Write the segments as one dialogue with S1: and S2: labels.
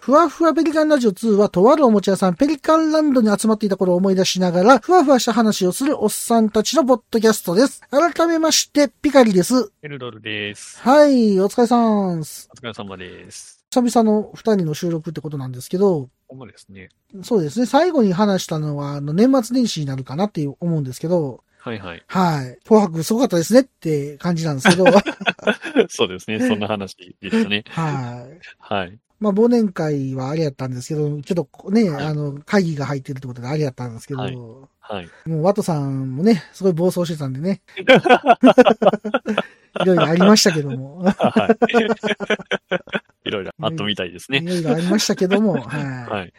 S1: ふわふわペリカンラジオ2はとあるおもちゃ屋さん、ペリカンランドに集まっていた頃を思い出しながら、ふわふわした話をするおっさんたちのポッドキャストです。改めまして、ピカリです。
S2: エルドルです。
S1: はい、お疲れさんす。
S2: お疲れ様です。
S1: 久々の二人の収録ってことなんですけど、
S2: ほんまですね。
S1: そうですね、最後に話したのは、あの、年末年始になるかなっていう思うんですけど、
S2: はい はい。
S1: はい。紅白すごかったですねって感じなんですけ ど、
S2: そうですね。そんな話でしたね。
S1: はい。
S2: はい。
S1: まあ、忘年会はあれやったんですけど、ちょっとね、
S2: はい
S1: あの、会議が入ってるってことであれやったんですけど、
S2: はいはい。
S1: もう、ワトさんもね、すごい暴走してたんで ね。いろいろありましたけども。
S2: はい。いろいろあったみたいです
S1: い
S2: ね。
S1: ろいろありましたけど も、はい。
S2: はい。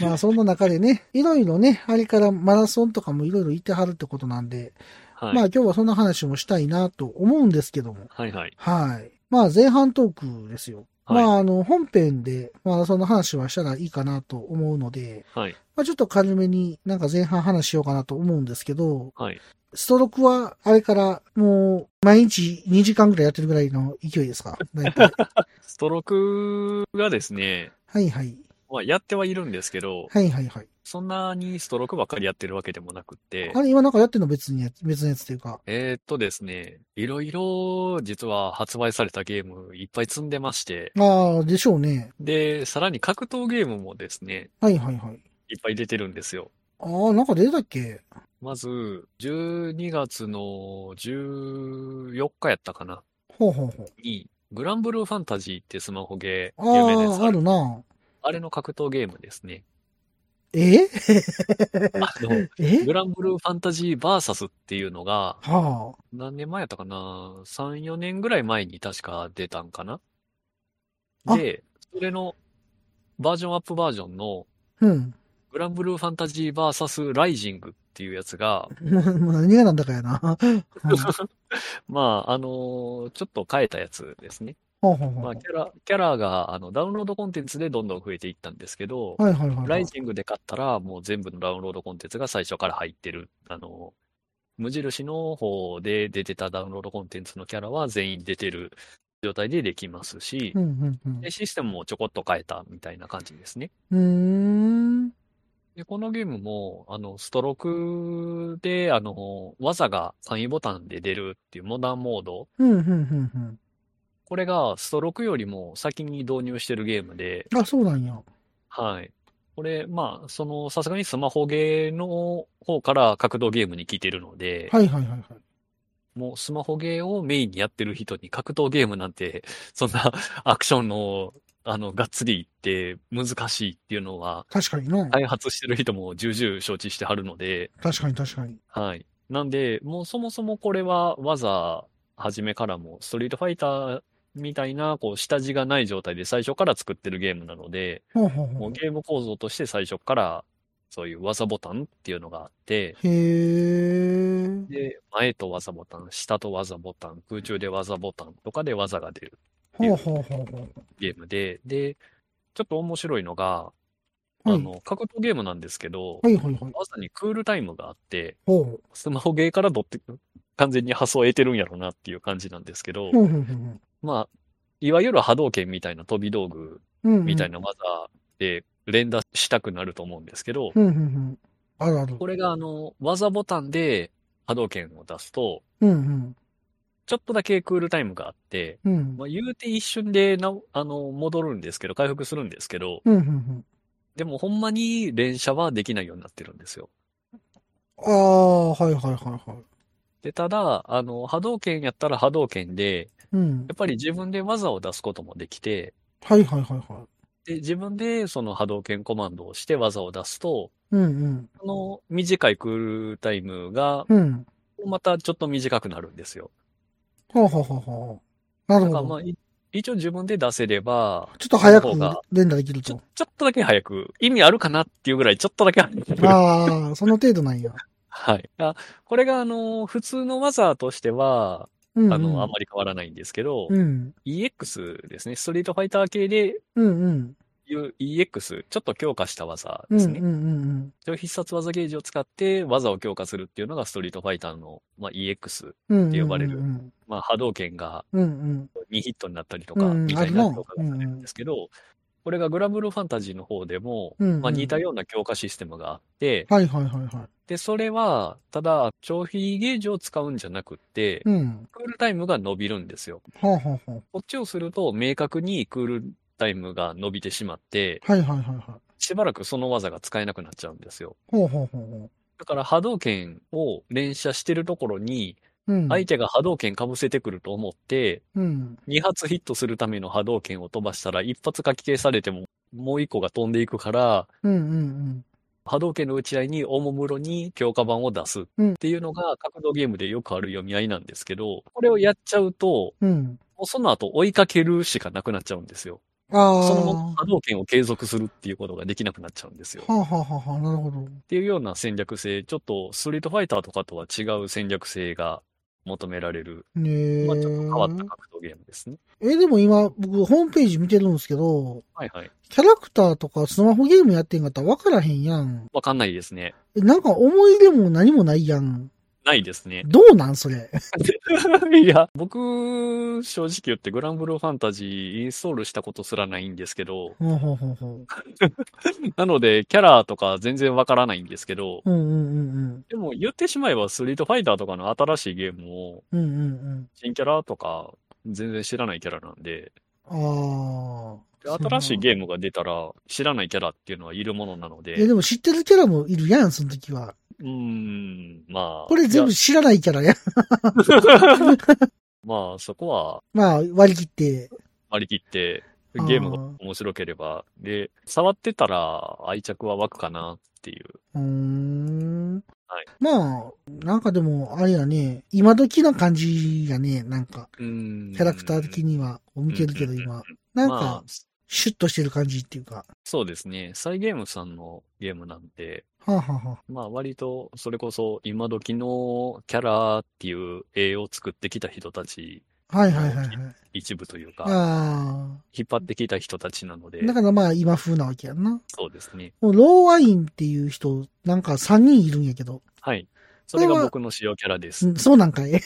S1: まあ、そんな中でね、いろいろね、あれからマラソンとかもいろいろ行ってはるってことなんで、まあ、
S2: は
S1: 今
S2: い。
S1: 日はそんな話もしたいなと思うんですけども、
S2: はいはい。
S1: はい。まあ、前半トークですよ。
S2: はい
S1: まあ、あの、本編でマラソンの話はしたらいいかなと思うので、
S2: はい。
S1: まあ、ちょっと軽めになんか前半話しようかなと思うんですけど、
S2: はい。
S1: ストロークはあれからもう毎日2時間ぐらいやってるぐらいの勢いです か大体
S2: ストロークがですね、
S1: はいはい。
S2: まあ、やってはいるんですけど、
S1: はいはいはい。
S2: そんなにストロークばっかりやってるわけでもなくて
S1: あ、れ今なんかやってんの別にやつ、別のやつというか。
S2: えーっとですね、いろいろ実は発売されたゲームいっぱい積んでまして、
S1: ああ、でしょうね。
S2: で、さらに格闘ゲームもですね、
S1: はいはいはい。
S2: いっぱい出てるんですよ。
S1: ああ、なんか出てたっけ
S2: まず、12月の14日やったかな
S1: ほうほうほう。
S2: に、グランブルーファンタジーってスマホゲー、有名なやつ
S1: ああ、
S2: あ
S1: あ
S2: る
S1: るな。
S2: あれの格闘ゲームですね。
S1: え
S2: あの、
S1: え
S2: グランブルーファンタジーバーサスっていうのが、
S1: はあ。
S2: 何年前やったかな ?3、4年ぐらい前に確か出たんかな
S1: あ
S2: で、それのバージョンアップバージョンの、
S1: うん。
S2: グランブルーファンタジーバーサスライジングっていうやつが、
S1: もうもう何がなんだかやな。はい
S2: まあ、あのーちょっと変えたやつですね。
S1: ほうほうほう
S2: まあ、キャラ、キャラが、あの、ダウンロードコンテンツでどんどん増えていったんですけど、
S1: はいはいはいは
S2: ライ
S1: い。
S2: ジングで買ったら、もう全部のダウンロードコンテンツが最初から入ってる。あの、無印の方で出てたダウンロードコンテンツのキャラは全員出てる状態でできますし
S1: うん、うん
S2: でシステムもちょこっと変えたみたいな感じですね。
S1: うん。うーん。
S2: で、このゲームも、あの、ストロークで、あの、技が簡易ボタンで出るっていうモダンモード。
S1: うん、うん、うん、
S2: これがストロークよりも先に導入してるゲームで、
S1: うん。あ、そうなんや。
S2: はい。これ、まあ、その、さすがにスマホゲーの方から格闘ゲームに来てるので、
S1: はいはいはいはい。
S2: もうスマホゲーをメインにやってる人に格闘ゲームなんて、 そんなアクションの、あの、がっつりって難しいっていうのは、
S1: 確かにな。
S2: 開発してる人も重々承知してはるので、
S1: 確かに確かに。
S2: はい。なんで、もうそもそもこれは技、初めからもストリートファイターみたいな、こう、下地がない状態で最初から作ってるゲームなので、
S1: ほうほう
S2: も
S1: ほ
S2: う
S1: う。
S2: ゲーム構造として最初からそういう技ボタンっていうのがあって、
S1: へえ。
S2: で、前と技ボタン、下と技ボタン、空中で技ボタンとかで技が出る
S1: ほうほうほうほ
S2: ゲームで、で、ちょっと面白いのが、
S1: う。はい。
S2: あの、格闘ゲームなんですけど、
S1: はいはいはい。
S2: 技にクールタイムがあって、
S1: ほう。
S2: スマホゲーからどって、完全に発想を得てるんやろうなっていう感じなんですけど、
S1: ほうほうほうほう。
S2: まあ、いわゆる波動拳みたいな飛び道具
S1: うんうん。
S2: みたい。な技で連打したくなると思うんですけど、
S1: うんうんうん。あるある。
S2: これがあの、技ボタンで波動拳を出すと、
S1: うんうん。
S2: ちょっとだけクールタイムがあって、
S1: うん。
S2: まあ、言うて一瞬でな、あの、戻るんですけど、回復するんですけど、
S1: うんうんうん。
S2: でもほんまに連射はできないようになってるんですよ。
S1: ああ、はいはいはいはい。
S2: で、ただ、あの、波動拳やったら波動拳で、
S1: うん
S2: や。っぱり自分で技を出すこともできて、
S1: はいはいはいはい。
S2: で、自分でその波動拳コマンドをして技を出すと、
S1: うんうん。
S2: この短いクールタイムが、
S1: うん。
S2: またちょっと短くなるんですよ。
S1: ほうほうほうほう。なる
S2: だから
S1: ほ
S2: ま
S1: ど。
S2: あ、い一応自分で出せれば、
S1: ちょっと早く
S2: その方が
S1: 連打できる
S2: ちょ
S1: と。
S2: ちょっとだけ早く、意味あるかなっていうぐらいちょっとだけ早く。
S1: ああ、その程度なんや。
S2: はい。あ、これがあの、普通の技としては、
S1: うんうん。
S2: あの、あんまり変わらないんですけど、
S1: うん。
S2: EX ですね。ストリートファイター系で
S1: うんうん。
S2: いう EX、ちょっと強化した技
S1: う
S2: で
S1: ん
S2: す
S1: うん
S2: ね。
S1: うん
S2: それを必殺技ゲージを使って技を強化するっていうのがストリートファイターの、まあ、EX。
S1: うん。うん。
S2: って呼ばれる
S1: うん
S2: まあ、波動拳が
S1: うん。うん
S2: 2ヒットになったりと
S1: う
S2: か、
S1: ん
S2: みたいな強化がされるんですけど、これがグランブルーファンタジーの方でも、
S1: うんうん
S2: まあ、似たような強化システムがあって、
S1: はいはいはいはい。
S2: で、それは、ただ、消費ゲージを使うんじゃなくって、
S1: うん。
S2: クールタイムが伸びるんですよ。
S1: はあ、はあは
S2: こっちをすると、明確にクールタイムが伸びてしまって、
S1: あ、はいはいはいはい。
S2: しばらくその技が使えなくなっちゃうんですよ。
S1: ほうほうほうほ
S2: だから波動拳を連射してるところに、
S1: う。うん。
S2: 相手が波動拳被せてくると思って、
S1: うん。
S2: 2発ヒットするための波動拳を飛ばしたら、1発かき消されても、もう1個が飛んでいくから、
S1: うんうん
S2: 波動拳の打ち合いにおもむろに強化版を出すっていうのが格闘ゲームでよくある読み合いなんですけど、これをやっちゃうと、
S1: うん。うん。
S2: もうその後追いかけるしかなくなっちゃうんですよ。
S1: ああ。
S2: そのまま波動拳を継続するっていうことができなくなっちゃうんですよ。っ
S1: はあ、はあはあはあ、なるほど。
S2: ていうような戦略性、ちょっとストリートファイターとかとは違う戦略性が求められる、
S1: ねえ
S2: まあ、ちょっと変わった格闘ゲームですね。
S1: え、でも今、僕、ホームページ見てるんですけど、
S2: はいはい。
S1: キャラクターとかスマホゲームやってんかったら分からへんやん。
S2: わかんないですね。
S1: え、なんか思い出も何もないやん。
S2: ないですね。
S1: どうなんそれ。
S2: いや、僕、正直言ってグランブルーファンタジーインストールしたことすらないんですけど、
S1: ほうほうほうほ
S2: なのでキャラとか全然わからないんですけど、
S1: う。うんうんうん
S2: でも言ってしまえばストリートファイターとかの新しいゲームを
S1: うん。うんうん
S2: 新キャラとか全然知らないキャラなんで、
S1: うん。あ
S2: で
S1: あ。
S2: 新しいゲ
S1: ー
S2: ームが出たら知らないキャラっていうのはいるものなので、
S1: え、
S2: う
S1: でも知ってるキャラもいるやん、その時は。
S2: ーん、まあ、
S1: これ全部
S2: い
S1: 知らないキャラやん。
S2: やまあそこは
S1: まあ、割り切って。
S2: 割り切って、ゲームが面白ければ、で、触ってたら愛着は湧くかなっていう。
S1: うーん。
S2: はい
S1: まあ、なんかでも、あれやね、今時な感じやね、なんか、
S2: うーん
S1: キャラクター的には、見てるけど
S2: うんうんうん
S1: 今。なん
S2: まあ
S1: か、、シュッとしてる感じっていうか。
S2: そうですね。サイゲームさんのゲームなんで、
S1: はあ、はあは
S2: まあ割とそれこそ今時のキャラっていう絵を作ってきた人たち、
S1: あ、はいはいはいはい。
S2: 一部というか、
S1: あ
S2: 引っ張ってきた人たちなので
S1: あ。、だからまあ、今風なわけやんな。
S2: そうですね。
S1: もうローアインっていう人、なんか3人いるんやけど。
S2: はい。そ
S1: これ
S2: れ
S1: は
S2: が僕の主要キャラで す
S1: う。んそうなんかい。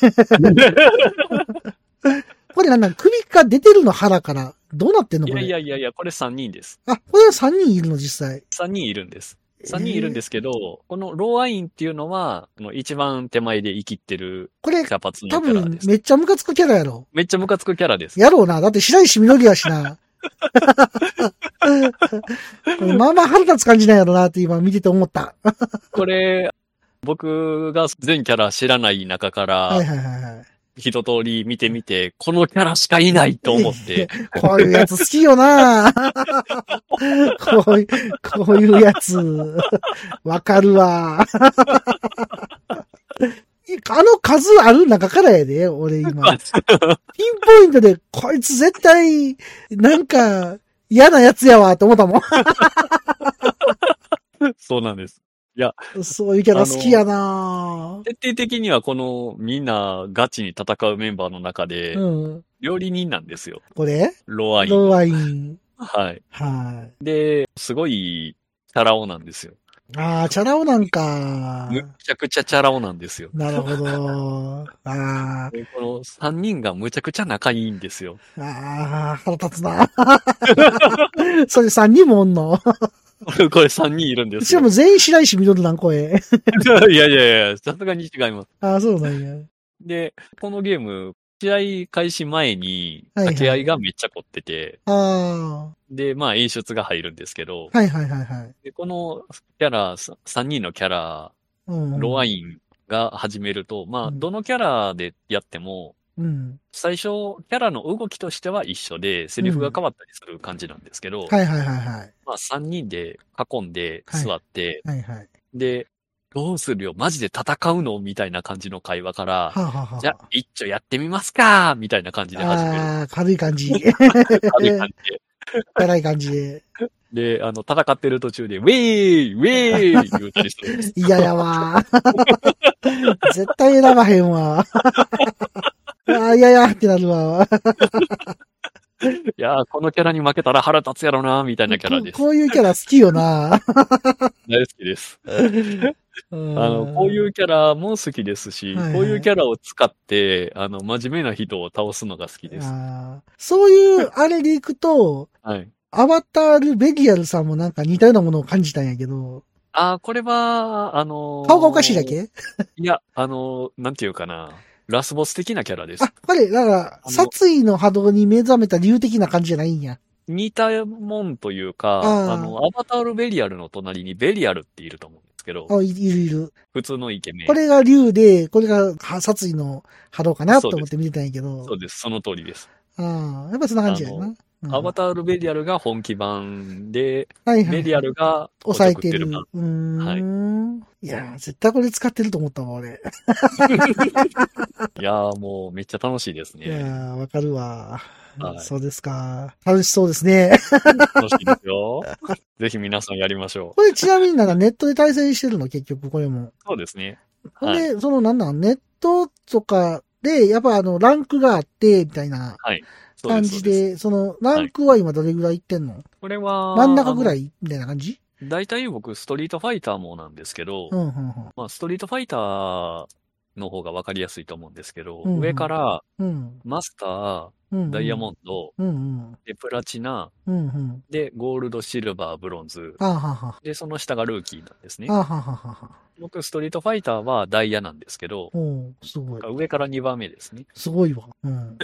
S1: これなんなん首が出てるの腹から。どうなってんの
S2: い
S1: こ
S2: や
S1: れ。
S2: いやいやいや、これ3人です。
S1: あ、これは3人いるの実際。
S2: 3人いるんです。3人いるんですけど、このローアインっていうのは、この一番手前で生きってる
S1: これ、
S2: 茶髪のキ
S1: 多
S2: ャラ
S1: 分
S2: です。
S1: めっちゃムカつくキャラやろ。
S2: めっちゃムカつくキャラです。
S1: やろうな。だって白石緑やしな。これまあまあ腹立つ感じなんやろなって今見てて思った。
S2: これ、僕が全キャラ知らない中か
S1: はい
S2: ら、
S1: はいはいはい。
S2: 一通り見てみて、このキャラしかいないと思って、
S1: こういうやつ好きよなこういう、こういうやつ。わかるわ。 あの数ある中からやで、俺今。ピンポイントで、こいつ絶対、なんか、嫌なやつやわ、と思ったも
S2: そうなんです。
S1: ん。そういうキャラ好きやな
S2: 徹底的にはこのみんなガチに戦うメンバーの中で、
S1: うん。
S2: 料理人なんですよ。
S1: これ
S2: ロアイン。
S1: ロワイン。
S2: はい。
S1: はい。
S2: で、すごい、チャラ男なんですよ。
S1: ああ、チャラ男なんか。
S2: むっちゃくちゃチャラ男なんですよ。
S1: なるほ ど。ああ、
S2: でこの三人がむちゃくちゃ仲いいんですよ。
S1: ああ、腹立つな。 それ3人もおんの。
S2: これ三人いるんです
S1: しか
S2: よ
S1: も。全員白石緑なん声。
S2: いやいやいや、さすがに違います。
S1: ああ、そうなんや。
S2: で、このゲーム、試合開始前に、
S1: はいはい
S2: 掛け合いがめっちゃ凝ってて、
S1: あ
S2: で、まあ演出が入るんですけど
S1: あ、、はいはいはいはい。
S2: でこのキャラ、3人のキャラ、
S1: うん、
S2: ロアインが始めると、ま
S1: う
S2: あ、
S1: ん
S2: どのキャラでやっても、
S1: うん。
S2: 最初、キャラの動きとしては一緒で、セリフが変わったりする感じなんですけど、
S1: はいはいはいはい。
S2: まあ、3人で囲んで
S1: はい
S2: 座って、
S1: はいはい。
S2: で、どうするよマジで戦うのみたいな感じの会話か
S1: は
S2: ら、
S1: あ、はあはあ、
S2: じゃあ、一丁やってみますかみたいな感じで始める。
S1: ああ、軽い感 じ。
S2: 軽い感じ
S1: 辛い感じで。。
S2: で。で、あの、戦ってる途中で、ウェーイウェーイ言ったりするんです
S1: 嫌やわ。絶対選ばへんわ。 ああ、いやいやってなるわ。
S2: いやー、このキャラに負けたら腹立つやろな、みたいなキャラです
S1: こ。ういうキャラ好きよ な。
S2: 大好きです。
S1: あ。
S2: あの、こういううキャラも好きですし、
S1: はいはい
S2: こういうキャラを使って、あの、真面目な人を倒すのが好きです。
S1: あーそういうあれでいくと、
S2: はい。
S1: アバタール・ベリアルさんもなんか似たようなものを感じたんやけど、
S2: あー、これは、あのー
S1: 顔がおかしいだけ
S2: いや、あのーなんていうかな。ラスボス的なキャラです
S1: あ。、これ、だから、
S2: あの
S1: 殺意の波動に目覚めた理由的な感じじゃないんや。
S2: 似たもんというか、
S1: あー
S2: あの、アバタールベリアルの隣にベリアルっていると思うんですけど、
S1: あ、いいるいる。
S2: 普通のイケメン
S1: こ。れが竜で、これがは殺意の波動かなと思って見てたんやけど
S2: そ、うです、その通りです。
S1: ああ、やっぱそんな感じやな。
S2: あの
S1: うん
S2: アバタールベリアルが本気版で、
S1: はいはい
S2: ベリアルが
S1: 抑えてる。
S2: おちょ
S1: う
S2: く
S1: ーん。い、やー、絶対これ使ってると思ったわ、俺。
S2: 版。いやーもうめっちゃ楽しいです
S1: いや
S2: ね。
S1: ー、わかるわ、
S2: はい
S1: そうですか。楽しそうですね。
S2: 楽しいですよ。ぜひ皆さんやりましょう。
S1: これちなみになんかネットで対戦してるの、結局、これも。
S2: そうですね。
S1: ほんで、
S2: は
S1: そのなんなん、ネットとかで、やっぱあの、ランクがあって、みたいな
S2: そう
S1: 感
S2: です。
S1: じ
S2: そうです
S1: で、その、ランクは今どれぐらいいってんの、
S2: これは、
S1: 真ん中ぐら
S2: い。
S1: いみたいな感じ
S2: だいたい僕、ストリートファイターもなんですけど、
S1: うん、うん、うん
S2: まあ、ストリートファイターの方がわかりやすいと思うんですけど、
S1: うんうん
S2: 上から
S1: うん。
S2: マスター、
S1: うん。
S2: ダイヤモンド、
S1: うん、うん。
S2: で、プラチナ、
S1: うん、うん。
S2: で、ゴールド、シルバー、ブロンズ。
S1: あーはーは
S2: で、その下がルーキーなんですね
S1: ー。あ。ーはーはーはーは
S2: 僕、ストリートファイターはダイヤなんですけど
S1: ー。、おーすごい。
S2: 上から2番目ですね。
S1: すごいわ。うん。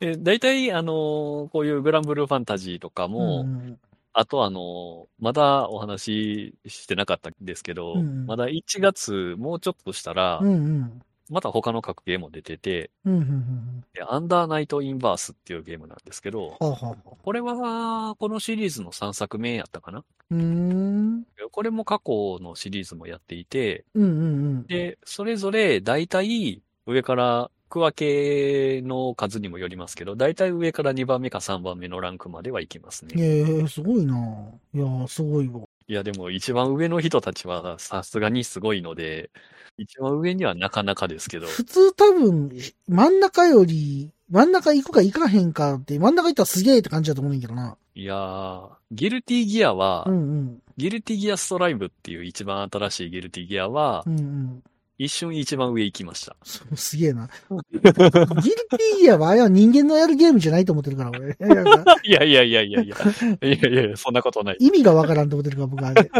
S2: で、大体、あのーこういうグランブルーファンタジーとかも、
S1: うん
S2: あと、あのーまだお話ししてなかったんですけど、
S1: うんうん
S2: まだ1月、もうちょっとしたら、
S1: うんうん。
S2: また他の格ゲーも出てて、
S1: うんうんうん
S2: でアンダーナイト・インバースっていうゲームなんですけど、
S1: うん。はあ、はあ、はあ。
S2: これは、このシリーズの3作目やったかな
S1: うーん。
S2: これも過去のシリーズもやっていて、
S1: うんうんうん。
S2: で、それぞれ大体上から区分けの数にもよりますけど、大体上から2番目か3番目のランクまではいきます
S1: え
S2: ね。
S1: えすごいな。いやー、すごいわ。
S2: いや、でも一番上の人たちはさすがにすごいので、一番上にはなかなかですけ ど、
S1: 普通多分、真ん中より、真ん中行くか行かへんかって、真ん中行ったらすげえって感じだと思うねんだけどな。
S2: いやー、ギルティギアは、
S1: うんうん。
S2: ギルティギアストライブっていう一番新しいギルティギアは
S1: う、んうん。
S2: 一瞬一番上行きました。
S1: そうすげえな。ギルティギアはあれは人間のやるゲームじゃないと思ってるから、俺。なんか
S2: いやいやいやいやいや、 いやいやいや、そんなことない。
S1: 意味がわからんと思ってるから、僕はあれ。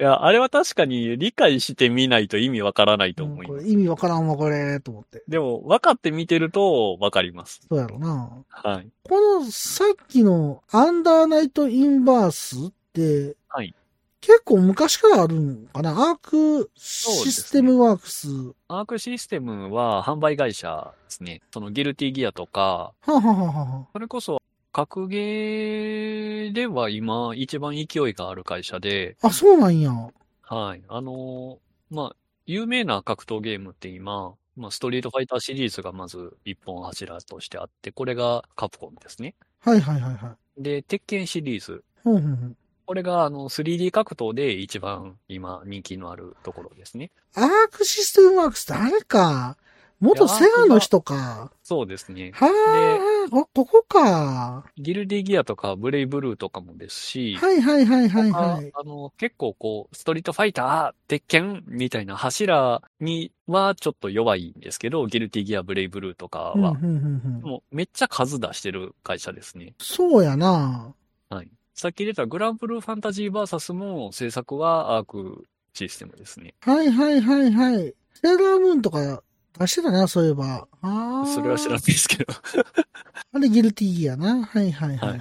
S2: いや、あれは確かに理解してみないと意味わからないと
S1: うん
S2: 思い
S1: こ
S2: ま
S1: れ
S2: す。
S1: 意味わからんわ、これ、と思って。
S2: でも、分かって見てるとわかります。
S1: そうやろな。
S2: はい。
S1: このさっきのアンダーナイト・インバースって、
S2: はい
S1: 結構昔からあるのかなアークシステムワークス。
S2: アークシステムは販売会社ですね。そのギルティギアとか、
S1: はあ、はあはあは
S2: それこそ格ゲーでは今一番勢いがある会社で、
S1: あ、あ、そうなんや。
S2: はい。あのーまあ、有名な格闘ゲームって今、まあ、ストリートファイターシリーズがまず一本柱としてあって、これがカプコンですね。
S1: はいはいはいはい。
S2: で、鉄拳シリーズ。
S1: ほんほんほん
S2: これがあの 3D 格闘で一番今人気のあるところですね。
S1: アークシステムワークスってあれか。元セガの人か。
S2: そうですね。
S1: はあ、こここか。
S2: ギルディギアとかブレイブルーとかもですし、
S1: はいはいはいはい
S2: あ
S1: はい。
S2: あの結構こう、ストリートファイター、鉄拳みたいな柱にはちょっと弱いんですけど、ギルディギア、ブレイブルーとか
S1: うんう
S2: は、
S1: んうんうん
S2: もうめっちゃ数出してる会社ですね。
S1: そうやな。
S2: はい。さっき出たグランブルーファンタジーバーサスも制作はアークシステムですね。
S1: はいはいはいはい。セーラームーンとか出してたな、そういえば。ああ。
S2: それは知らないですけど。
S1: あれ、ギルティギアな。はいはいはいはい。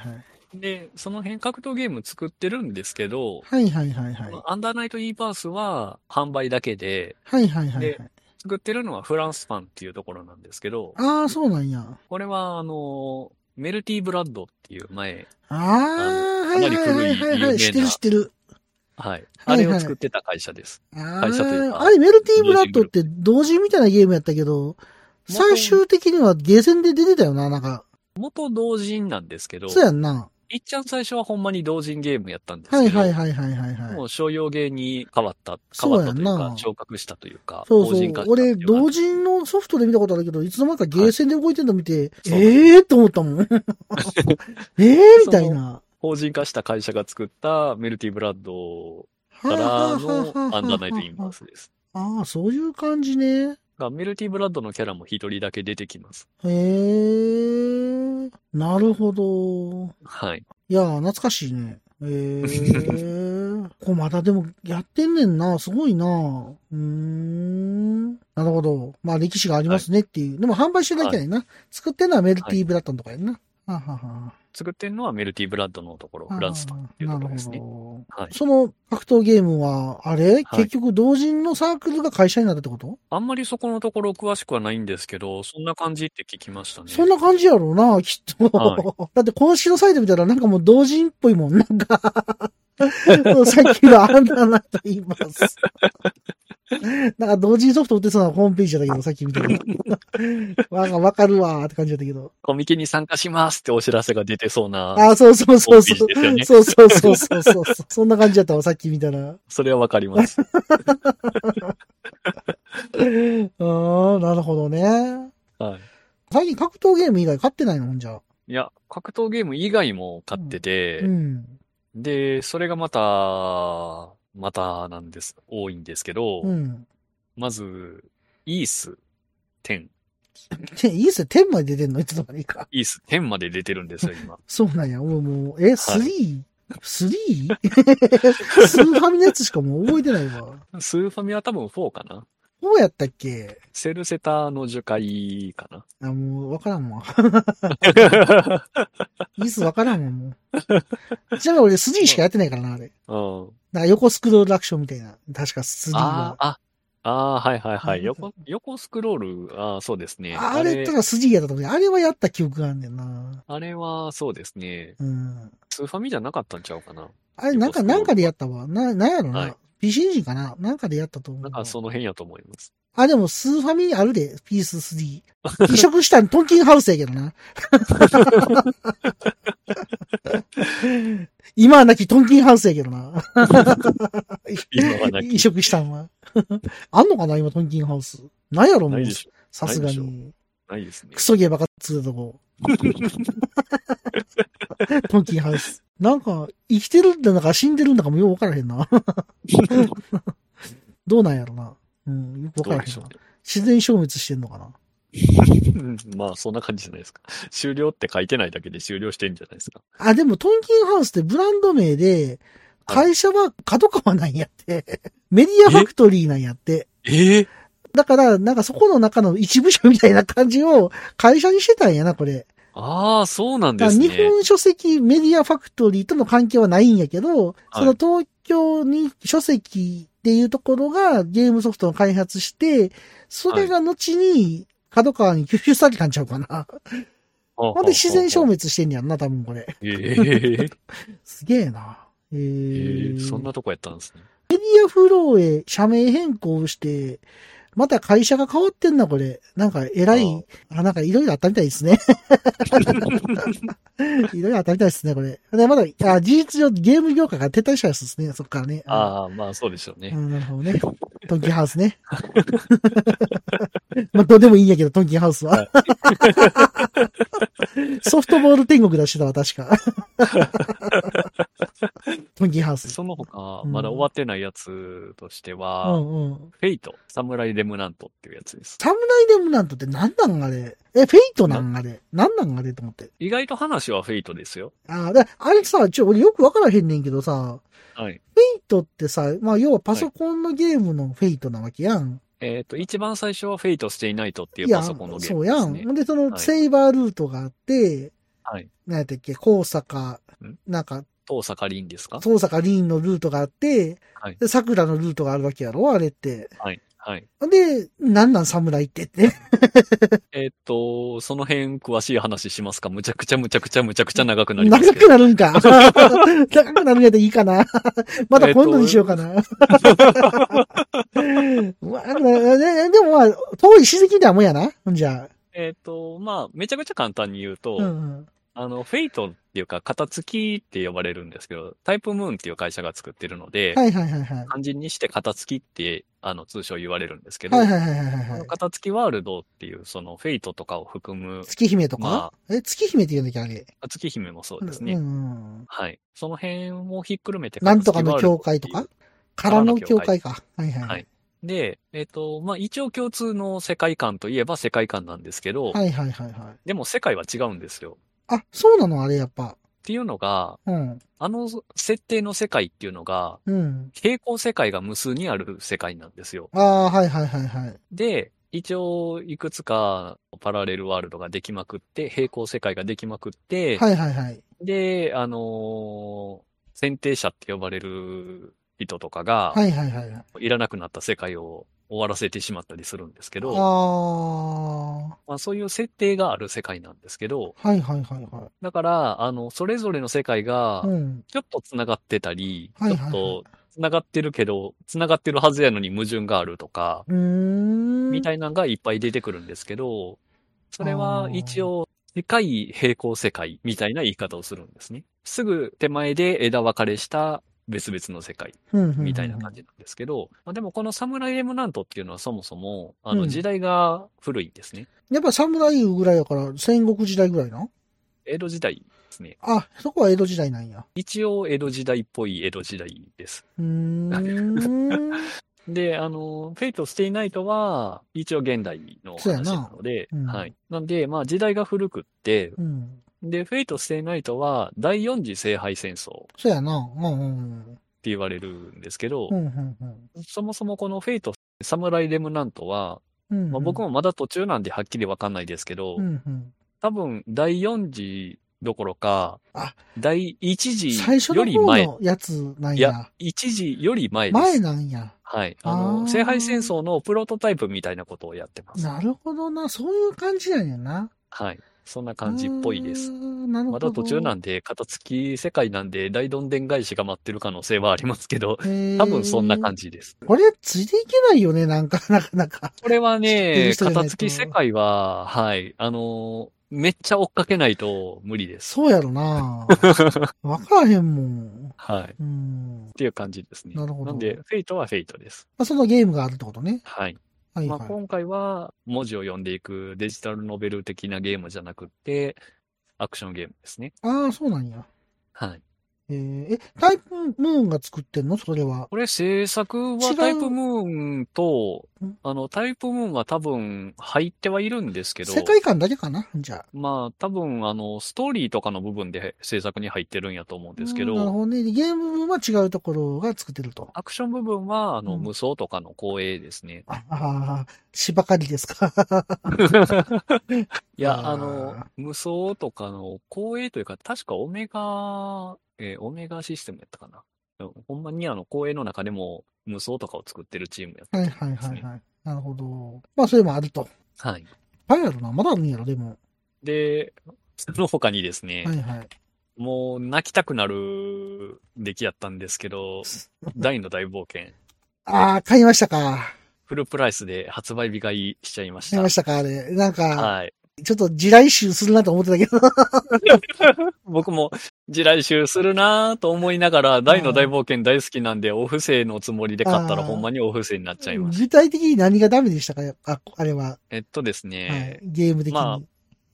S2: で、その辺格闘ゲーム作ってるんですけど、
S1: はいはいはいはい。
S2: アンダーナイト e バースは販売だけで、
S1: はいはいはいはい
S2: で。作ってるのはフランスパンっていうところなんですけど、
S1: ああ、そうなんや。
S2: これはあの、メルティーブラッドっていう前、
S1: ああ、
S2: あ
S1: はい
S2: の
S1: はいはいはい
S2: かな
S1: は。
S2: り古い有名ない
S1: 知ってる知ってる。
S2: は
S1: は
S2: い。あ
S1: いはい
S2: れを作ってた会社です。
S1: あ
S2: 会社という
S1: あ、
S2: か
S1: あれ、メルティーブラッドって同時みたいなゲームやったけど、最終的にはゲーセンで出てたよな、なんか。
S2: 元同人なんですけど、
S1: そうやんな。
S2: いっちゃん最初はほんまに同人ゲームやったんですけ
S1: は
S2: ど、
S1: いはいはいはいはいは
S2: も
S1: い。
S2: う商用ゲーに変わった、変
S1: そう
S2: わっ
S1: や
S2: た
S1: ん
S2: とい
S1: な
S2: うか、昇格したというか、
S1: そう
S2: 同
S1: そ
S2: 人化
S1: う。
S2: したってい
S1: 俺、
S2: うか
S1: 同人のソフトで見たことあるけど、いつの間にかゲーセンで動いてんの見て、
S2: そう
S1: ええーって思った もん。ええーみたいな。
S2: 法人化した会社が作ったメルティーブラッ
S1: は
S2: ドから
S1: あ
S2: のアンダーナイトインバースです。
S1: ああ、そういう感じね。
S2: が、メルティブラッドのキャラも一人だけ出てきます。
S1: へえ。なるほど。
S2: はい。
S1: いやー、懐かしいね。へ え。こうまだでもやってんねんな。すごいな。うーん。なるほど。まあ歴史がありますねっていう。でも販売してるだけやねんな。作ってんのはメルティーブラッドのとかやんな。ははは
S2: 作ってるのはメルティブラッドのところ、
S1: は。
S2: フランスというところですね
S1: なる。ほ
S2: はい
S1: ど。。その格闘ゲームは、あれ、結局同人のサークルが会社になったってこと
S2: あんまりそこのところ詳しくはないんですけど、そんな感じって聞きましたね。
S1: そんな感じやろうな、きっと。
S2: は
S1: だって公式のサイト見たらなんかもう同人っぽいもん。なんか、 さっきのあんななと言います。 なんか同人ソフト売ってそうなホームページだったけど、さっき見たけど。 なんかわかるわーって感じだったけど。
S2: コミケに参加しますってお知らせが出てそうな、
S1: あー、そうそうそうそ
S2: ホーム
S1: う
S2: ページですよ。
S1: そう
S2: ね
S1: そうそうそうそう。そんな感じだったわ、さっき見たら。
S2: それはわかります。
S1: うーん、なるほどね。
S2: はい。
S1: 最近格闘ゲーム以外買ってないのほんじゃ。
S2: いや、格闘ゲーム以外も買ってて
S1: う、ん。
S2: で、それがまた、またなんです、多いんですけど、
S1: うん。
S2: まず、イース10、
S1: ていいっすよ。天まで出てんのいつの間にか。
S2: イース10まで出てるんですよ、 今。
S1: そうなんや。もう、もう、え、3?3? スリ ースーファミのやつしかもう覚えてないわ。
S2: スーファミは多分4かな
S1: どうやったっけ
S2: セルセターの樹海かな
S1: あ、もう、わからんわ。 いつわからんわ、もう。ちなみに俺、3しかやってないからな、あれ。
S2: うん。
S1: なんか横スクロールアクションみたいな。確か3
S2: あ
S1: は。
S2: あ、ああー、はいはいは
S1: う
S2: い。
S1: ん
S2: 横、横スクロール、ああ、そうですね。
S1: あれ、だから3やったと思う。あれはやった記憶があんねんな。
S2: あれは、そうですね。
S1: うん。
S2: スーファミじゃなかったんちゃうかな。
S1: あれ、なんか、
S2: 横スクロール
S1: なんかでやったわ。な、なんやろ
S2: はい
S1: な。PC エンジンかななんかでやったと思うわ。
S2: なんかその辺やと思います。
S1: あ、でも、スーファミにあるで、ピース3。移植したん、トンキンハウスやけどな。 今はなきトンキンハウスやけどな。
S2: 今はなき
S1: 移植したんは。あんのかな今、トンキンハウス。なんやろも
S2: な
S1: う
S2: いで、し
S1: さすが
S2: ないで
S1: に。
S2: ょ。な いですね
S1: ク。ソゲーばかっつうとこ。トンキンハウス。なんか、生きてるんだか死んでるんだかもよう分からへんな。どうなんやろな。うん、よく分
S2: ど
S1: か
S2: う
S1: ら
S2: で
S1: へん
S2: しょ
S1: な
S2: う。ね
S1: 自然消滅してんのかな。
S2: うんまあ、そんな感じじゃないですか。 終了って書いてないだけで終了してんじゃないですか。
S1: あ、でも、トンキンハウスってブランド名で、
S2: はい
S1: 会社は角川なんやって。 メディアファクトリーなんやって。
S2: ええ
S1: だから、なんかそこの中の一部署みたいな感じを会社にしてたんやな、これ。
S2: ああ、そうなん
S1: だ
S2: で
S1: から
S2: す
S1: 日
S2: ね。
S1: 本書籍メディアファクトリーとの関係はないんやけど、その東京に書籍っていうところがゲームソフトを開発して、それが後に角川に吸収されたんちゃうか な。ほんで自然消滅してんやんな、多分これ。
S2: 滅。え
S1: すげえな。 え
S2: え
S1: ー
S2: ええそんなとこやったんですね。
S1: メディアフローへ社名変更して、また会社が変わってんな、これ。なんか、偉い、あ、なんかいろいろあったみたいです ね。いろいろあったみたいですね、これ。で、まだ、あ、事実上ゲーム業界が撤退したやつですね、そっからね。
S2: ああ、まあ、そうでしょう
S1: う
S2: ね。
S1: ん、なるほどね。トンキーハウスね。 まあ、どうでもいいんやけど、トンキーハウスは。 ソフトボール天国出してたわ、確か。 トンキーハウス。
S2: その他、
S1: うん
S2: まだ終わってないやつとして
S1: う
S2: は、
S1: んうん。
S2: フェイト、サムライレムナントっていうやつです。
S1: サムライレムナントって何なんあれえ、フェイトなんあれ何なんあれと思って。
S2: 意外と話はフェイトですよ。
S1: ああ、だあれさ、ちょ、俺よくわからへんねんけどさ、
S2: は
S1: フ
S2: い。
S1: ェイトってさ、まあ要はパソコンのゲームのフェイトなわけやん。
S2: えっ、と、一番最初はフェイトしていないとっていう
S1: やん
S2: パソコンのゲー
S1: そ
S2: ム
S1: う
S2: で
S1: や
S2: す
S1: ん。
S2: ね
S1: ほ。んで、その
S2: はい
S1: セイバールートがあって、
S2: はい。
S1: なんやったっけ、高坂
S2: ん、
S1: なんか、
S2: 遠坂凛ですか
S1: 遠坂リーンのルートがあって、
S2: はい
S1: で、桜のルートがあるわけやろあれって。
S2: はい。はい。
S1: ほんで、なんなん侍ってって。
S2: えっ、と、その辺詳しい話しますかむちゃくちゃむちゃくちゃむちゃくちゃ長くなりま
S1: 長
S2: すけ
S1: く
S2: ど。
S1: なるんか。 長くなるんやったらいいかな。 また今度にしようかな。 まあ、ねでもまあ、遠い史跡ではもんやな。じゃ
S2: えっと、まあ、めちゃくちゃ簡単に言う
S1: あ。
S2: と、
S1: うん
S2: あの、フェイトっていうか、型付きって呼ばれるんですけど、タイプムーンっていう会社が作ってるので、
S1: うん。はいはいはいはい。
S2: 肝心にして型付きって、あの、通称言われるんですけど、
S1: はいはいはいはいはい。
S2: 型付きワールドっていう、その、フェイトとかを含む、
S1: 月姫とか、
S2: ま
S1: え、月姫って言うんだっけあれ。
S2: 月姫もそうですね。
S1: んん。
S2: はい。その辺をひっくるめて、
S1: なんとかの教会とか
S2: 型付きワールドってい
S1: 空
S2: う
S1: の教会か。はいはい。
S2: はいで、えっ、と、まあ、一応共通の世界観といえば世界観なんですけど、
S1: はいはいはいはい。
S2: でも世界は違うんですよ。
S1: あ、そうなのあれやっぱ。
S2: っていうのが、
S1: うん。
S2: あの設定の世界っていうのが、
S1: うん。
S2: 平行世界が無数にある世界なんですよ。
S1: ああ、はいはいはいはい。
S2: で、一応、いくつかパラレルワールドができまくって、平行世界ができまくって、
S1: はいはいはい。
S2: で、あのー選定者って呼ばれる人とかが、
S1: はいはいはいはい。
S2: いらなくなった世界を終わらせてしまったりするんですけ
S1: あ
S2: ど、
S1: あ、は
S2: まあ、そういう設定がある世界なんですけど、
S1: いはいはいは
S2: だから、あの、それぞれの世界が
S1: い。、うん。
S2: ちょっと繋がってたり、
S1: はいはい
S2: ちょ
S1: は
S2: っ
S1: い
S2: と繋がってるけど、繋がってるはずやのに矛盾があるとか、
S1: うーん。
S2: みたいなのがいっぱい出てくるんですけど、それは一応、世界平行世界みたいな言い方をするんですね。すぐ手前で枝分かれした別々の世界みたいな感じなんですけど、まあ、でもこのサムライエムナントっていうのはそもそも、あ
S1: う
S2: の
S1: ん
S2: 時代が古いんですね。
S1: やっぱ侍ぐらいやから、戦国時代ぐらいな
S2: 江戸時代ですね。
S1: あ、そこは江戸時代なんや。
S2: 一応江戸時代っぽい江戸時代です。
S1: うー ん。
S2: で、あの、フェイト・ステイ・ナイトは、一応現代の
S1: そうや
S2: 話
S1: な
S2: なので、
S1: うん
S2: はい。なんで、まあ時代が古くって、
S1: うん。
S2: で、フェイト・ステイ・ナイトは、第四次聖杯戦争って
S1: そやな。うんうん
S2: 言われるんですけど
S1: うん。う、んうんうん
S2: そもそもこのフェイト、サムライ・レムナントは、
S1: うんうん。
S2: まあ、僕もまだ途中なんではっきりわかんないですけど、
S1: うんうん。
S2: 多分、第四次どころか
S1: あ、
S2: 第一次
S1: 最初
S2: よ
S1: の
S2: り
S1: 方
S2: 前、
S1: のやつなん
S2: い
S1: や
S2: や。、一次より前です。
S1: 前なんや。
S2: はい。あの、
S1: あー
S2: 聖杯戦争のプロトタイプみたいなことをやってます。
S1: なるほどな。そういう感じなんやな。
S2: はい。そんな感じっぽいです
S1: う。ーんなるほ
S2: ま
S1: ど。
S2: だ途中なんで、片付き世界なんで、大どんでん返しが待ってる可能性はありますけど、多分そんな感
S1: じ。
S2: じです。
S1: これ、ついていけないよね、なんか、なかなか。
S2: これは
S1: 知ってる
S2: ね、
S1: 人じゃな
S2: 片
S1: いと
S2: 付き世界は、はい、あの、めっちゃ追っかけないと無理です。
S1: そうやろ な。わからへんもん。
S2: はい。っ
S1: うん。
S2: ていう感じですね。
S1: なるほど
S2: んで、フェイトはフェイトです。
S1: まあ、そのゲームがあるってことね。
S2: はい。
S1: はい
S2: まあ、
S1: はい。
S2: 今回は文字を読んでいくデジタルノベル的なゲームじゃなくて、アクションゲームですね。
S1: ああ、そうなんや。
S2: はい。
S1: えー、え、タイプムーンが作ってんのそれは。
S2: これ制作
S1: 違
S2: は
S1: う
S2: タイプムーンと
S1: ん、
S2: あの、タイプムーンは多分入ってはいるんですけど、
S1: 世界観だけかなじゃあ。
S2: まあ多分あの、ストーリーとかの部分で制作に入ってるんやと思うんですけ
S1: うんなる
S2: ど、
S1: ほどね。でゲームは違うところが作ってると。
S2: アクション部分はあの、
S1: うん
S2: 無双とかの光栄です ね。
S1: ああー、芝刈りですか。
S2: いや、
S1: あー
S2: あの、無双とかの光栄というか、確かオメガ、えーオメガシステムやったかな。ほんまにあの、光栄の中でも無双とかを作ってるチームやった
S1: はい
S2: と
S1: は
S2: 思
S1: い
S2: んです
S1: は
S2: ね
S1: いはい。なるほど。まあ、それもあると。いっ
S2: はい。
S1: ぱいあるな。まだあるんやろ、でも。
S2: で、その他にですね、
S1: はいはい。
S2: もう泣きたくなる出来やったんです けど、大の大冒険、
S1: ああ、買いましたか。
S2: フルプライスで発売日買いしちゃいまし
S1: 買い
S2: た。
S1: ましたか、あれ。なんか、
S2: はい。
S1: ちょっと地雷臭するなと思ってたけど。
S2: 僕も地雷集するなぁと思いながら、大の大冒険大好きなんで、お布施のつもりで買ったら
S1: あー
S2: ほんまにお布施になっちゃいました。
S1: 具体的に何がダメでしたかあ、あれは、
S2: えっとです
S1: はい
S2: ね、。
S1: ゲーム的に。
S2: ま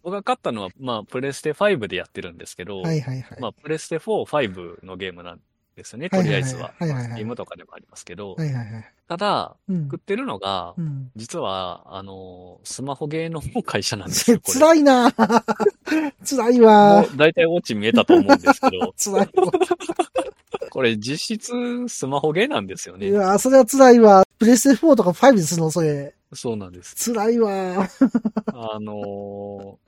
S2: 僕が買ったのは、まあ、プレステ5でやってるんですけど、
S1: はいはいはい。
S2: まあ、プレステ4、5のゲームなんですよね、
S1: は
S2: と
S1: いはいはい
S2: りあえずは。
S1: はいはいはい
S2: まあゲームとかでもありますけど、
S1: はいはいはい。
S2: ただ、
S1: うん
S2: 作っ。てるのが、
S1: うん。
S2: 実は、あの、スマホゲーの会社なんですよ、これ。
S1: 辛いな辛いわ、
S2: もう大体オチ見えたと思うんですけど
S1: 辛いわ。
S2: これ実質スマホゲーなんですよ
S1: い
S2: ね。
S1: やー、それは辛いわ。プレステ4とか5でするの、それ。
S2: そうなんです。
S1: 辛い わ。
S2: あのー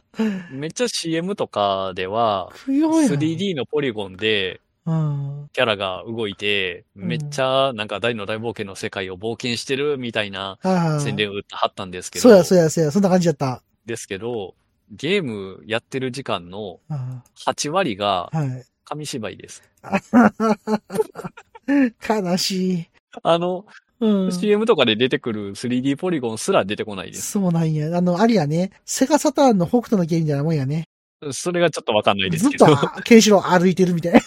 S2: めっちゃ CM とかでは、
S1: 不要やん。
S2: 3D のポリゴンで
S1: うん。
S2: キャラが動いて、
S1: うん
S2: めっちゃなんか大の大冒険の世界を冒険してるみたいな
S1: ああ。
S2: 宣伝を打ってはったんですけど、
S1: そうや、そうや、そうや。そんな感じやった。
S2: ですけど、ゲームやってる時間の
S1: あ
S2: 8割が
S1: あはい。
S2: 紙芝居です。
S1: 悲しい。
S2: あの、
S1: うん。
S2: CM とかで出てくる 3D ポリゴンすら出てこないです。
S1: そうなんや。あの、あれやね。セガサターンの北斗のゲームみたいなもんやね。
S2: それがちょっとわかんないです
S1: ずっ
S2: けど
S1: と。、あケンシロウ歩いてるみたいな。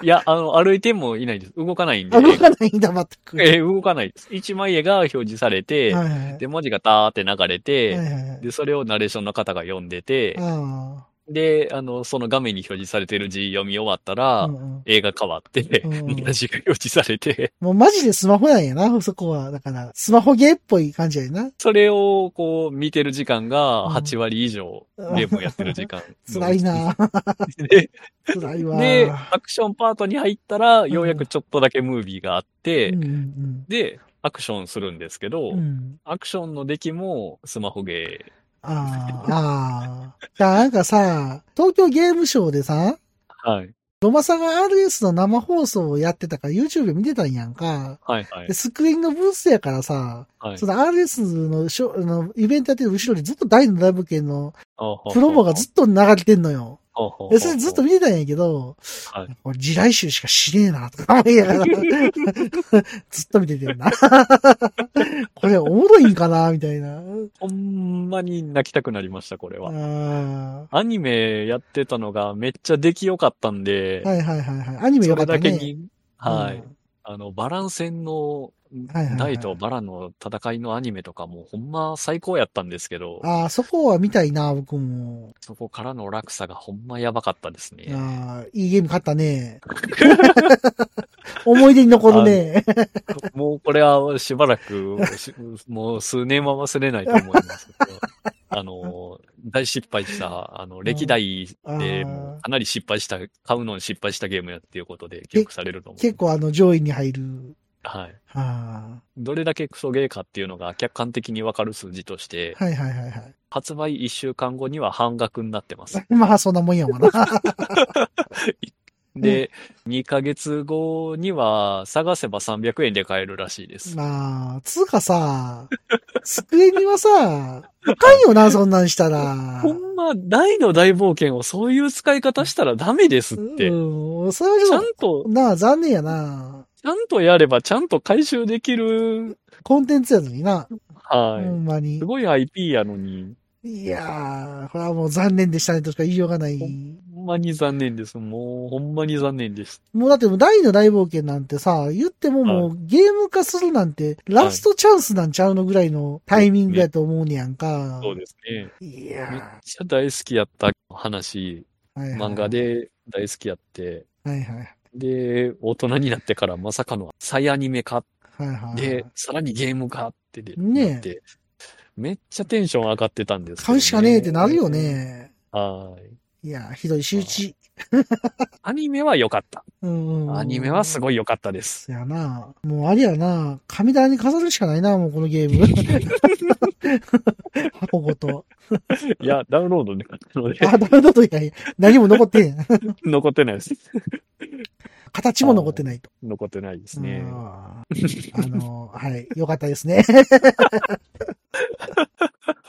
S2: いや、あの、歩いてもいないです。動かないんで
S1: あ。動かないんだ、全く。
S2: えー動かないです。一枚絵が表示されて、
S1: はいはいはい
S2: で、文字がダーって流れて、
S1: はいはいはい
S2: で、それをナレーションの方が読んでて、
S1: あ
S2: で、あの、その画面に表示されてる字読み終わったら、
S1: うんうん
S2: 映画変わって、
S1: うん
S2: 同じが表示されて、
S1: もうマジでスマホなんやな、そこは。だから、スマホゲーっぽい感じやな。
S2: それをこう見てる時間
S1: う
S2: が
S1: ん
S2: 8割以上、
S1: うん。
S2: ゲームをやってる時間
S1: 辛いな
S2: で。
S1: 辛いわ。
S2: で、アクションパートに入ったら、ようやくちょっとだけムービーがあって、
S1: うんうん
S2: で、アクションするんですけど、
S1: うん。うん。
S2: アクションの出来もスマホゲー。
S1: ああ、ああ。だからなんかさ、東京ゲームショウでさ、
S2: はい。
S1: ロマサガ RS の生放送をやってたから YouTube 見てたんやんか。
S2: はいはい
S1: で。スクリーンのブースやからさ、
S2: はい
S1: その RS のショあのイベントやってる後ろにずっと大のライブ系のプロモがずっと流れてんのよ。で、それずっと見てたんやけど、
S2: はい
S1: 俺地雷集しかしねえな、とか思いな がらずっと見ててんな。 これおもろいんかな、みたいな。
S2: ほんまに泣きたくなりました、これ
S1: あ
S2: は。
S1: ー
S2: アニメやってたのがめっちゃ出来良かったんで、
S1: はいはいはいはい。アニメ
S2: そ
S1: よか
S2: れ
S1: った
S2: だけ
S1: ね。
S2: に、はい。
S1: うん
S2: あの、バラン戦の、
S1: はいはい
S2: ダイとバラの戦いのアニメとかもほんま最高やったんですけど、
S1: ああ、そこは見たいな、僕も。
S2: そこからの落差がほんまやばかったですね。
S1: ああ、いいゲーム買ったね。 思い出に残るね。
S2: もうこれはしばらく、しもう数年は忘れないと思いますけ ど。あの、大失敗した、あの、歴代で
S1: あー
S2: もうかなり失敗した、買うのに失敗したゲームやっていうことで記憶されると思う。
S1: 結構あの上位に入る。
S2: はい。
S1: あ
S2: どれだけクソゲーかっていうのが客観的にわかる数字として、
S1: あ、はいはいはいはい。
S2: 発売1週間後には半額になって ます。
S1: まあそんなもんやもんな。
S2: で、2ヶ月後には探せば300円で買えるらしいです。
S1: まあ、つうかさ、机にはさ、あかんよな、そんなんしたら。
S2: ほんま、大の大冒険をそういう使い方したらダメですって。
S1: うん、それは
S2: ち
S1: ちょ
S2: ゃ
S1: っ
S2: んと
S1: と、、なあ、残念やな。
S2: ちゃんとやればちゃんと回収できる。
S1: コンテンツやのにな。
S2: は
S1: ほ
S2: い。
S1: んまに
S2: す。ごい IP やのに、
S1: いやー、これはもう残念でしたねとしか言いようがない。
S2: ほんまに残念です。もう、ほんまに残念です。
S1: もうだってもう大の大冒険なんてさ、言ってももうゲーム化するなんて、ラストチャンスなんちゃうのぐらいのタイミングやと思うねやんか。
S2: そうですね。
S1: い
S2: めっ
S1: や
S2: ちゃ大好きやった話、
S1: ー、はいはい
S2: 漫画。で大好きやって、
S1: はいはい。
S2: で、大人になってからまさかの再アニメ化
S1: はいはい。
S2: で、さらにゲーム化ってで、
S1: ねえ
S2: なって、めっちゃテンション上がってたんですけど
S1: 買うしかねえってなるよ。ね。
S2: はい。
S1: いやー、ひどい仕打ち。
S2: アニメは良かった。
S1: うんうん。
S2: アニメはす
S1: い。
S2: ごい良かったです。
S1: そやな。もうありやな。神棚に飾るしかないな、もうこのゲー ム。箱ごと。
S2: いや、ダウンロードで買ったので、
S1: あ、ダメだといやいや、何も残ってへん。
S2: 残ってないです。
S1: 形も残ってないと。
S2: 残ってないです
S1: う
S2: ね
S1: ん。あの、はい、よかったですね。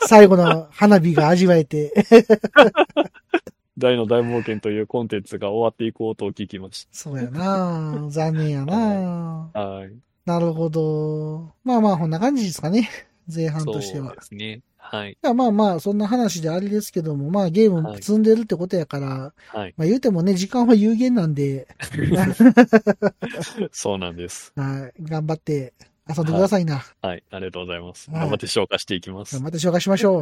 S1: 最後の花火が味わえて、
S2: 大の大冒険というコンテンツが終わっていくことを聞きまし
S1: そうやな残念やな
S2: た。はい。
S1: なるほど。まあまあ、こんな感じですかね。前半
S2: そう
S1: と
S2: で
S1: しては。
S2: すね。はい。
S1: いやまあまあ、そんな話であれですけども、まあゲーム積んでるってことやから、
S2: はい。
S1: まあ言うてもね、時間は有限なんで、
S2: そうなんです。
S1: はい、頑張って遊んでくださいな。
S2: はい。ありがとうございます。
S1: はい
S2: 頑張って消化していきます。
S1: また紹介しましょ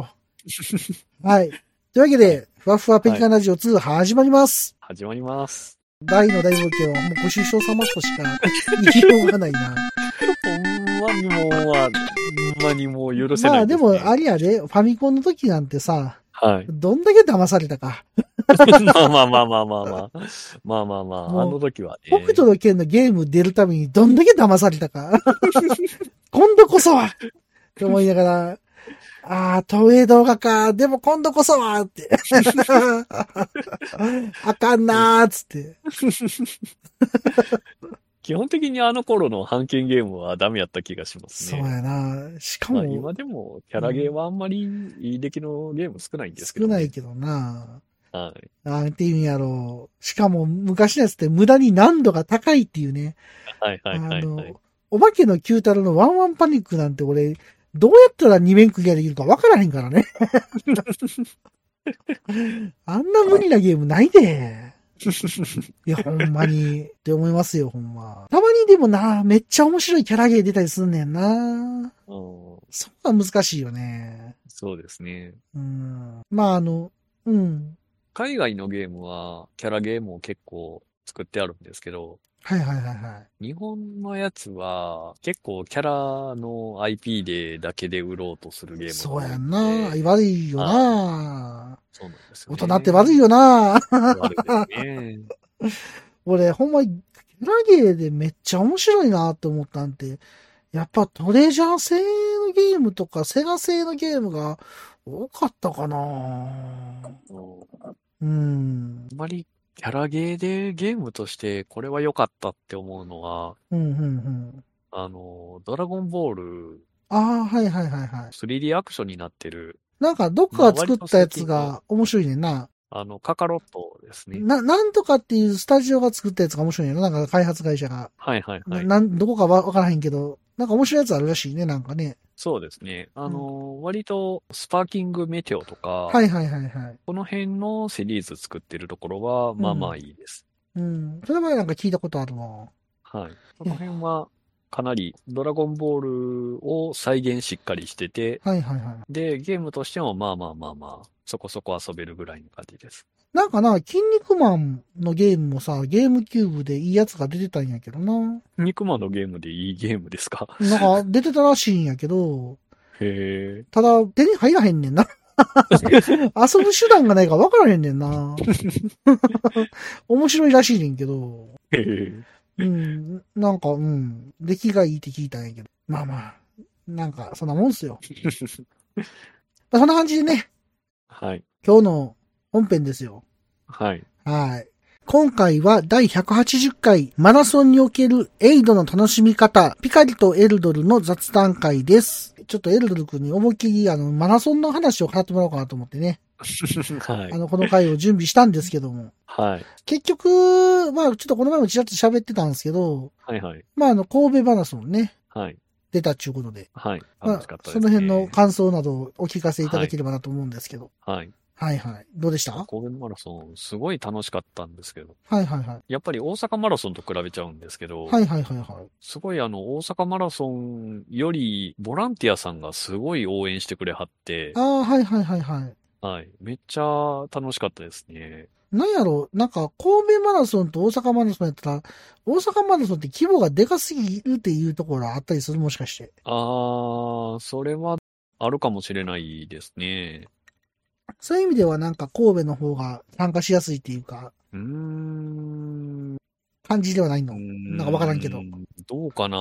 S1: う。はい。というわけで、ふわふわペリカンラジオ2始まります。
S2: 始まります。
S1: 大の大冒険はもうご愁傷様としか言いようがないな。
S2: ほんまにもう、ほんまにもう許せ
S1: ま
S2: な
S1: あ
S2: い
S1: です
S2: ね、
S1: も、ありやで、ファミコンの時なんてさ、
S2: はい。
S1: どんだけ騙されたか。
S2: まあまあまあまあまあまあ。まあまあまあ、あ
S1: もう
S2: の時はね。
S1: 北斗の剣のゲーム出るためにどんだけ騙された か。今度こそはって思いながら、ああ、東映動画か、でも今度こそは って。あかんなーっつって。
S2: 基本的にあの頃の版権ゲームはダメやった気がします
S1: そう
S2: ね。
S1: やな。しか
S2: ま
S1: も、
S2: あ今でもキャラゲーはあんまりいい出来のゲーム少ないんですけ
S1: 少
S2: ど、
S1: ない。けどな。
S2: はい。
S1: なんて言うんやろう。しかも昔のやつって無駄に難度が高いっていうね。
S2: はいはいはい、は
S1: あ
S2: い
S1: の。、お化けの九太郎のワンワンパニックなんて俺、どうやったら二面クリアできるかわからへんからね。 あんな無理なゲームないで。いや、ほんまに。って思いますよ、ほんま。たまにでもな、めっちゃ面白いキャラゲー出たりすんねんな。
S2: うん
S1: そこが難しいよね。
S2: そうですね。
S1: うん。まあ、あの、うん。
S2: 海外のゲームは、キャラゲームを結構作ってあるんですけど、
S1: はいはいはいはい。
S2: 日本のやつは、結構キャラの IP でだけで売ろうとするゲーム
S1: そうやん
S2: が多い
S1: な。
S2: で
S1: 悪いよな。
S2: そうなんですよ
S1: 大
S2: ね、
S1: 人って悪いよな。
S2: 悪いですね。
S1: 俺、ほんま、キャラゲーでめっちゃ面白いなって思ったんて、やっぱトレジャー製のゲームとか、セガ製のゲームが多かったかな。
S2: あの
S1: うん。
S2: あんまりキャラゲーでゲームとしてこれは良かったって思うのは、
S1: うん、うん、うん。
S2: あの、ドラゴンボール
S1: ああ、はいはいはいはい。
S2: 3D アクションになってる、
S1: なんか、どっかが作ったやつが面白いねんな。
S2: あの、カカロットですね。
S1: な、なんとかっていうスタジオが作ったやつが面白いねんな。なんか開発会社が。
S2: はいはい
S1: な
S2: はい。
S1: なん、どこかわわからへんけど、なんか面白いやつあるらしいね、なんかね。
S2: そうですね。あの、割とスパーキングメテオとか、
S1: はいはいはいはい。
S2: この辺のシリーズ作ってるところは、まあまあいいです。
S1: うん。それはなんか聞いたことあるわ。
S2: はい。この辺は、かなりドラゴンボールを再現しっかりしてて、
S1: はいはいはい。
S2: で、ゲームとしてもまあまあまあまあ、そこそこ遊べるぐらいの感じです。
S1: なんかな、筋肉マンのゲームもさ、ゲームキューブでいいやつが出てたんやけどな。
S2: 肉まんのゲームでいいゲームですか
S1: なんか出てたらしいんやけど、
S2: へえ。
S1: ただ手に入らへんねんな。遊ぶ手段がないから分からへんねんな。面白いらしいねんけど。
S2: へえ。
S1: うん。なんか、うん。出来がいいって聞いたんやけど。まあまあ。なんか、そんなもんっすよ。まあそんな感じでね、
S2: はい。
S1: 今日の本編ですよ。
S2: はい。
S1: はい。今回は第180回マラソンにおけるエイドの楽しみ方、ピカリとエルドルの雑談会です。ちょっとエルドル君に思いっきりあのマラソンの話を語ってもらおうかなと思ってね、
S2: はい
S1: あ。のこの回を準備したんですけども、
S2: はい。
S1: 結局、まあちょっとこの前もちらっと喋ってたんですけど、
S2: はいはい。
S1: まああの神戸マラソンね、
S2: はい。
S1: 出たっちゅうことで、
S2: はい。
S1: ま
S2: 楽しか
S1: あ
S2: ったです、
S1: そ
S2: ね。
S1: の辺の感想などをお聞かせいただければなと思うんですけど、
S2: はい。
S1: はいはい。どうでしたは
S2: 神戸マラソン、すごい楽しかったんですけど、
S1: いはいはい。
S2: やっぱり大阪マラソンと比べちゃうんですけど、
S1: はいはいはいはい。
S2: すごいあの、大阪マラソンより、ボランティアさんがすごい応援してくれはって
S1: あ、あ、はいはいはいはい。
S2: はい。めっちゃ楽しかったですね。
S1: なんやろなんか、神戸マラソンと大阪マラソンやったら、大阪マラソンって規模がでかすぎるっていうところあったりするもしかして。
S2: あー、それはあるかもしれないですね。
S1: そういう意味ではなんか神戸の方が参加しやすいっていうか、
S2: うーん。
S1: 感じではないの。
S2: なん
S1: かわからんけど。
S2: どうかなう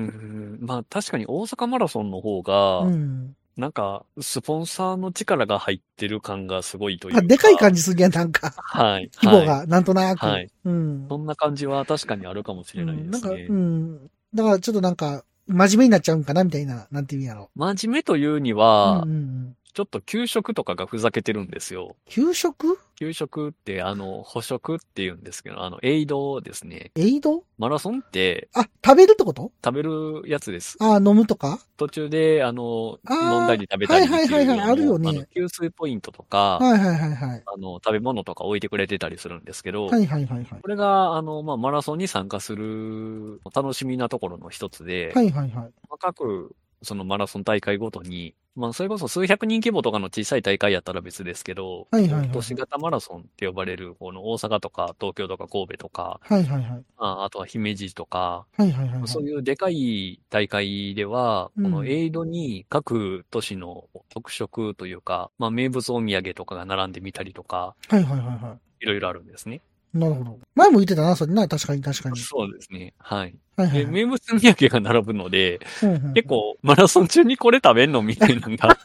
S2: ーん。まあ確かに大阪マラソンの方が、
S1: うん。
S2: なんか、スポンサーの力が入ってる感がすごいという
S1: あ
S2: か。
S1: でかい感じすぎやん、なんか、
S2: はい。
S1: 規模
S2: はい。
S1: が、なんとなく。
S2: はい
S1: うん。
S2: そんな感じは確かにあるかもし
S1: う
S2: れない
S1: ん、
S2: で
S1: なん
S2: す
S1: か、う
S2: ね。
S1: ん。だからちょっとなんか、真面目になっちゃうんかなみたいな、なんていうんやろ。
S2: 真面目というに
S1: うん
S2: は、
S1: うんうん。
S2: ちょっと給食とかがふざけてるんですよ。
S1: 給食
S2: 給食って、あの、補食って言うんですけど、あの、エイドですね。
S1: エイド
S2: マラソンって
S1: あ、食べるってこと
S2: 食べるやつです。
S1: あ、飲むとか
S2: 途中で、あの、
S1: あー
S2: 飲んだり食べたりできる
S1: はいはいはいはいあるよね
S2: あの給水ポイントとか、
S1: はいはいはいはい。
S2: あの、食べ物とか置いてくれてたりするんですけど、
S1: はいはいはいはい。
S2: これが、あの、まあ、マラソンに参加する楽しみなところの一つで、
S1: はいはいはい。
S2: まあ各、そのマラソン大会ごとに、まあ、それこそ数百人規模とかの小さい大会やったら別ですけど、
S1: はいはいはい
S2: 都市型マラソンって呼ばれる、この大阪とか東京とか神戸とか、
S1: はいはいはい。
S2: ああとは姫路とか、
S1: はいはいはい、はい。
S2: そういうでかい大会では、
S1: うん
S2: このエイドに各都市の特色というか、まあ、名物お土産とかが並んでみたりとか、
S1: はいはいはいはい
S2: ろいろあるんですね。
S1: い。なるほど。前も言ってたな、それな。確かに確かに。
S2: そうですね。はい。
S1: はいは
S2: で、
S1: い、はい。
S2: 名物お土産が並ぶので、
S1: うんうん
S2: 結。構、マラソン中にこれ食べんのみたいなの が、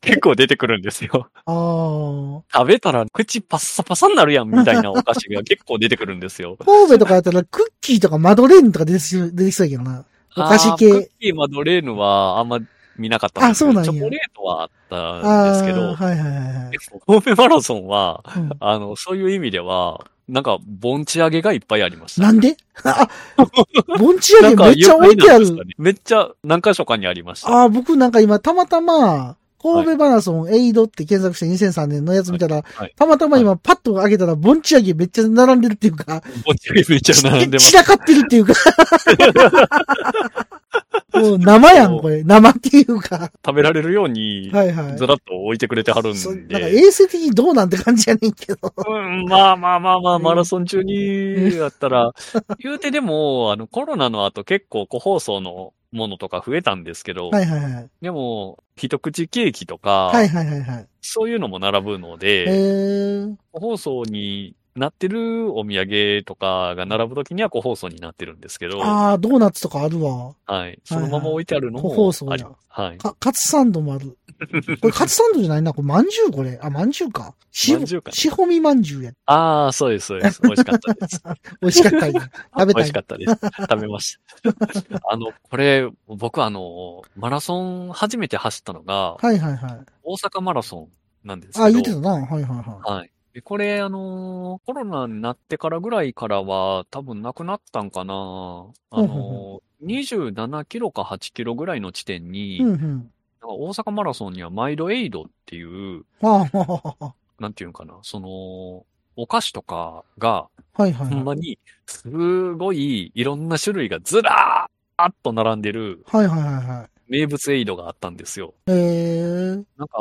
S2: 結構出てくるんですよ。
S1: ああ。。
S2: 食べたら口パッサパサになるやんみたいなお菓子が結構出てくるんですよ
S1: 神戸とかやったら、クッキーとかマドレーヌとか出てきそう出てきそうやけどな。お菓子系
S2: あークッキーマドレーヌはあんま見なかったんですけど
S1: あそうなんや
S2: チョコレートは
S1: あ
S2: あっ
S1: あ。
S2: たんですけど、
S1: はいはいはい はい。
S2: 結構神戸マラソンは、
S1: うん
S2: あの、そういう意味では、なんか、盆地上げがいっぱいありました。
S1: なんで あ、 盆地や
S2: な
S1: け
S2: んか
S1: めっちゃ置いてある
S2: 有名なんですか。ねめっちゃ何箇所かにありました。
S1: ああ、僕なんか今、たまたま、神戸マラソン、エイドって検索して2003年のやつ見たら、
S2: はい
S1: たまたま今、パッと上げたら、盆地上げめっちゃ並んでるっていうか、
S2: 盆地上げめっちゃ並んでま
S1: 散
S2: す。
S1: らかってるっていうか、もう生やん、これ。生っていうか。
S2: 食べられるように、
S1: はいはい。
S2: ずらっと置いてくれてはるん
S1: そなん
S2: で。
S1: か衛生的にどうなんて感じやねんけど。
S2: うん、まあまあまあまあ、マラソン中にだったら、言うてでも、あの、コロナの後結構個包装のものとか増えたんですけど、
S1: はいはいはい。
S2: でも、一口ケーキとか、
S1: はいはいはいはい。
S2: そういうのも並ぶの
S1: え
S2: で、
S1: ー、
S2: 個包装になってるお土産とかが並ぶときには個包装になってるんですけど、は
S1: あー、ドーナツとかあるわ。
S2: い。そのまま置いてあるの
S1: 個包
S2: も
S1: 装
S2: あ
S1: じ
S2: り
S1: ゃん
S2: はい。
S1: か、カツサンドもあ る。これカツサンドじゃないな、これまんじゅうこれ。あ、まんじゅうか。し
S2: まんじゅうか
S1: しほみまんじゅうや。
S2: ああ、そうです、そうです。美味しかったです。
S1: 美味しかったん や。食べ
S2: 美
S1: た
S2: 味
S1: い
S2: しか。ったです。食べました。 あの、これ、僕あの、マラソン初めて走ったのが、
S1: はいはいはい。
S2: 大阪マラソンなんですけど。
S1: あ、言うてたな。はいはいは
S2: はい。でこれ、あのーコロナになってからぐらいからは、多分なくなったんかな。あ
S1: うんうん
S2: のー27キロか8キロぐらいの地点に、
S1: い。うんう
S2: な
S1: ん
S2: か
S1: ん。
S2: 大阪マラソンにはマイドエイドっていう、
S1: はあ、はあはあは
S2: なんていうんかな、その、お菓子とかが、
S1: あ、はいはい
S2: ほん
S1: は
S2: まに、すごい、いろんな種類がずらーっと並んでる
S1: い。はいはいはいはい。
S2: 名物エイドがあったんですよ。
S1: えー、
S2: なんか、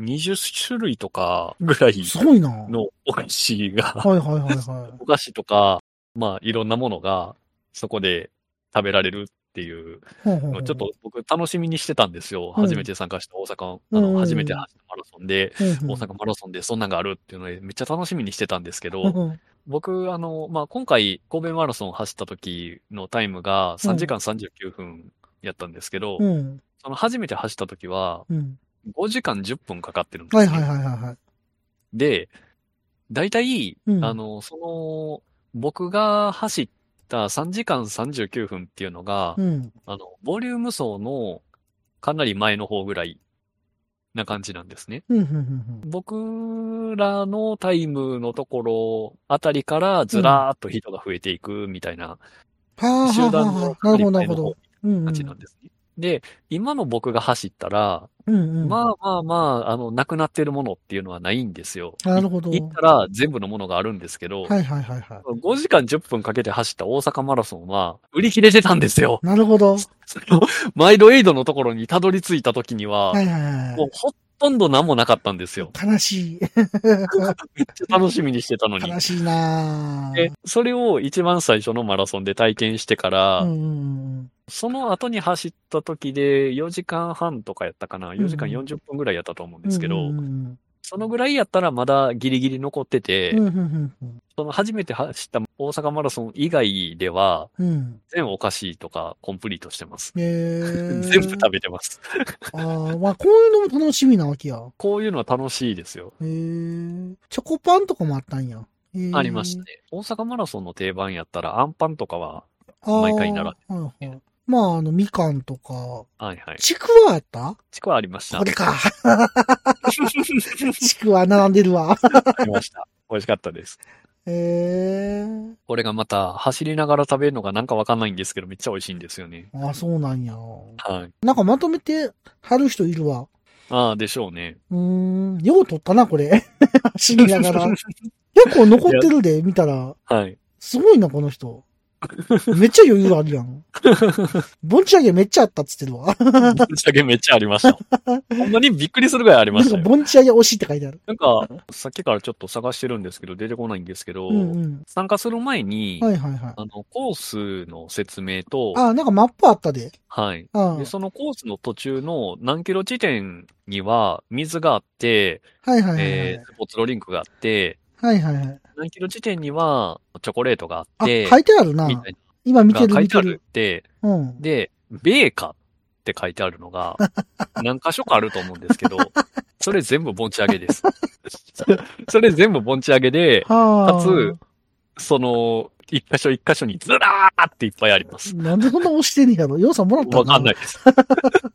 S2: 20種類とかぐらい
S1: すごいな。はい
S2: のお菓子が、
S1: はいはいはい。
S2: お菓子とか、まあいろんなものがそこで食べられるっていう
S1: ほうほう
S2: の
S1: ほ
S2: を
S1: う
S2: ちょっと、僕楽しみにしてたんですよ。
S1: うん
S2: 初めて参加した大阪、
S1: うんう
S2: あ
S1: んうん
S2: の、初めて走ったマラソンで、
S1: 大
S2: 大阪マラソンでそんなんがあるっていうのでめっちゃ楽しみにしてたんですけ
S1: うん
S2: ど、
S1: うん
S2: 僕、あの、まあ今回神戸マラソン走った時のタイムが3時間39分やったんですけど、
S1: うん。
S2: その初めて走った時は
S1: うん。
S2: 5時間10分かかってるんです
S1: は
S2: ね
S1: いはいはいはいはい。
S2: で、大体、
S1: うん
S2: あの、その、僕が走った3時間39分っていうのが、
S1: うん。
S2: あの、ボリューム層のかなり前の方ぐらいな感じなんですね。
S1: うんうんうん
S2: 僕らのタイムのところあたりからずらーっと人が増えていくみたいな、
S1: はあはあ
S2: 集
S1: は
S2: 団の
S1: あ。な
S2: か
S1: るほ
S2: なり
S1: どな
S2: 前
S1: るほ
S2: の方
S1: ど。うんうん。
S2: 感じなんですね。で、今の僕が走ったら、
S1: うんうん。
S2: まあまあまあ、あの、なくなってるものっていうのはないんですよ。
S1: なるほど
S2: い行ったら全部のものがあるんですけど、
S1: はいはいはいは
S2: 5時間10分かけて走った大阪マラソンは、売り切れてたんですよ。
S1: い。なるほど。
S2: その、マイドエイドのところにたどり着いた時には、
S1: はいはいはいは
S2: もうほとんど何もなかったんですよ。
S1: い。悲しい。
S2: めっちゃ楽しみにしてたのに
S1: 悲。しいなぁ
S2: で、それを一番最初のマラソンで体験してから、
S1: うんうんうん。
S2: その後に走った時で4時間半とかやったかな、4時間40分ぐらいやったと思うんですけど、
S1: うんうん
S2: そのぐらいやったらまだギリギリ残ってて、
S1: うんうんうんうん
S2: その初めて走った大阪マラソン以外では、
S1: うん。うん。
S2: 全お菓子とかコンプリートしてます。
S1: え ー、
S2: 全部食べてます。
S1: あーまあ、こういうのも楽しみなわけや。
S2: こういうのは楽しいですよ。
S1: えー、チョコパンとかもあったんや。えー
S2: ありましたね。大阪マラソンの定番やったら、アンパンとかは、
S1: あー
S2: 毎回なら
S1: はいはい。まあ、あの、みかんとか、
S2: はいはい。
S1: ちくわやった
S2: ちくわありました。
S1: これか。
S2: あ
S1: ちくわ並んでるわ。
S2: りました。美味しかったです。
S1: えー、
S2: これがまた、走りながら食べるのがなんかわかんないんですけど、めっちゃ美味しいんですよね。
S1: あ、そうなんや。
S2: はい。
S1: なんかまとめて貼る人いるわ。
S2: ああ、でしょうね。
S1: うーん、よう取ったな、これ。 走りながら。結構残ってるで、見たら。
S2: はい。
S1: すごいな、この人。めっちゃ余裕あるや ん。ぼんち上げめっちゃあったっつってるわ。
S2: ぶっちゃけめっちゃありました。ほんまにびっくりするぐらいありま
S1: なん
S2: し
S1: か
S2: たよ。
S1: ぼんち上げ惜しいって書いてある。
S2: なんか、さっきからちょっと探してるんですけど、出てこないんですけど、
S1: うんうん。
S2: 参加する前に、
S1: はいはいはい。
S2: あの、コースの説明と、
S1: あ、なんかマップあったで。
S2: はい。
S1: あは
S2: で、
S1: い
S2: そのコースの途中の何キロ地点には水があって、
S1: はいはい、はい
S2: えースポーツドリンクがあって、
S1: はいはいはい。
S2: 何キロ地点にはチョコレートがあ
S1: あ、
S2: って、
S1: 書いてあるな。
S2: みたい
S1: 今見
S2: な
S1: て
S2: の
S1: る
S2: が書い
S1: 見
S2: て
S1: て
S2: あ
S1: る
S2: る。って、
S1: うん。
S2: で、ベーカって書いてある のが何箇所かあると思うんですけど、それ全部盆地上げです。 それ全部盆地上げで、
S1: はあ。
S2: かつその、一箇所一箇所にずらーっていっぱいあります。
S1: なんでそんな押してんねやろようさんもらった。
S2: わかんない いです。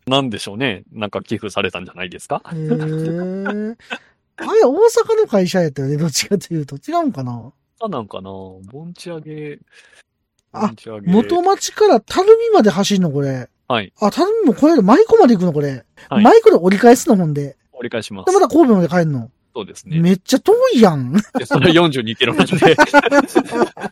S2: なんでしょうね。なんか寄付されたんじゃないですか
S1: へえ。あれ、大阪の会社やったよね。どっちかというと。違うんかな
S2: あ、なんかな盆地上げ。
S1: あ
S2: 盆地上げ。
S1: 元町から垂水まで走んの、これ。
S2: はい。
S1: あ、垂水も超える。マイコまで行くの、これ。
S2: はい
S1: マイコで折り返すの、ほんで。
S2: 折り返しま。
S1: で、ますた神戸まで帰んの。
S2: そうですね。
S1: めっちゃ遠いやん。
S2: でそれ42キロなんで。それは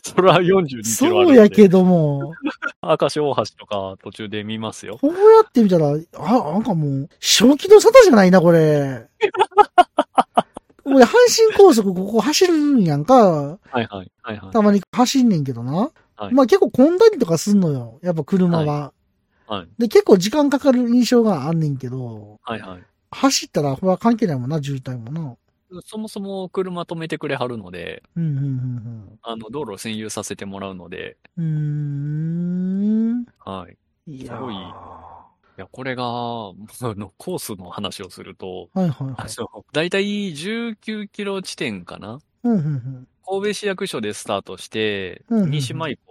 S2: 42キロあるんで。
S1: そうやけども、
S2: 明石大橋とか途中で見ますよ。
S1: こうやってみたら、あ、なんかもう、正気の沙汰じゃないな、こ れ。俺、阪神高速ここ走るんやんか。
S2: はいはい。はいはい。
S1: たまに走んねんけどな。
S2: はい
S1: まあ結構混んだりとかすんのよ。やっぱ車は。
S2: はい。
S1: で、結構時間かかる印象があんねんけど、
S2: はいはい。
S1: 走ったらほら関係ないもんな、渋滞もな。
S2: そもそも車止めてくれはるので、
S1: うん、うん、うん、
S2: あの、道路を占有させてもらうので、
S1: うん。う
S2: はい。
S1: ーん。
S2: い
S1: いやー
S2: すごいや、これが、 あの、コースの話をすると、
S1: はいはいは
S2: あ
S1: い。
S2: の、だいたい19キロ地点かな
S1: うん、うん、うん。
S2: 神戸市役所でスタートして、
S1: うんうんうん
S2: 西舞子、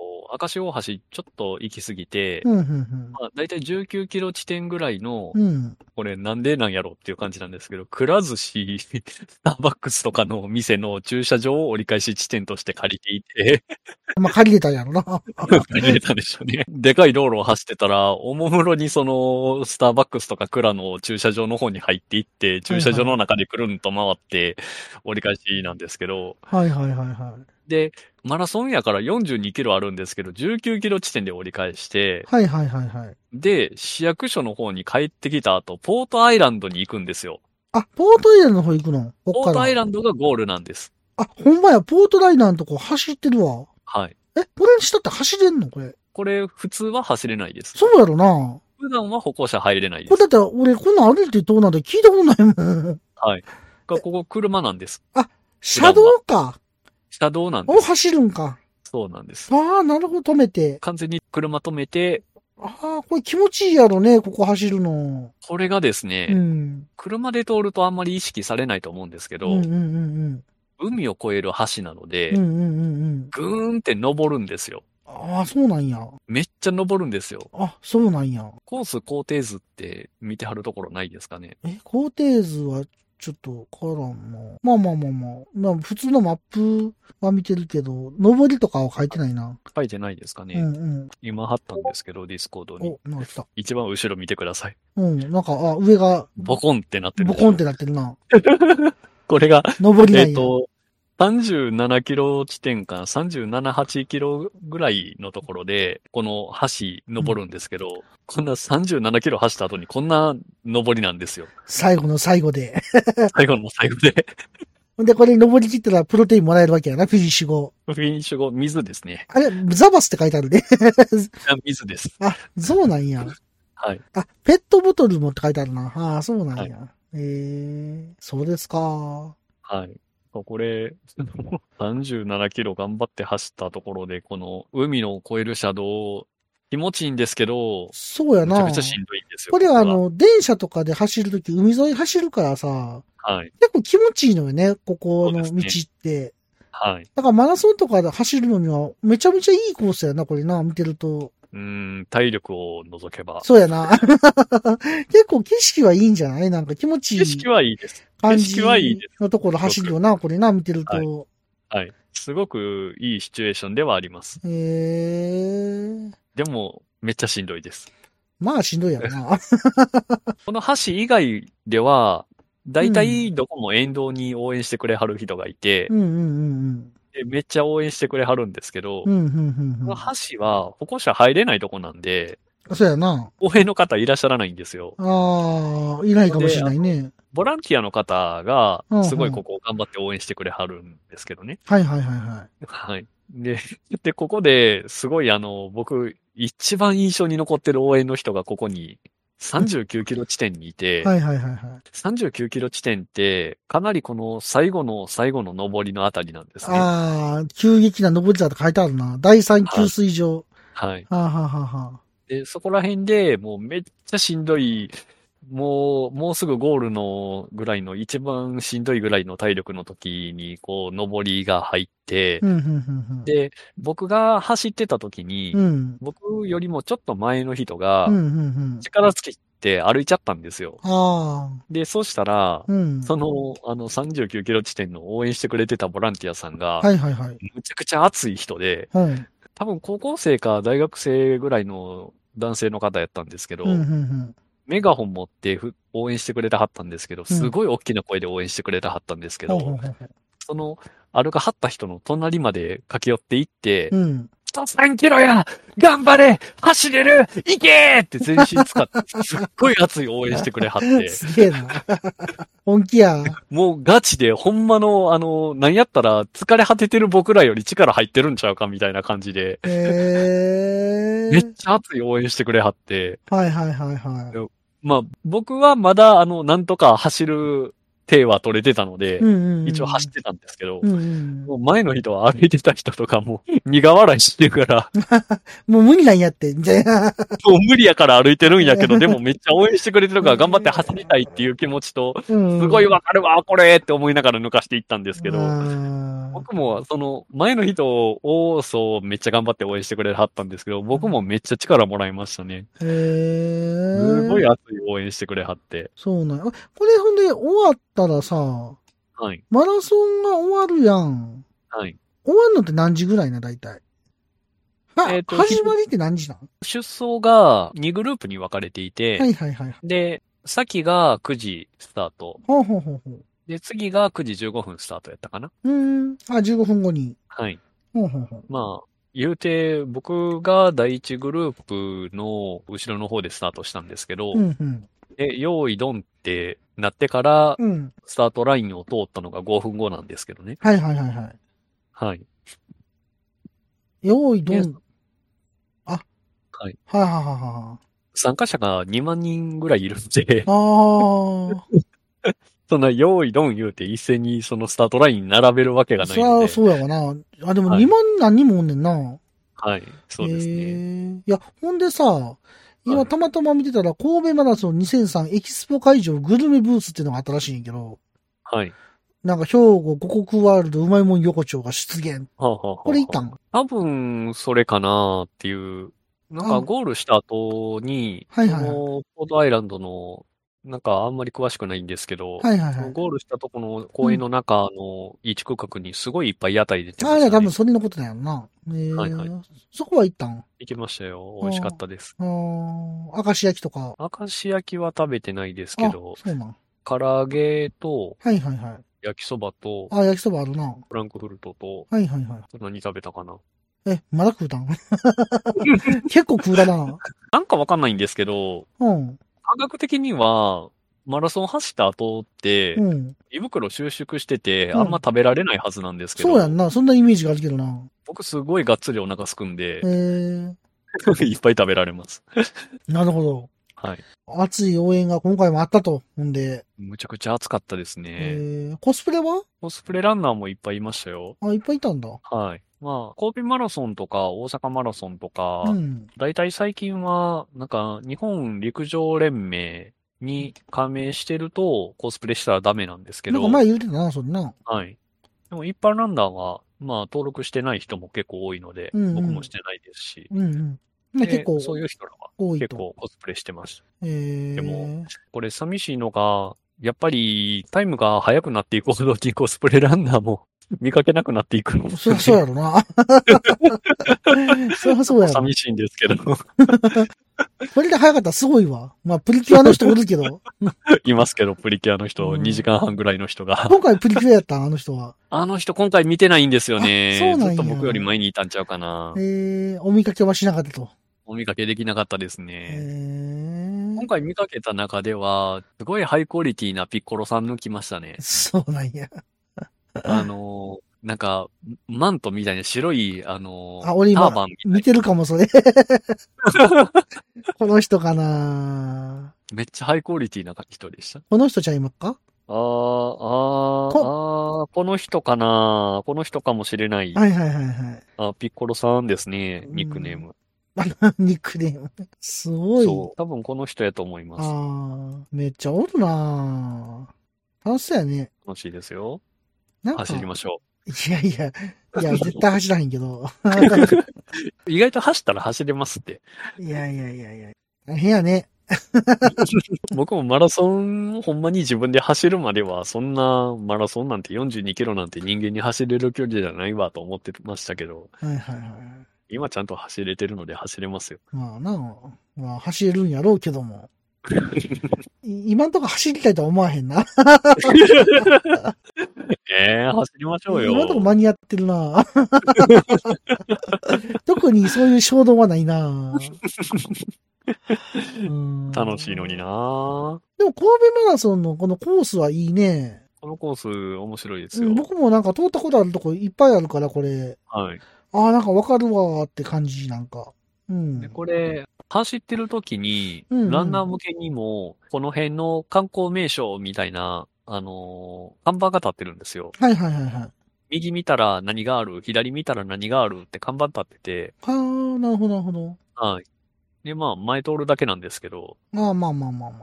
S2: 明石大橋ちょっと行き過ぎて、
S1: うん、うん、
S2: まあ、だいたい19キロ地点ぐらいの
S1: う、ん。うん。
S2: これなんでなんやろっていう感じなんですけど、くら寿司、 スターバックスとかの店の駐車場を折り返し地点として借りていて、
S1: まあ、借りれたんやろ な。
S2: 借りれたんでしょうね。でかい道路を走ってたら、おもむろにその、スターバックスとかクラの駐車場の方に入っていって、駐車場の中でくるんと回って折り返しなんですけど、
S1: はいはいはいはい。
S2: で、マラソンやから42キロあるんですけど、19キロ地点で折り返して、
S1: はいはいはいはい。
S2: で、市役所の方に帰ってきた後、ポートアイランドに行くんですよ。
S1: あ、ポートアイランドの方行くのこ
S2: ポ
S1: っか
S2: ートアイ
S1: ら。
S2: ランドがゴールなんです。
S1: あ、ほんまや、ポートライナーのとこ走ってるわ。
S2: はい。
S1: え、これにしたって走れんのこれ。
S2: これ、普通は走れないです。
S1: そうやろな。
S2: 普段は歩行者入れないで
S1: これ
S2: す。
S1: だって俺、こんなん歩いてどうなんて聞いたことない もん。
S2: ここ、車なんです。
S1: 車道か。
S2: 車道なんで
S1: を
S2: す。
S1: 走るんか。
S2: そうなんです。
S1: ああ、なるほど、止めて。
S2: 完全に車止めて、
S1: ああ、これ気持ちいいやろね、ここ走るの。
S2: これがです
S1: う
S2: ね、
S1: ん。
S2: 車で通るとあんまり意識されないと思うんですけ
S1: う
S2: ど
S1: んうんう、ん
S2: 海を越える橋なの
S1: うん。うんう
S2: で、
S1: んうんうん。
S2: ぐーんって登るんですよ。
S1: ああ、そうなんや。
S2: めっちゃ登るんですよ。
S1: あ、そうなんや。
S2: コース工程図って見てはるところないですかね。
S1: え、工程図はちょっとわからんな。まあまあまあまあ。まあ普通のマップは見てるけど、上りとかは書いてないな。
S2: 書いてないですかね。
S1: うんうん。
S2: 今貼ったんですけど、ディスコードに
S1: お。、なんか来た。
S2: 一番後ろ見てください。
S1: うん、なんか、あ、上が、
S2: ボコンってなってる。
S1: ボコンっ。てなってるな。
S2: これが、
S1: 上りな
S2: えっ、
S1: んや。
S2: と、37キロ地点か、37、8キロぐらいのところで、この橋登るんですけど、こんな37キロ走った後にこんな登りなんで すよ。
S1: 最後の最後で。
S2: 最後の最後で。
S1: で、これ登り切ったらプロテインもらえるわけやな、フィニッシュ後。
S2: フィニッシュ後、水ですね。
S1: あれ、ザバスって書いてあるね。
S2: あ水です。
S1: あ、 そうなんや。
S2: はい。
S1: あ、ペットボトルもって書いてあるな。ああ、そうなんや。えー、そうですか。
S2: はい。そうこれ、37キロ頑張って走ったところで、この海の越える車道、気持ちいいんですけど、
S1: そうや
S2: めちゃ
S1: な
S2: めちゃ。しんどいんですよ。
S1: これはあ
S2: こ
S1: の、電車とかで走るとき、海沿い走るからさ、
S2: は、はい。
S1: 結構気持ちいいのよね、ここの
S2: そ
S1: 道
S2: う
S1: っ
S2: です
S1: て。
S2: はい。
S1: だからマラソンとかで走るのには、めちゃめちゃいいコースやな、これな、見てると。
S2: うーん、体力を除けば。
S1: そうやな。 結構景色はいいんじゃないなんか気持ちいい
S2: 景色はいいです。
S1: 感
S2: 景
S1: じ
S2: 色はいいで
S1: のところ走るよな、これな、見てると。
S2: はいはい。すごくいいシチュエーションではあります。
S1: へー。
S2: でも、めっちゃしんどいです。
S1: まあしんどいやろな。
S2: この橋以外では、だいたいどこも沿道に応援してくれはる人がいて
S1: う、んうんうん
S2: でめっちゃ応援してくれはるんですけど、
S1: うん。うんうんうん
S2: こ
S1: う
S2: の橋は歩行者入れないとこなんで、
S1: ん。そうやな。
S2: 応援の方いらっしゃらないんですよ。
S1: ああ、いないかもしれないね。
S2: ボランティアの方が
S1: うんう、ん
S2: すごいここを頑張って応援してくれはるんですけどね。
S1: はいはいはいは
S2: はい。で、 で、ここで、すごいあの、僕、一番印象に残ってる応援の人がここに、39キロ地点にいて、
S1: い。 はいはいはいはい。
S2: 39キロ地点って、かなりこの最後の最後の上りのあたりなんですね。
S1: ああ、急激な上りだって書いてあるな。第三給水場。
S2: は
S1: は
S2: い。
S1: あ、はあはあは
S2: で、そこら辺でもうめっちゃしんどい、もう、もうすぐゴールのぐらいの、一番しんどいぐらいの体力の時に、こう、上りが入って
S1: あ、うんうんうん
S2: で、僕が走ってた時に、
S1: うん。うん。
S2: 僕よりもちょっと前の人が
S1: うん、うんうん。
S2: 力尽きて歩いちゃったんですよ。
S1: あ
S2: で、そうしたら
S1: あ、、うん。
S2: その、あの、39キロ地点の応援してくれてたボランティアさんが、
S1: はいはいはい。
S2: むちゃくちゃ熱い人で、
S1: うん。うん
S2: 多分高校生か大学生ぐらいの男性の方やったんですけど、
S1: うんうん。
S2: メガホン持ってふ応援してくれたはったんですけど、すごい大きな声で応援してくれたはったんですけ
S1: ほ
S2: ど、
S1: うほうほうほう
S2: そのアルカ張った人の隣まで駆け寄っていって、
S1: うん。
S2: スタ3キロや頑張れ走れる行けーって全身使って、すっごい熱い応援してくれはっ て、
S1: すげえな。本気や。
S2: もうガチで、ほんまの、あの、なんやったら疲れ果ててる僕らより力入ってるんちゃうかみたいな感じで、
S1: ええ
S2: めっちゃ熱い応援してくれはって、
S1: はいはいはいは
S2: まあ僕はまだ、あの、なんとか走る手は取れてたの
S1: い。
S2: で
S1: う、んうんうん。
S2: 一応走ってたんですけど
S1: う、んうん。
S2: もう前の人は歩いてた人とかも 苦笑いしてるから、
S1: もう無理なんや って、みたいな。
S2: もう無理やから歩いてるんやけど、でもめっちゃ応援してくれてるから頑張って走りたいっていう気持ちと、
S1: す
S2: すごいわかるわ、これって思いながら抜かしていったんですけ
S1: あ
S2: ど、
S1: ー
S2: 僕もその前の人をそうめっちゃ頑張って応援してくれはったんですけど、僕もめっちゃ力もらいましたね。
S1: へえ
S2: すごい熱い応援してくれはって。
S1: そうなんや。あこれほんで終わったらさ、
S2: はい。
S1: マラソンが終わるやん。
S2: はい。
S1: 終わるのって何時ぐらいな、大体。は、
S2: えーと
S1: 始まりって何時なん
S2: 出走が2グループに分かれていて、
S1: はいはいはいはい。
S2: で、先が9時スタート。
S1: ほうほうほうほう。
S2: で、次が9時15分スタートやったかな。
S1: うーん。あ、15分後に。
S2: はい。
S1: ほうほうほう。
S2: まあ、言うて、僕が第一グループの後ろの方でスタートしたんですけど、
S1: うんうん。
S2: で、用意ドンってなってから、
S1: うん。
S2: スタートラインを通ったのが5分後なんですけどね。
S1: はいはいはいは
S2: はい。
S1: い。用意どん。
S2: で
S1: はい
S2: はい。
S1: はいはいは
S2: 参加者が2万人ぐらいいるんで
S1: い。、はい。あ
S2: そんな用意ドン言うて一斉にそのスタートラインに並べるわけが
S1: あ。
S2: な
S1: そ
S2: い
S1: り
S2: ん
S1: ゃ
S2: で。
S1: そうやわな。あ、でも
S2: はい
S1: 2万何人もおんねんな。
S2: はい。そうです
S1: へ
S2: ね。
S1: ーいや、ほんでさ、
S2: は
S1: 今
S2: い
S1: たまたま見てたら、神戸マラソン2003エキスポ会場グルメブースっていうのがあったらしいんやけど、
S2: はい。
S1: なんか兵庫五国ワールドうまいもん横丁が出現。
S2: はあはあはあはあ
S1: これ行ったん
S2: 多分、それかなっていう。なん
S1: あ
S2: か、ゴールした後に、
S1: はいはいはい
S2: その、ポートアイランドの、なんか、あんまり詳しくないんですけど、
S1: はいはい
S2: そ
S1: は
S2: の
S1: い。
S2: ゴールしたとこの公園の中の一区画にすごいいっぱい屋台出てま
S1: ああ、い
S2: し
S1: や、
S2: た
S1: 多
S2: ね
S1: 分。それのことだよな。えー
S2: はいはい
S1: そこは行ったん
S2: 行きましたよ。美味しかったです。
S1: あー、明石焼きとか。
S2: 明石焼きは食べてないですけ
S1: あ、
S2: ど、
S1: そうなん。
S2: 唐揚げと
S1: はいはいはい。
S2: 焼きそばと
S1: あ、焼きそばあるな。
S2: フランクフルトと
S1: はいはいは
S2: 何食べたかな。
S1: い。え、まだ食う たん結構食うだな。
S2: なんかわかんないんですけど、
S1: うん。
S2: 感覚的には、マラソン走った後って、
S1: うん。
S2: 胃袋収縮してて、
S1: うん
S2: あんま食べられないはずなんですけど、
S1: そうやんな。そんなイメージがあるけどな。
S2: 僕すごいがっつりお腹すくんで
S1: え、ー、
S2: いっぱい食べられます。
S1: なるほど。
S2: はい。
S1: 熱い応援が今回もあったと。ほんで、
S2: むちゃくちゃ暑かったですね。
S1: えー、コスプレは
S2: コスプレランナーもいっぱいいましたよ。
S1: あ、いっぱいいたんだ。
S2: はい。まあ、神戸マラソンとか大阪マラソンとか、
S1: うん。
S2: だいたい最近は、なんか、日本陸上連盟に加盟してると、コスプレしたらダメなんですけ
S1: なん
S2: ど、
S1: か前言うてたな、それな。
S2: はい。でも一般ランナーは、まあ、登録してない人も結構多いので、
S1: うんうん
S2: 僕もしてないですし、
S1: うんうん。まあ、
S2: で
S1: 結構
S2: そういう人らは
S1: 多い
S2: 結
S1: と。
S2: 構コスプレしてました。
S1: えー、
S2: でもこれ寂しいのが、やっぱりタイムが速くなっていくほどにコスプレランナーも 見かけなくなっていくのも、
S1: そりゃそうやろな。そりゃそうやろ。
S2: 寂しいんですけど、
S1: これで早かったらすごいわ。まあ、プリキュアの人おるけ ど。
S2: いますけど、プリキュアの人、
S1: うん
S2: 2時間半ぐらいの人が。
S1: 今回プリキュアやったんあの人は。
S2: あの人今回見てないんですよね。
S1: あそうなんや
S2: ずっと僕より前にいたんちゃうかな。
S1: えー、お見かけはしなかったと。
S2: お見かけできなかったです
S1: え
S2: ね。
S1: ー。
S2: 今、回見かけた中では、すごいハイクオリティなピッコロさん抜きましたね
S1: そうなんや。
S2: あのー、なんか、マントみたいな白い、あのー、
S1: あ俺今
S2: ターバンみたいな
S1: 見てるかも、 それ。この人かな
S2: めっちゃハイクオリティな人でした。
S1: この人ちゃいまっか
S2: あー、あー、あー、この人かなこの人かもしれない。
S1: はいはいはいはい。
S2: あ、ピッコロさんですね、ニックネーム。
S1: あニックネーム。すごい。
S2: そう。多分この人やと思います。
S1: ああ、めっちゃおるなー楽しそうやね。
S2: 楽しいですよ。
S1: なんか、
S2: 走りましょ
S1: いやいや、いや、絶対走らへんけど。
S2: う。意外と走ったら走れますって。
S1: いやいやいやいや。大変やね。
S2: 僕もマラソン、ほんまに自分で走るまでは、そんなマラソンなんて42キロなんて人間に走れる距離じゃないわと思ってましたけど、
S1: はいはいはい。
S2: 今ちゃんと走れてるので走 れますよ。
S1: まあなあ、まあ走れるんやろうけど も。い今んとこ走りたいとは思わへんな。
S2: ええ走りましょうよ。
S1: 今のとこ間に合ってるな 特にそういう衝動はないなうん
S2: 楽しいのにな
S1: でも神戸マラソンのこのコースはいいね。
S2: このコース面白いです
S1: う
S2: よ
S1: ん。僕もなんか通ったことあるとこいっぱいあるから、これ。
S2: はい。
S1: ああ、なんかわかるわーって感じ、なんか。うん
S2: で。これ、走ってる時に、
S1: うんうん
S2: ランナー向けにも、この辺の観光名所みたいな、あのー看板が立ってるんですよ。
S1: はいはいはいはい。
S2: 右見たら何がある、左見たら何があるって看板立ってて、
S1: ああ、なるほどなるほど。
S2: はい。で、まあ、前通るだけなんですけど、
S1: まあまあまあまあま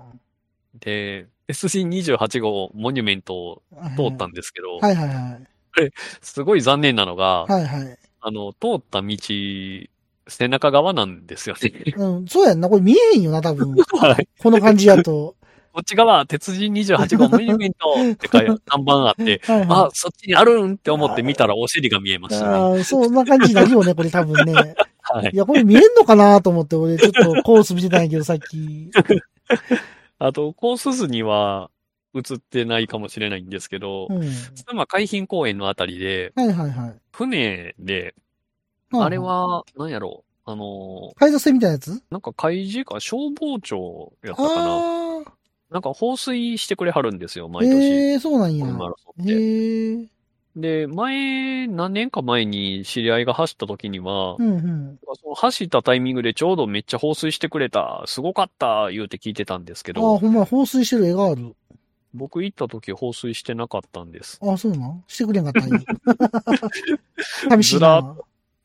S2: で、SC28 号モニュメントを
S1: あ。
S2: 通ったんですけど、
S1: はいはいはい。
S2: すごい残念なのが、
S1: はいはい。
S2: あの、通った道、背中側なんですよね。
S1: うん、そうやんな。これ見えへんよな、多分。
S2: はい。
S1: この感じやと。
S2: こっち側、鉄人28号モニュメントって書いて看板があって、
S1: はいはい。
S2: あ、そっちにあるんって思って見たらお尻が見えましたね。
S1: ああ、そんな感じになるよね、これ多分ね。
S2: はい
S1: い。や、これ見えんのかなと思って、俺ちょっとコース見てたんやけど、さっき。
S2: あと、コース図には映ってないかもしれないんですけど
S1: う、ん。はい
S2: 須磨海浜公園のあたりで、
S1: はいはい。
S2: 船で、あれ、は、何やろう、あの、
S1: 海賊船みたいなやつ
S2: なんか海事か消防庁やったかな。
S1: あ
S2: なんか放水してくれはるんですよ、
S1: あ、
S2: 毎年。
S1: ええー、そうなんや
S2: こ。のマラソン
S1: へ
S2: って。
S1: え、うん
S2: で、前、何年か前に知り合いが走った時には、
S1: うん。
S2: その走ったタイミングでちょうどめっちゃ放水してくれた、すごかった、言うて聞いてたんですけ
S1: ああ、
S2: ど、
S1: ほんま、放水してる絵がある。
S2: 僕行った時放水してなかったんです。
S1: ああ、そうなんしてくれんかった んや。寂しい
S2: ずら
S1: な。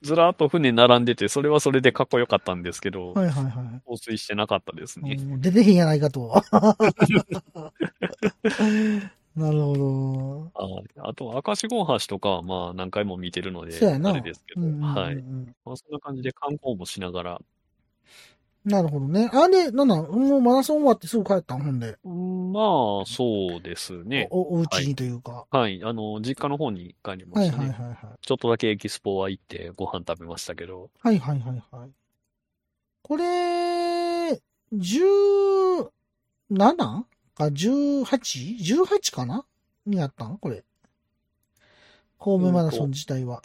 S2: ずらーっと船並んでて、それはそれでかっこよかったんですけど、
S1: はいはいは
S2: 放水してなかったです
S1: い。
S2: ね。
S1: うん出てへんやないかと。 なるほど。
S2: ああと、明石号橋とかはまあ何回も見てるので、
S1: そうやな。
S2: あれですけど、
S1: うんうんうんうん
S2: はい。まあ、そんな感じで観光もしながら、
S1: なるほどね。あれ、なんなんもうマラソン終わってすぐ帰ったんほんで。
S2: うんまあ、そうですね。
S1: お、お家にというか。
S2: はい。あの、実家の方に帰りま
S1: はい
S2: した
S1: はいはい
S2: ね。
S1: はい。
S2: ちょっとだけエキスポは行ってご飯食べましたけど、
S1: はいはいはいはい。これ、17? か 18?18 かなになったんこれ。神戸マラソン自体は。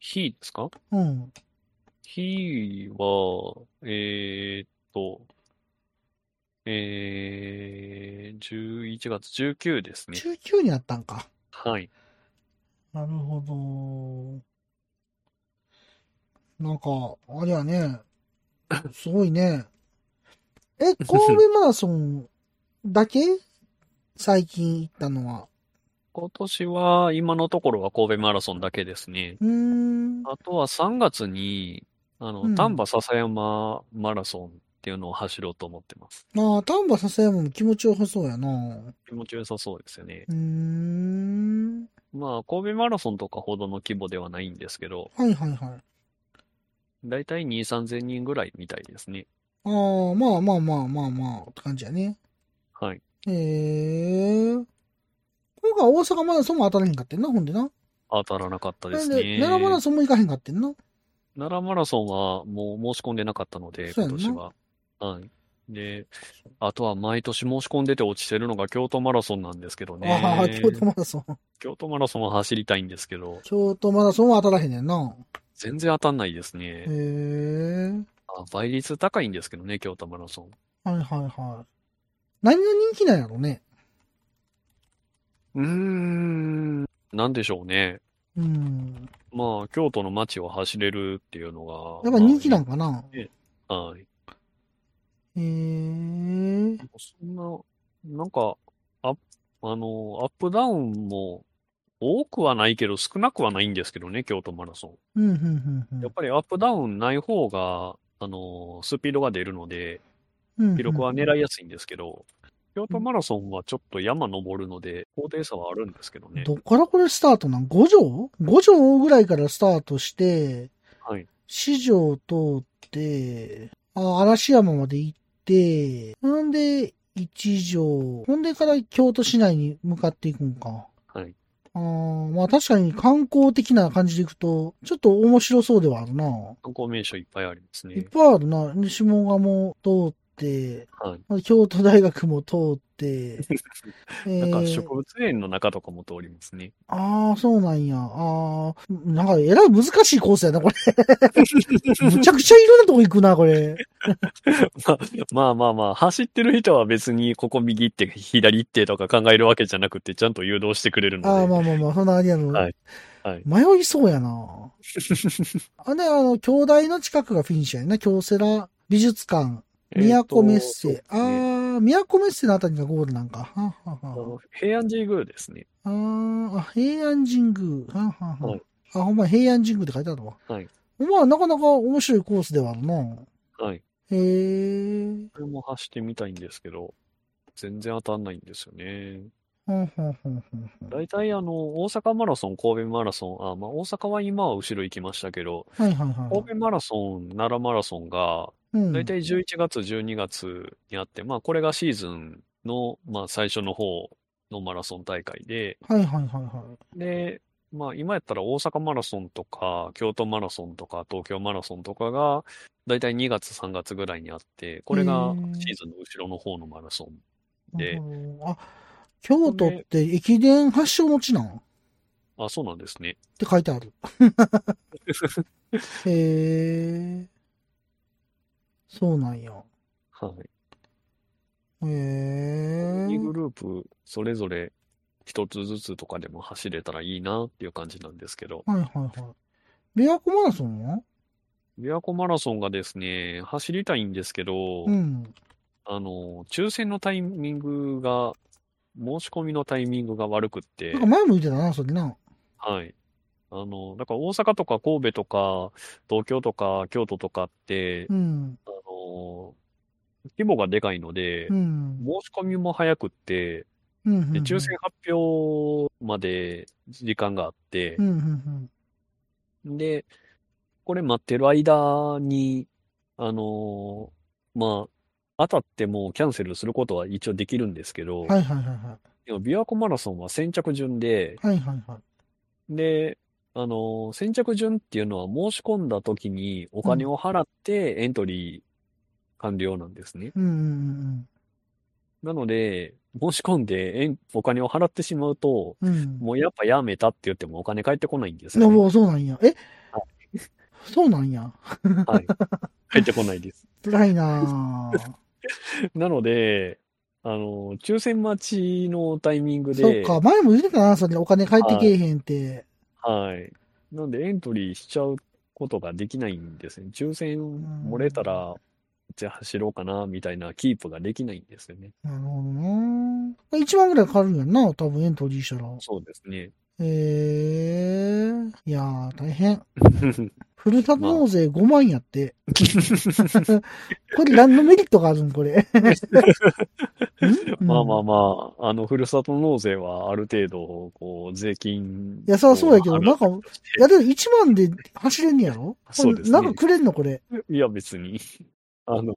S2: 火ですか
S1: うん。
S2: 火は、えーっと、えー、11月19ですね。
S1: 19になったんか。
S2: はい。
S1: なるほど。なんか、あれや ね。すごいね。え、神戸マラソンだけ最近行ったのは。
S2: 今年は、今のところは神戸マラソンだけですね。
S1: うーん。
S2: あとは3月に、あ
S1: う
S2: の、
S1: ん
S2: 丹波篠山マラソンっていうのを走ろうと思ってます。
S1: まあ、丹波笹山も気持ちよさそうやな。う
S2: 気持ちよさそうですよね。
S1: ーん。
S2: まあ、神戸マラソンとかほどの規模ではないんですけど、
S1: はいはいはい。
S2: だいたい2、3000人ぐらいみたいですね。
S1: ああ、まあまあまあまあまあ、って感じやね。
S2: はい。
S1: へえ。今回大阪マラソンも当たらへんかってんな、ほんでな。
S2: 当たらなかったです
S1: ほん
S2: ね。
S1: 奈良マラソンも行かへんかってんな。
S2: 奈良マラソンはもう申し込んでなかったので、
S1: そうや
S2: 今
S1: んな
S2: 年は。はい。で、あとは毎年申し込んでて落ちてるのが京都マラソンなんですけどね。
S1: ああ、京都マラソン。
S2: 京都マラソンは走りたいんですけど、
S1: 京都マラソンは当たらへんねんな。
S2: 全然当たんないです
S1: へ
S2: ね。
S1: え。
S2: あ倍率高いんですけどね、京都マラソン。
S1: はいはいはい。何が人気なんやろね。
S2: うーん、なんでしょうね。
S1: うん。
S2: まあ、京都の街を走れるっていうのが。
S1: やっぱ人気なんんかな。
S2: はい。
S1: へえ。
S2: そんな、なんか、あ、あの、アップダウンも多くはないけど、少なくはないんですけどね、京都マラソ
S1: うん、うん、うんうん
S2: ン。やっぱりアップダウンない方が、あの、スピードが出るので、
S1: うんうん。
S2: 記録は狙いやすいんですけど、京都マラソンはちょっと山登るので、高低差はあるんですけどね。
S1: どっからこれスタートなん ?5 条 ?5 条ぐらいからスタートして、
S2: はい。
S1: 四条を通って、あ嵐山まで行って、ほんで、一条、ほんでから京都市内に向かっていくんか。
S2: はい。
S1: あーまあ確かに観光的な感じでいくと、ちょっと面白そうではあるな。
S2: 観光名所いっぱいあります
S1: いっ
S2: ね。
S1: ぱいあるな。西門がも通って、
S2: はい。
S1: 京都大学も通っ て。
S2: なんか植物園の中とかも通りますね。
S1: ああ、そうなんや。ああ、なんかえらい難しいコースやな、これ。 むちゃくちゃいろんなとこ行くな、こ れ。
S2: まあ、まあまあまあ、走ってる人は別にここ右行って、左行ってとか考えるわけじゃなくて、ちゃんと誘導してくれるので。
S1: ああ、まあまあまあ、そんなありやろ。
S2: はい。はい。
S1: 迷いそうやな。 あれ、あの、京大の近くがフィニッシュやな。京セラ美術館、都メッセ。
S2: えーと
S1: あ
S2: そうですね
S1: ー、都メッセのあたりがゴールなんか。はあはあ
S2: あ
S1: は
S2: の平安神宮ですね。
S1: ああーあ、平安神宮。はあはあはあ
S2: はい
S1: あ、ほんまや平安神宮って書いてあるわ。
S2: はい。
S1: まあ、なかなか面白いコースではあるな。
S2: はい。
S1: へえ。
S2: これも走ってみたいんですけど、全然当たんないんですよね。
S1: はんはんはんはんはん
S2: 大体あの、大阪マラソン、神戸マラソン、あ、まあ大阪は今は後ろ行きましたけど、
S1: はいはいはいはい
S2: 神戸マラソン、奈良マラソンが、。
S1: うん
S2: 大体11月、12月にあって、まあこれがシーズンの、まあ最初の方のマラソン大会で、
S1: はいはいはいは
S2: で、まあ今やったら大阪マラソンとか、京都マラソンとか、東京マラソンとかが、大体2月、3月ぐらいにあって、これがシーズンの後ろの方のマラソン。
S1: い。
S2: で
S1: うんあ、京都って駅伝発祥の地なんっ
S2: あ、そうなんですね。
S1: て書いてあ る。へえ。そうなんや。
S2: はい。
S1: へえ。
S2: 2グループそれぞれ一つずつとかでも走れたらいいなっていう感じなんですけど、
S1: はいはいはい。琵琶湖マラソンは
S2: 琵琶湖マラソンがですね、走りたいんですけど、
S1: うん。
S2: あの、抽選のタイミングが、申し込みのタイミングが悪くって
S1: なん、か前も言ってたな、それな。
S2: はい。あの、だから大阪とか神戸とか東京とか京都とかって
S1: う、ん。
S2: あの、規模がでかいので
S1: う、ん。
S2: 申し込みも早くって、
S1: うん。
S2: で、抽選発表まで時間があって
S1: う、ん。うんうん。
S2: で、これ待ってる間に、あのーまあ、当たってもキャンセルすることは一応できるんですけど
S1: うん。、はいはいはいは
S2: でも琵琶湖マラソンは先着順で、
S1: い。はいはいはい。
S2: で、あのー先着順っていうのは申し込んだ時にお金を払ってエントリー完了なんですね。
S1: うんうん
S2: なので、申し込んでえんお金を払ってしまうと、
S1: うんうん。うん。
S2: もうやっぱやめたって言ってもお金返ってこないんです
S1: な
S2: よ
S1: る
S2: ね。
S1: ほど、そうなんや。えそうなんや。
S2: はい。返ってこないです。
S1: 辛いなぁ。
S2: なので、あの、抽選待ちのタイミング
S1: そっ
S2: で、
S1: か、前も言ってたな、それ。お金返ってけえへんって。
S2: はい。なんでエントリーしちゃうことができないんですね。抽選漏れたら、じゃあ走ろうかな、みたいなキープができないんですよね。
S1: なるほどなぁ。1万ぐらいかかるんやんな、多分エントリーしたら。
S2: そうです ね。
S1: ええー。いやー、大変。ふるさと納税5万やって。これ何のメリットがあるんこ れ。
S2: まあまあ
S1: あ。
S2: まあ、あの、ふるさと納税はある程度、こう、税金。
S1: いや、そりゃそうやけど、
S2: こう
S1: なんか、いやでも1万で走れんねやろ
S2: そうですね
S1: なんかくれんのこれ。
S2: いや、別に。あの、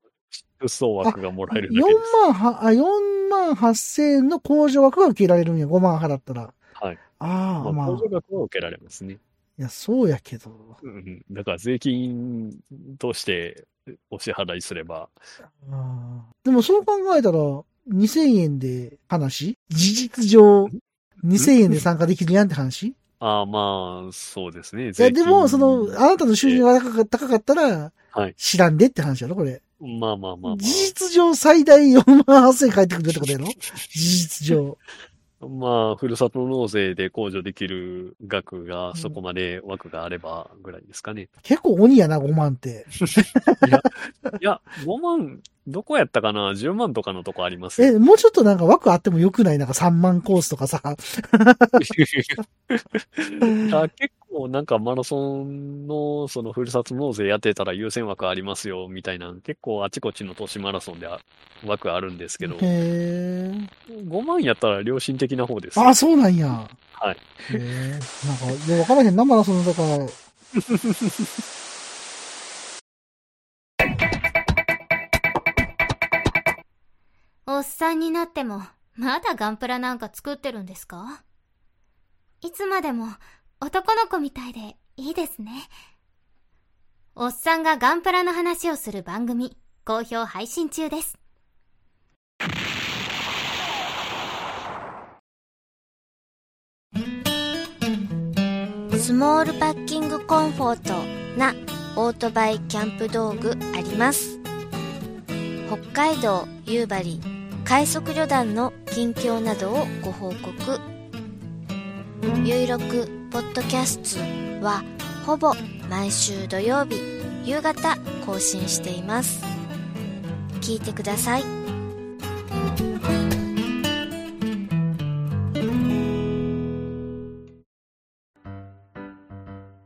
S2: 出走枠がもらえるだ
S1: 4
S2: けです。
S1: 万は、あ、4万8千円の控除枠が受けられるんや、5万払ったら。
S2: はい。
S1: ああ、
S2: まあ、
S1: まあ、
S2: 控除
S1: い
S2: 額は受けられますね。
S1: や、そうやけど。
S2: うんだから税金としてお支払いすれば、
S1: ああでもそう考えたら、2000円で話事実上、2000円で参加できるやんって話い
S2: ああまあ、そうですね。い
S1: や、でも、その、あなたの収入が高か高かったら
S2: はい、
S1: 知らんでって話やろ、これ。
S2: まあまあまあま
S1: 事実上最大4万8000円返ってくるってこと やろ事実上。
S2: あ、まあ、ふるさと納税で控除できる額がそこまで枠があればぐらいですかね。
S1: 結構鬼やな、5万って。
S2: いや、5万、どこやったかな ?10 万とかのとこあります
S1: え、
S2: よ。
S1: もうちょっとなんか枠あってもよくないなんか3万コースとかさ。
S2: いや 結構なんかマラソンのそのふるさと納税やってたら優先枠ありますよみたいな、結構あちこちの都市マラソンであ枠あるんですけど、
S1: へえ。
S2: 5万やったら良心的な方ですよ。。
S1: あ、そうなんや。はいへえ。なんか、よくわからへんな、マラソンだから。
S3: おっさんになっても、まだガンプラなんか作ってるんですかいつまでも男の子みたいでいいですね。おっさんがガンプラの話をする番組、好評配信中です。
S4: スモールパッキングコンフォートなオートバイキャンプ道具あります北海道夕張快速旅団の近況などをご報告ゆいろくポッドキャストはほぼ毎週土曜日夕方更新しています聞いてください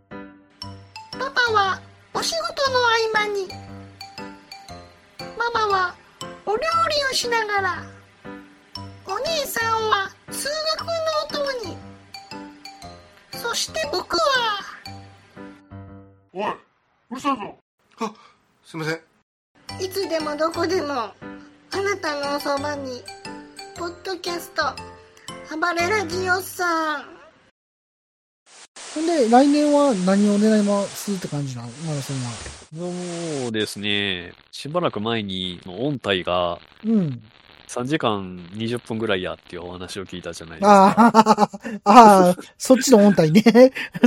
S5: パパはお仕事の合間にママはお料理をしながらお兄さんは通学のお供にそして僕は
S6: おいうるさいぞ
S7: あ、すみません。
S5: いつでもどこでもあなたのおそばにポッドキャスト暴れラジオさん
S1: ほんで、来年は何を狙いますって感じなのマラソンは。
S2: そうですね。しばらく前に、音体が
S1: うん。
S2: 3時間20分ぐらいやっていうお話を聞いたじゃないですか。
S1: ああ、ああ、そっちの音体ね。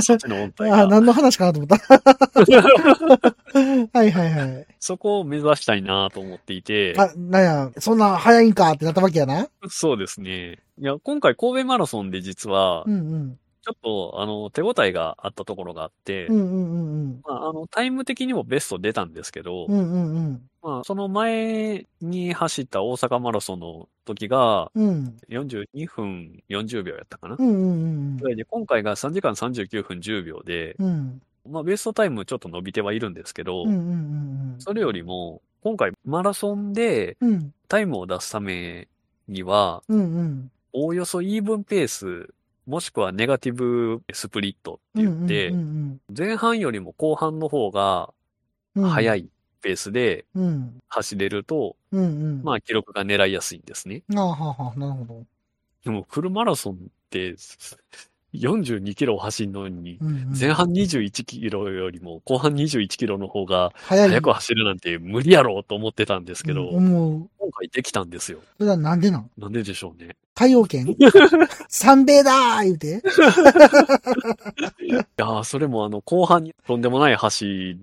S2: そっちの音体
S1: ああ、
S2: が。
S1: 何の話かなと 思った。はいはいはい。
S2: そこを目指したいなと思っていて、
S1: あ、なんや、そんな早いんかってなったわけやな。
S2: そうですね。いや、今回神戸マラソンで実は
S1: う、んうん。
S2: ちょっと、あの、手応えがあったところがあって、
S1: うんうんうん
S2: まあ、あの、タイム的にもベスト出たんですけど、
S1: うん。うんうんうん。
S2: まあ、その前に走った大阪マラソンの時が、
S1: うん。
S2: 42分40秒やったかな
S1: う。んうんうん
S2: ぐらいで、今回が3時間39分10秒で、
S1: うん。うん。
S2: まあ、ベストタイムちょっと伸びてはいるんですけど
S1: うんう、ん
S2: それよりも、今回マラソンで
S1: うん。うん。
S2: タイムを出すためには、
S1: うんうん。
S2: おおよそイーブンペース、もしくはネガティブスプリットって言って、
S1: うんうん
S2: 前半よりも後半の方が
S1: うんうん。
S2: 速
S1: い。
S2: いペースで
S1: うん。
S2: 走れると、
S1: うんうん。
S2: まあ記録が狙いやすいんですね。
S1: ああ、はあはあ、なるほど。
S2: でもフルマラソンって42キロを走るのに、
S1: うんうん
S2: 前半21キロよりも後半21キロの方が
S1: 早い。
S2: 速く走るなんて無理やろうと思ってたんですけど、
S1: うん思う。
S2: 今回できたんですよ。
S1: それはなんでなん
S2: なんででしょうね。
S1: 太陽圏三米だー言うて。
S2: いやーそれもあの後半にとんでもない橋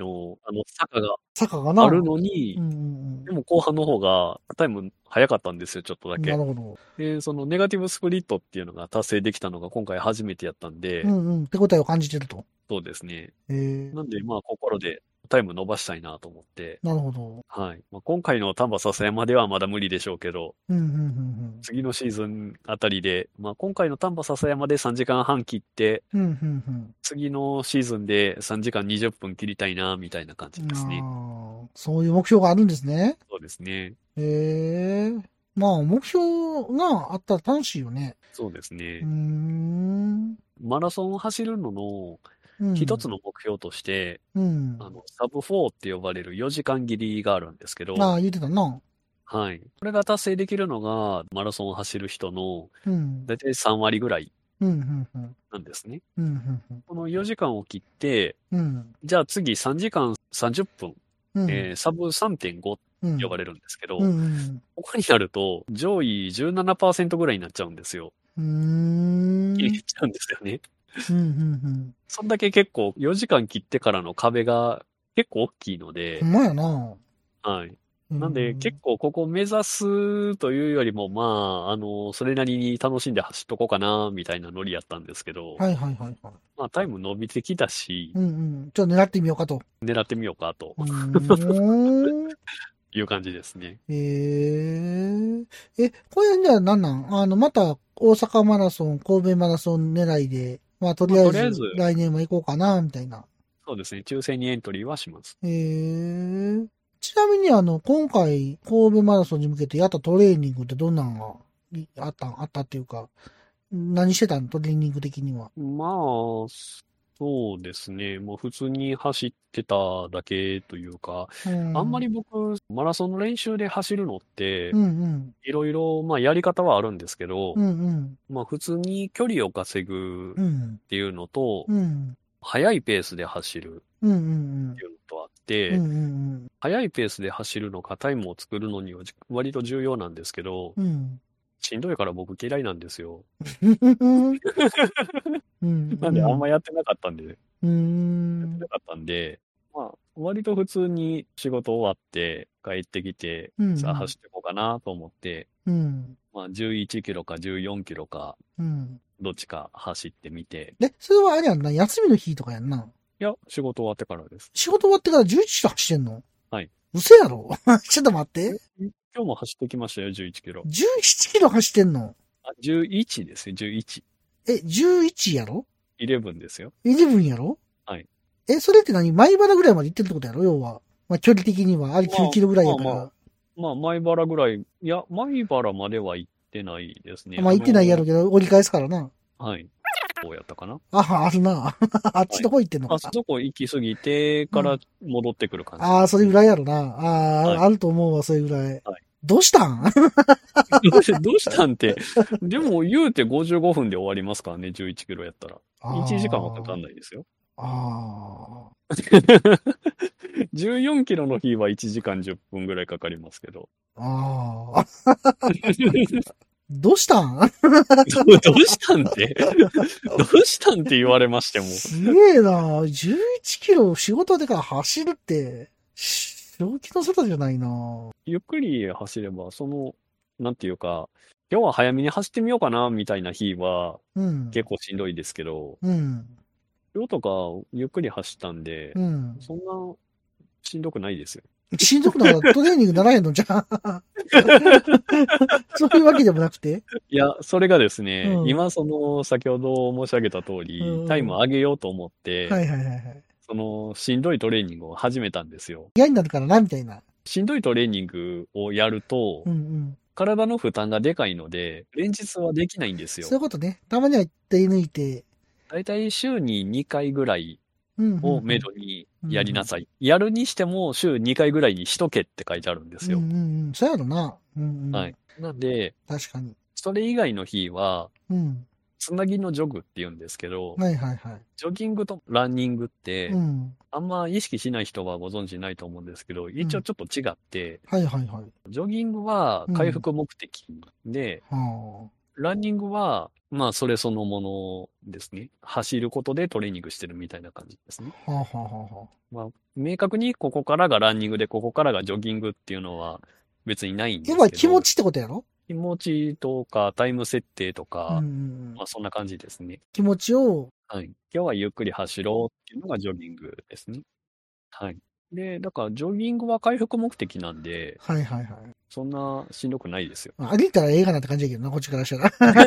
S2: のあの坂が
S1: 坂かな
S2: あるのに
S1: う、んうん
S2: でも後半の方がタイム早かったんですよ、ちょっとだ
S1: うん。
S2: け
S1: なる。ほど。
S2: で、そのネガティブスプリットっていうのが達成できたのが今回初めてやったんで、
S1: うんうん。手応えを感じてると。
S2: そうですね。
S1: えー、
S2: なんで、まあ、心でタイム伸ばしたいなと思って、
S1: なるほど。
S2: はい。まあ、今回の丹波笹山ではまだ無理でしょうけど、
S1: うんうんうん
S2: 次のシーズンあたりで、まあ、今回の丹波笹山で3時間半切って、
S1: うん。うんうん
S2: 次のシーズンで3時間20分切りたいな、みたいな感
S1: う
S2: じ
S1: ん。
S2: ですね。
S1: あーそういう目標があるんですね。
S2: そうですね。
S1: えー、まあ、目標があったら楽しいよね。
S2: そうですね
S1: うー。ん。
S2: マラソンを走るのの
S1: うん
S2: 一つ。の目標として、
S1: うん。
S2: あの、サブ4って呼ばれる4時間切りがあるんですけど、
S1: ああ、言うてたな。
S2: はい。これが達成できるのが、マラソンを走る人の、
S1: うん。
S2: だいたい3割ぐらい
S1: うんうんうん。
S2: なんですね。
S1: うんうんうん
S2: この4時間を切って、
S1: うん。
S2: じゃあ次3時間30分、
S1: うん。
S2: えーサブ3.5って
S1: うん
S2: 呼ばれるんですけど、
S1: うんうん
S2: ここになると、上位17%ぐらいになっちゃうんですよ。
S1: うん。うーん。
S2: 切れちゃうんですよね。
S1: うんうん
S2: そんだけ結構、4時間切ってからの壁が結構大きいの
S1: うん。
S2: で
S1: ほ、んまやな。
S2: はい。
S1: う
S2: なんで、結構ここ目指すというよりも、まあ、あの、それなりに楽しんで走っとこうかな、みたいなノリやったんですけど、
S1: はいはいはいはい。
S2: まあ、タイム伸びてきたし
S1: う、んうん。ちょっと狙ってみよう かと。
S2: 狙ってみようかと
S1: うーん。
S2: いう感じですね。
S1: えー、え、これじゃあ何なんあの、また大阪マラソン、神戸マラソン狙いで、まあとりあ
S2: ま
S1: え
S2: あとりあえ
S1: ず
S2: ず
S1: 来年も行こうかな、みたいな。
S2: そうですね。抽選にエントリーはします。
S1: えー、ちなみにあの、今回神戸マラソンに向けてやったトレーニングってどんなんがいあったんあったっていうか、何してたんトレーニング的には。
S2: まあ、そうですね。もう普通に走ってただけというか、あ
S1: あ
S2: んまり。僕、マラソンの練習で走るのって
S1: う、ん
S2: いろいろ、まあ、やり方はあるんですけど
S1: うん。う、ん
S2: まあ、普通に距離を稼ぐ
S1: うん。うん。
S2: っていうのと
S1: う、ん。
S2: 速いペースで走る
S1: うんうん
S2: っていうのとあ
S1: うん。
S2: っ
S1: う
S2: て
S1: ん、うん
S2: 速いペースで走るのかタイムを作るのには割と重要なんですけど、
S1: うん。
S2: しんどいから僕嫌いなんですよ。
S1: うん。うん。
S2: なんであんまやってなかったんで、
S1: う
S2: やって
S1: ん。
S2: なかったんで、まあ、割と普通に仕事終わって帰ってきて
S1: う、ん
S2: さあ走っていこうかなと思って、
S1: うん。
S2: まあ、11キロか14キロか、
S1: うん。
S2: どっちか走ってみて、
S1: で、それはあれやんな、休みの日とかやんな。
S2: いや、仕事終わってからです。
S1: 仕事終わってから11キロ走ってんの
S2: はい。
S1: 嘘やろ ちょっと待って。
S2: 今日も走ってきましたよ、11キロ。
S1: 17キロ走ってんの
S2: あ、11ですね、11。
S1: え、11やろ
S2: 11ですよ。
S1: ?11 やろ
S2: はい。
S1: え、それって何前原ぐらいまで行ってるってことやろ要は。まあ、距離的には。あれ9キロぐらいやから。
S2: まあまあまあ、前原ぐらい、いや、前原までは行ってないですね。
S1: まあ、行ってないやろうけど、折り返すからな。
S2: あのはい。こうやったかな。
S1: あ、あるな。 あっちの方行ってんのか
S2: あ
S1: な。
S2: そこ行き過ぎてから戻ってくる感じ。
S1: ああ、それぐらいやろな。ああ、
S2: はい
S1: あると思うわ、それぐらい。
S2: は
S1: どうしたん
S2: どうしどうしたんって。でも言うて55分で終わりますからね、11キロやったら。1時間はかかん
S1: ない。
S2: ないですよ。
S1: ああ。
S2: 14キロの日は1時間10分ぐらいかかりま すけど。
S1: ああ。
S2: どう
S1: どうしたん
S2: どうしたんってどうしたんって言われましても。
S1: すげえな。11キロ仕事でから走るって、し正気の沙汰じゃないな。
S2: ゆっくり走れば、その、なんていうか、今日は早めに走ってみようかな、みたいな日は
S1: うん。
S2: 結構しんどいですけど、
S1: うん。
S2: 今日とかゆっくり走ったんで、
S1: うん。
S2: そんなしんどくないですよ。
S1: しんどくなったらトレーニングならへんのじゃん。 そういうわけでもなくて。
S2: いや、それがですね、
S1: うん
S2: 今、その、先ほど申し上げた通り、
S1: うん
S2: タイムを上げようと思って、
S1: はいはいはいはい。
S2: その、しんどいトレーニングを始めたんですよ。
S1: 嫌になるからな、みたいな。
S2: しんどいトレーニングをやると、
S1: うんうん。
S2: 体の負担がでかいので、連日はできないんですよ
S1: そうい。うことね。たまには手抜いて。
S2: だいたい週に2回ぐらい
S1: うんうん、
S2: をめどにやりなさい。やるにしても、週2回ぐらいにしとけって書いてあるんですよ。
S1: うんうんうん。そうやろな。うんうん。
S2: はい。なんで、
S1: 確かに。
S2: それ以外の日は、
S1: うん。
S2: つなぎのジョグって言うんですけど、
S1: はいはいは
S2: ジョギングとランニングって、
S1: い。うん。
S2: あんま意識しない人はご存知ないと思うんですけど、一応ちょっと違って、
S1: はいはいはい。
S2: ジョギングは回復目的で、
S1: は
S2: ランニングは、まあ、それそのものですね。走ることでトレーニングしてるみたいな感じですね。
S1: あ。はあはあはあは
S2: まあ、明確にここからがランニングで、ここからがジョギングっていうのは別にないんです
S1: 要
S2: けど。
S1: は気持。ちってことやろ
S2: 気持ちとか、タイム設定と
S1: うん
S2: か、
S1: うんうん
S2: まあ、そんな感じですね。
S1: 気持ちを、
S2: はい。今日はゆっくり走ろうっていうのがジョギングですね。はい。で、だから、ジョギングは回復目的なんで、
S1: はいはいはい。。
S2: そんなしんどくないですよ
S1: まあ、歩いたらええかなって感じやけどな、こっちからした ら。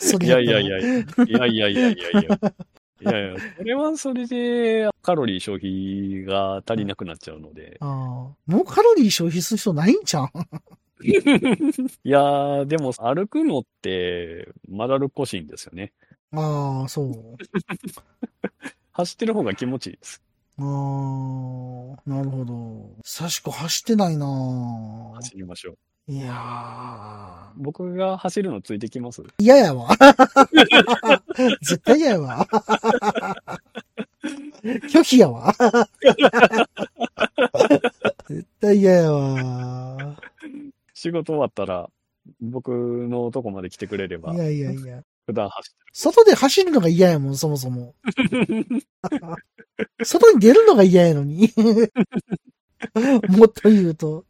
S1: それ
S2: い
S1: や
S2: や
S1: っ
S2: い
S1: た
S2: や
S1: ら
S2: いやいやいやいやいやいやいや。いやいや、それはそれでカロリー消費が足りなくなっちゃうので。
S1: ああもうカロリー消費する人ないんちゃう
S2: いやー、でも歩くのってまだるっこしいんですよね。
S1: ああ、そう。
S2: 走ってる方が気持ちいいです。
S1: ああ、なるほど。さしく走ってないなあ
S2: 走りましょう。
S1: いやあ
S2: 僕が走るのついてきます
S1: 嫌やわ。 絶対嫌やわ。 拒否やわ。 絶対嫌やわ。
S2: 仕事終わったら僕のとこまで来てくれれば
S1: いやいやいや。
S2: 普段走ってる。
S1: 外で走るのが嫌やもん、そもそも。 外に出るのが嫌やのに。 もっと言うと。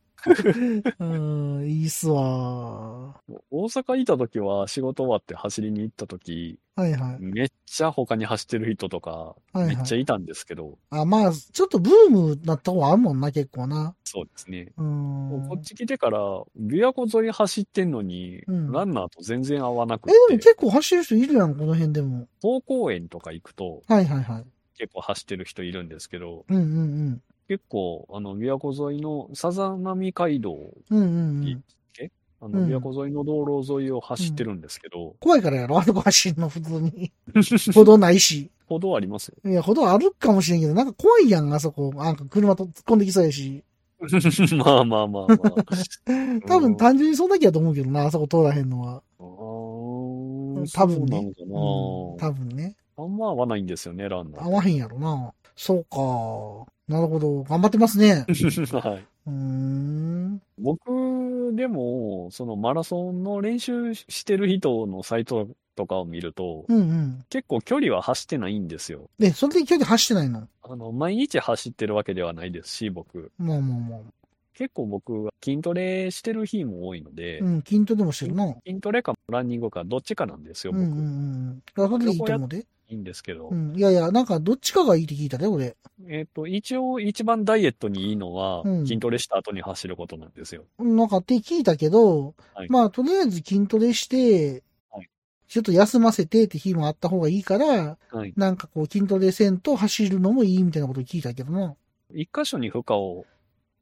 S1: うん、いいっすわ。
S2: 大阪いた時は仕事終わって走りに行った時、
S1: はいはい。
S2: めっちゃ他に走ってる人とか、
S1: はい
S2: めっ
S1: は
S2: ちゃ
S1: い。
S2: いたんですけど、
S1: あ、まあ、ちょっとブームなった方はあるもんな、結構な。
S2: そうですね。
S1: うん。
S2: こっち来てから、琵琶湖沿い走ってんのに、
S1: うん
S2: ランナーと全然合わなく
S1: え、
S2: て、
S1: でも結構走る人いるやん、この辺でも。
S2: 東公園とか行くと
S1: はいはいはい。
S2: 結構走ってる人いるんですけど、
S1: うんうん
S2: 結構、あの、琵琶湖沿いのさざ波街道、
S1: うん。うんうんう
S2: い
S1: ん。
S2: あ
S1: う
S2: の、
S1: ん
S2: 琵琶湖沿いの道路沿いを走ってるんですけど、
S1: 怖いからやろ、あの子走るの、普通に。歩道ないし。
S2: 歩道ありますよ。
S1: いや、歩道あるかもしれんけど、なんか怖いやん、あそこ。なんか車と突っ込んできそうやし。
S2: まあまあまあまあ。
S1: 多分
S2: た、
S1: 単純にそんだけやと思うけどな、あそこ通らへんのは。
S2: 多
S1: 多分
S2: な
S1: ね
S2: の
S1: う
S2: か
S1: ん
S2: な、
S1: 多分ね。
S2: あんま合わないんですよね、ランナ
S1: 合
S2: ー。
S1: わへんやろな。そうか。なるほど。頑張ってますね。
S2: はい。
S1: うーん。
S2: 僕、でも、そのマラソンの練習してる人のサイトとかを見ると、
S1: うんうん。
S2: 結構距離は走ってないんですよ。
S1: で、その時距離走ってないの。
S2: あの、毎日走ってるわけではないですし、僕。
S1: もうもうも
S2: 結構僕、筋トレしてる日も多いので、
S1: う。うん、筋トレもしてるな。うん
S2: 筋トレかランニングかどっちかなんですよ、
S1: う
S2: 僕。
S1: んうん。あそれでいいと思うで。
S2: いいんですけど。
S1: うん。いやいや、なんかどっちかがいいって聞いたで、俺。
S2: えっ、と、一応一番ダイエットにいいのは、
S1: うん
S2: 筋トレした後に走ることなんですよ。
S1: なんかって聞いたけど、
S2: はい
S1: まあ、とりあえず筋トレして、
S2: はい
S1: ちょっと休ませてって日もあった方がいいから、
S2: はい。
S1: なんかこう筋トレせんと走るのもいいみたいなこと聞いたけどな。
S2: 一箇所に負荷を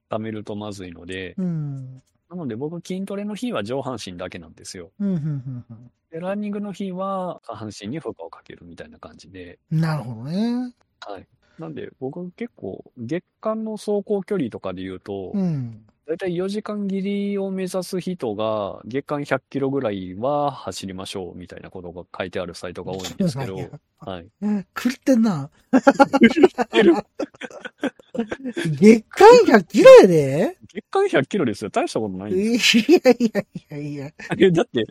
S2: 貯めるとまずいので、
S1: うん。
S2: なので僕筋トレの日は上半身だけなんですよ。
S1: うん、うん、うんうん。
S2: で、ランニングの日は下半身に負荷をかけるみたいな感じで、
S1: なるほどね。
S2: はい。なんで僕結構月間の走行距離とかで言うと、
S1: うん。
S2: だいたい4時間切りを目指す人が月間100キロぐらいは走りましょうみたいなことが書いてあるサイトが多いんですけど、はい。
S1: 狂ってんな。
S2: てる
S1: 月間100キロやで
S2: 月間100キロですよ。大したことないん
S1: い
S2: ですよ
S1: やいやいやいやい
S2: え だって、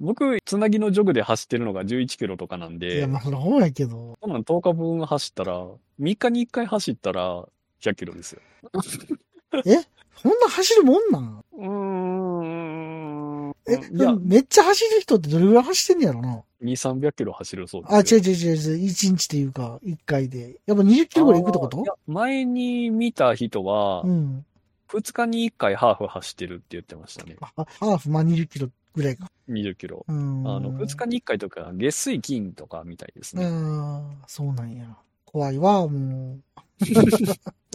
S2: 僕、つなぎのジョグで走ってるのが11キロとかなん
S1: や。いや、
S2: で、
S1: まあ、その方やけど。
S2: そんなん10日分走ったら、3日に1回走ったら100キロですよ。
S1: そんな走るもんなん
S2: うーん。
S1: え、
S2: いや、2、
S1: めっちゃ走る人ってどれぐらい走ってんねやろな。
S2: 300キロ走るそうです
S1: あ、
S2: よ。
S1: 違う違う違う違う、1日というか、1回で。やっぱ20キロぐらい行くってこ
S2: あー
S1: と
S2: いや前に見た人は
S1: う、ん。
S2: 2日に1回ハーフ走ってるって言ってましたね。
S1: あハーフ、まあ20キロぐらいか。
S2: 20キロ。
S1: うん。
S2: あの、2日に1回とか、月水金とかみたいです
S1: う
S2: ね。
S1: ん、そうなんや。怖いわ、もう。
S2: で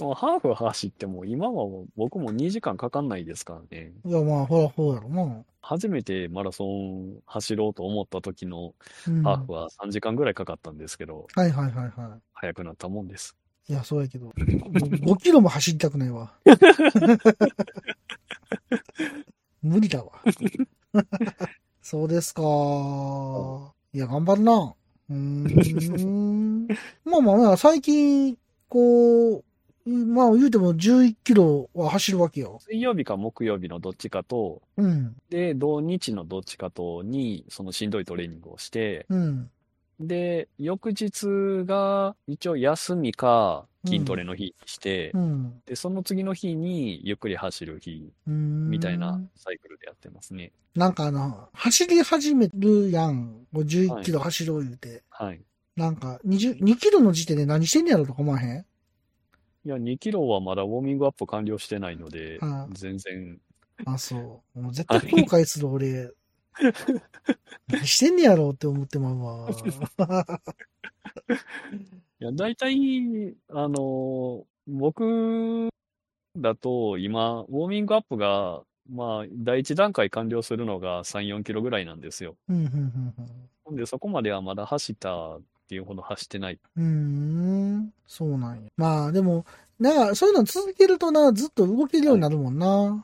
S2: もハーフ走っても、今はもう僕も2時間かかんないですからね。
S1: いや、まあ、ほら、ほうやろな。
S2: 初めてマラソン走ろうと思った時の
S1: うん。
S2: ハ
S1: は
S2: ーフは3時間ぐらいかかったんですけど、
S1: いはいはいは
S2: 早くなったもんです。
S1: い。いや、そうや けど。5キロも走りたくないわ。無理だわ。そうですか。いや、頑張るな。うーん。まあまあまあ、最近、こう、まあ言うても11キロは走るわけよ。
S2: 水曜日か木曜日のどっちかと、
S1: うん。
S2: で、土日のどっちかとに、そのしんどいトレーニングをして、
S1: うん。
S2: で、翌日が一応休みか筋トレの日にして
S1: う、ん。
S2: で、その次の日にゆっくり走る日
S1: うーん
S2: みたいな。サイクルでやってますね。
S1: なんかあの、走り始めるやん。もう11キロ走ろう言うて。
S2: はい。
S1: なんか、20 2キロの時点で何してんねやろとか思わへん
S2: いや、2キロはまだウォーミングアップ完了してないので
S1: は、い
S2: 全然、
S1: あ、そう。もう絶対後悔する俺。何してんねやろって思ってまうわ。
S2: いや、大体、あの、僕だと今、ウォーミングアップが、まあ、第一段階完了するのが3、4キロぐらいなんですよ。
S1: うん、うん、
S2: ほんで、そこまではまだ走ったっていうほど走ってない。
S1: うんうん。うーん、そうなんや。まあでも、なんかそういうの続けるとな、ずっと動けるようになるもんな。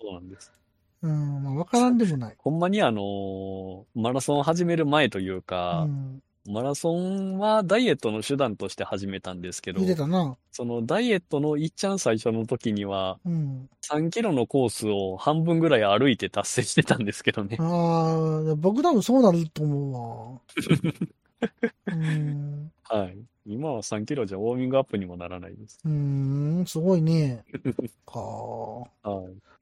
S2: そうなんです。
S1: うん、まあわからんでもない。
S2: ほんまにあの、マラソン始める前という
S1: う
S2: か、
S1: ん。
S2: マラソンはダイエットの手段として始めたんですけど
S1: 言っ、てたな。
S2: そのダイエットのいっちゃん最初の時には、
S1: うん。
S2: 3キロのコースを半分ぐらい歩いて達成してたんですけどね。
S1: ああ、僕多分そうなると思うわ。うん。
S2: はい。今は3キロじゃウォーミングアップにもならないです。
S1: うーん、すごい ね。か
S2: はい。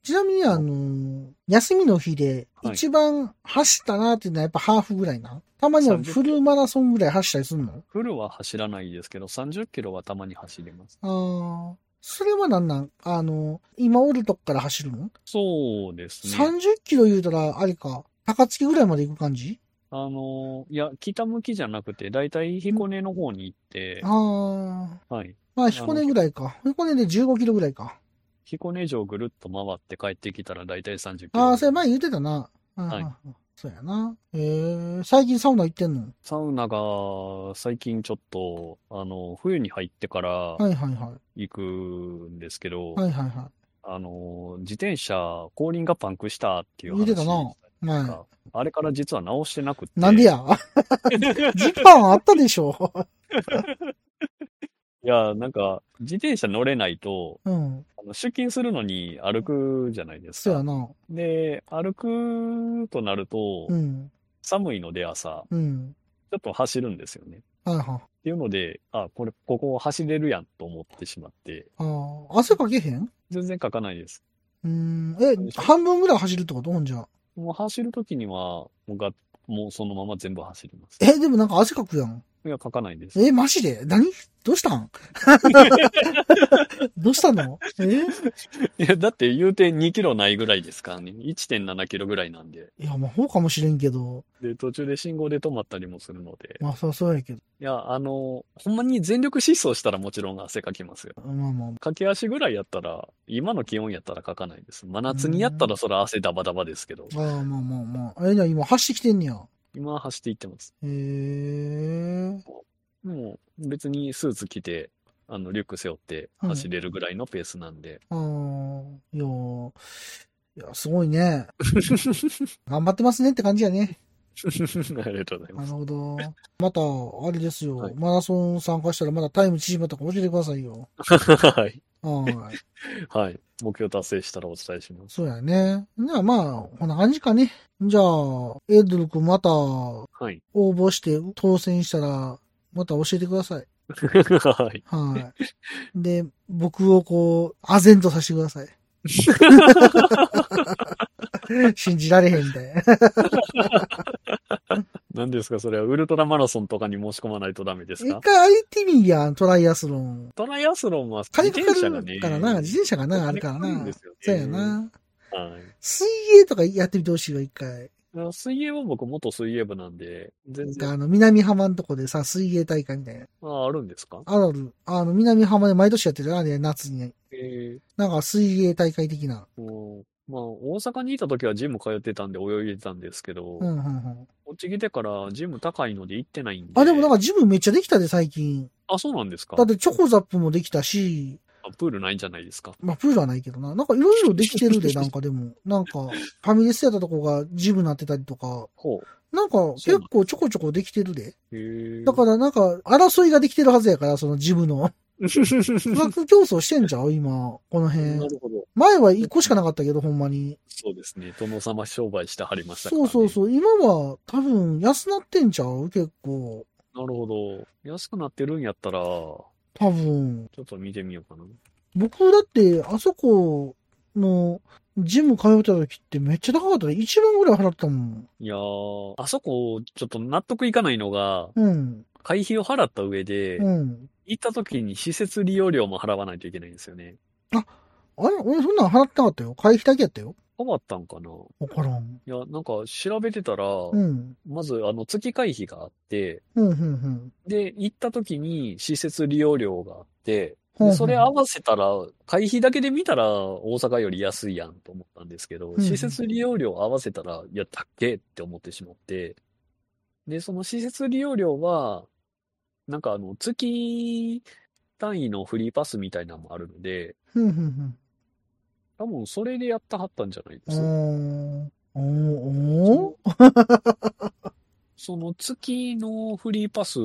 S1: ちなみに、あの、休みの日で
S2: はい
S1: 一番走ったなっていうのはやっぱハーフぐらいな。たまにはフルマラソンぐらい走ったりするの
S2: フルは走らないですけど、30キロはたまに走ります。
S1: ああ。それはなんなんあの、今おるとこから走るの、
S2: そうですね。
S1: ?30 キロ言うたら、あれか、高槻ぐらいまで行く感じ
S2: あの、いや、北向きじゃなくて、だいたい彦根の方に行って、
S1: ああ。
S2: はい。
S1: まあ、彦根ぐらいか。彦根で15キロぐらいか。
S2: 彦根城ぐるっと回って帰ってきたらだいたい30キロ。
S1: ああ、それ前言ってたな。
S2: い
S1: ああそうやな。ええ最近サウナ行ってんの
S2: サウナが最近ちょっと、あの、冬に入ってから
S1: はいはいは
S2: 行くんですけど、
S1: い。はいはいは
S2: あの、自転車、後輪がパンクしたっていう
S1: 言うてたな
S2: 話
S1: い。はい。
S2: かあれから実は直してなくて。
S1: なんで や時間あったでしょ
S2: いや、なんか、自転車乗れないと、
S1: うん。
S2: あの出勤するのに歩くじゃないです
S1: そうや
S2: か。
S1: な。
S2: で、歩くとなると
S1: う、ん。
S2: 寒いので朝、
S1: うん。
S2: ちょっと走るんですよね。っ
S1: はいは。
S2: ていうので、あ、これ、ここ走れるやんと思ってしまって、
S1: ああ、汗かけへん
S2: 全然書かないです。
S1: うーん。え、半分ぐらい走るってことほんじゃ。
S2: もう走るときには、もうが、もうそのまま全部走ります。
S1: え、でもなんか汗かくやん。
S2: いや、書かな いです。
S1: え、マジで何どうした んどうしたのえ
S2: いや、だって言うて2キロないぐらいですからね。1.7キロぐらいなんで。
S1: いや、まあ、ほうかもしれんけど。
S2: で、途中で信号で止まったりもするので。
S1: まあ、そりゃそうやけど。
S2: いや、あの、ほんまに全力疾走したらもちろん汗かきますよ。
S1: まあまあ。
S2: 駆け足ぐらいやったら、今の気温やったらかかないです。真夏にやったらそら汗ダバダバですけど、
S1: ああ、まあまあまあ。え、じゃあ今走ってきてんねや。
S2: 今は走っていってます。
S1: へえ。
S2: もう別にスーツ着て、あの、リュック背負って走れるぐらいのペースなんで。
S1: ああ、いやー、いや、すごい ね。頑張ってますねって感じやね。
S2: ありがとうござ
S1: な
S2: いま
S1: る
S2: す。
S1: ほど。また、あれですよ。
S2: はい
S1: マラソン参加したらまだタイム縮まったか教えてくださいよ。
S2: はい。
S1: はい。
S2: はい。目標達成したらお伝えします。
S1: そうやね。じゃあまあ、こんな感じかね。じゃあ、エドル君また応
S2: はい。
S1: 募して当選したら、また教えてください。
S2: はい。
S1: はい。 で、僕をこう、唖然とさせてください。 信じられへんみたいな。
S2: 何ですかそれはウルトラマラソンとかに申し込まないとダメです
S1: 一
S2: か
S1: 回 ITV やん、トライアスロン。
S2: トライアスロンは自
S1: 金か
S2: 転
S1: か
S2: 車がね。
S1: るからな、自転車がな、あるから
S2: お金かかるん
S1: な
S2: で。すよね
S1: そうや。な。
S2: はい。
S1: 水泳とかやってみてほしいわ、一回。
S2: あ水泳は僕元水泳部なんで、全然、
S1: あの、南浜のとこでさ、水泳大会みたいな。
S2: あ、あるんですか
S1: あるある。あの、南浜で毎年やってるよあれ、夏に。
S2: え
S1: なんか水泳大会的な。
S2: ー、もう、まあ、大阪にいた時はジム通ってたんで泳いでたんですけど、
S1: うん、うん、うん。
S2: こっち来てからジム高いので行ってないんで。
S1: あ、でもなんかジムめっちゃできたで、最近。
S2: あ、そうなんですか
S1: だってチョコザップもできたし、
S2: あプールないんじゃないですか。
S1: まあ、プールはないけどな。なんかいろいろできてる で、なんかでも。なんか、ファミレスやったとこがジムなってたりとか、
S2: ほ
S1: なんか結構ちょこちょこできてるで。
S2: う。へえ。
S1: だからなんか、争いができてるはずやから、そのジムの。
S2: ら
S1: 価格競争してんじゃん今、この
S2: な
S1: 辺。
S2: るほど。
S1: 前は1個しかなかったけど、ほんまに。
S2: そうですね。殿様商売してはりましたから、
S1: そ
S2: ね。
S1: うそう
S2: う
S1: そう。今は多分安なってんちゃう結構。
S2: そう。なるほど。安くなってるんやったら、ちょ
S1: 多分。
S2: っと見てみようかな。
S1: 僕だって、あそこのジム通ってた時ってめっちゃ高かったね。1万ぐらい払ったもん。
S2: いやー、あそこ、ちょっと納得いかないのが、
S1: うん。
S2: 会費を払った上で、
S1: うん。
S2: 行った時に施設利用料も払わないといけないんですよね。
S1: あれ俺そんなん払ってなかったよ。会費だけやったよ。
S2: 変わったんかな
S1: わからん。
S2: いや、なんか調べてたら、
S1: うん。
S2: まず、あの、月会費があって、
S1: うん、うん、うん。
S2: で、行った時に施設利用料があって、
S1: ほうほ
S2: で
S1: う
S2: それ合わせたら、会費だけで見たら大阪より安いやんと思ったんですけど、
S1: ん
S2: 施設利用料合わせたら、いや、たっけって思ってしまって、で、その施設利用料は、なんかあの、月単位のフリーパスみたいなのもあるので、
S1: うん、うん、
S2: 多分それでやったはったんじゃないで
S1: う
S2: すか。
S1: ん。おーおー
S2: その月のフリーパス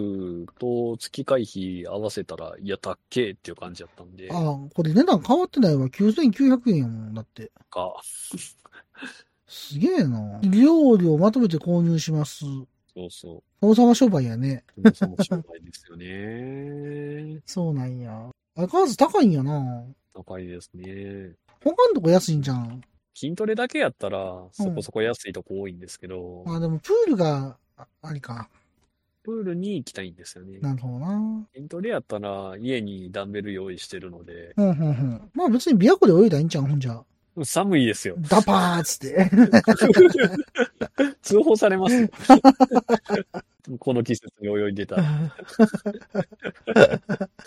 S2: と月会費合わせたら、いや、たっけっていう感じだったんで、
S1: ああ、これ値段変わってないわ。9900円やもん。だって。
S2: か、
S1: すげえな。料理をまとめて購入します。
S2: そうそ
S1: 王様商売やね。
S2: う。その商売ですよね。
S1: そうなんや。相変わらず高いんやな。
S2: 高いですね。
S1: 他のとこ安いんじゃん。
S2: 筋トレだけやったら、そこそこ安いとこ多いんですけど、
S1: まあでもプールが、あありか。
S2: プールに行きたいんですよね。
S1: なるほどな。
S2: 筋トレやったら、家にダンベル用意してるので、
S1: うんうんうん。まあ別に琵琶湖で泳いだらいいんじゃん、ほんじゃ。
S2: 寒い ですよ。
S1: ダパーっつって。
S2: 通報されますよ。 この季節に泳いでたら。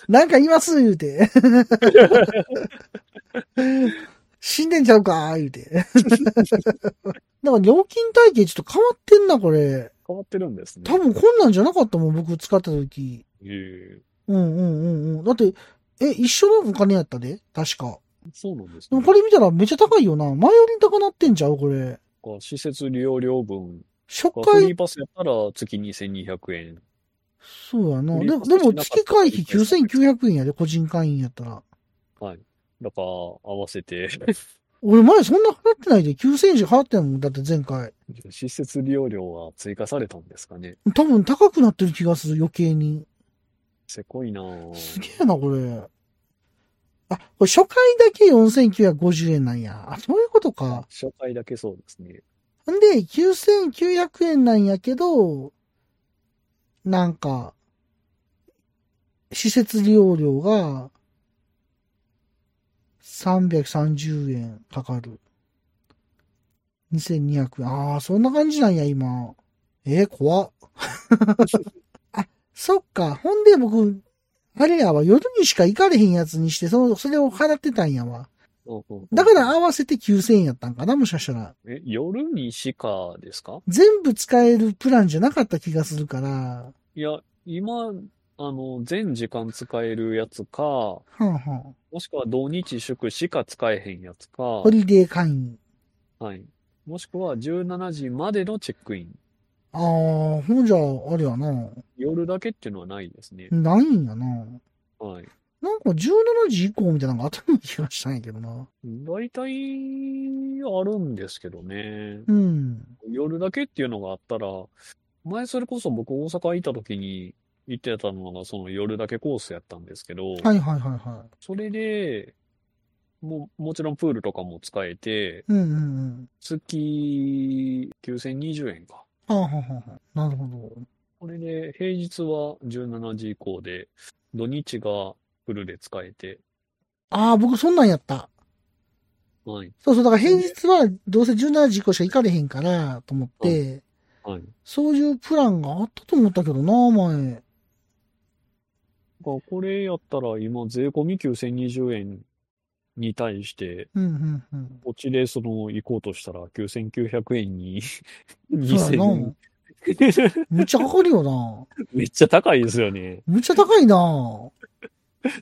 S1: なんかいます言うて。死んでんちゃうか言うて。 だから料金体系ちょっと変わってんな、これ。
S2: 変わってるんですね。
S1: 多分こんなんじゃなかったもん、僕使った時。
S2: え
S1: うんうんうんうん。だって、え、一緒のお金やったで確か。
S2: えそうなんです
S1: で
S2: ね。
S1: もこれ見たらめっちゃ高いよな。前より高なってんちゃうこれ。
S2: こう施設利用料分、
S1: 初
S2: フ
S1: 回
S2: リー、パスやったら月2200円。
S1: そうやな。
S2: フ
S1: で
S2: リー
S1: も
S2: パス
S1: でも
S2: しなか
S1: 月
S2: ったら
S1: 会費9900円やで、個人会員やったら。
S2: だから、合わせて、
S1: 俺前そんな払ってないで、9000円しか払ってないもん。だって前回。
S2: 施設利用料は追加されたんですかね。
S1: 多分高くなってる気がする、余計に。
S2: せこいなぁ
S1: すげえな、これ。あ、これ初回だけ4950円なんや。あ、そういうことか。
S2: 初回だけそうですね。
S1: んで、9900円なんやけど、なんか、施設利用料が、330円かかる。2200円。ああ、そんな感じなんや、今。えー、怖っ。 あ、そっか。ほんで僕、あれやわ、夜にしか行かれへんやつにして、その、それを払ってたんやわ。だから合わせて9000円やったんかな、もしかしたら。
S2: え、夜にしかですか
S1: 全部使えるプランじゃなかった気がするから。
S2: いや、今、あの、全時間使えるやつか、も
S1: はんはん。
S2: しくは土日祝しか使えへんやつか、
S1: ホリデー会員。
S2: はい。もしくは17時までのチェックイン。
S1: ああ、ほんじゃ、あれやな。
S2: 夜だけっていうのはないですね。
S1: ないんやな。
S2: はい。
S1: なんか17時以降みたいなのがあったような気がしたんやけどな。
S2: 大体、あるんですけどね。
S1: うん。
S2: 夜だけっていうのがあったら、前それこそ僕大阪行った時に行ってたのがその夜だけコースやったんですけど、
S1: はいはいはいは
S2: それで、もう、もちろんプールとかも使えて、
S1: い。うんうんうん。
S2: 月9020円か。
S1: はあはあはあはあ。なるほ
S2: これで、平日は17時以降で、土日がフルで使えて、
S1: ど。ああ、僕そんなんやった。
S2: はい、
S1: そうそう、だから平日はどうせ17時以降しか行かれへんから、と思って、
S2: はい。
S1: そういうプランがあったと思ったけどな、前。
S2: これやったら今、税込み9020円に対して、
S1: うんうんうん。
S2: こっちでその行こうとしたら9900円に
S1: そうや
S2: 2000
S1: な。むっちゃかかるよな。
S2: めっちゃ高いですよね。
S1: むっちゃ高いな。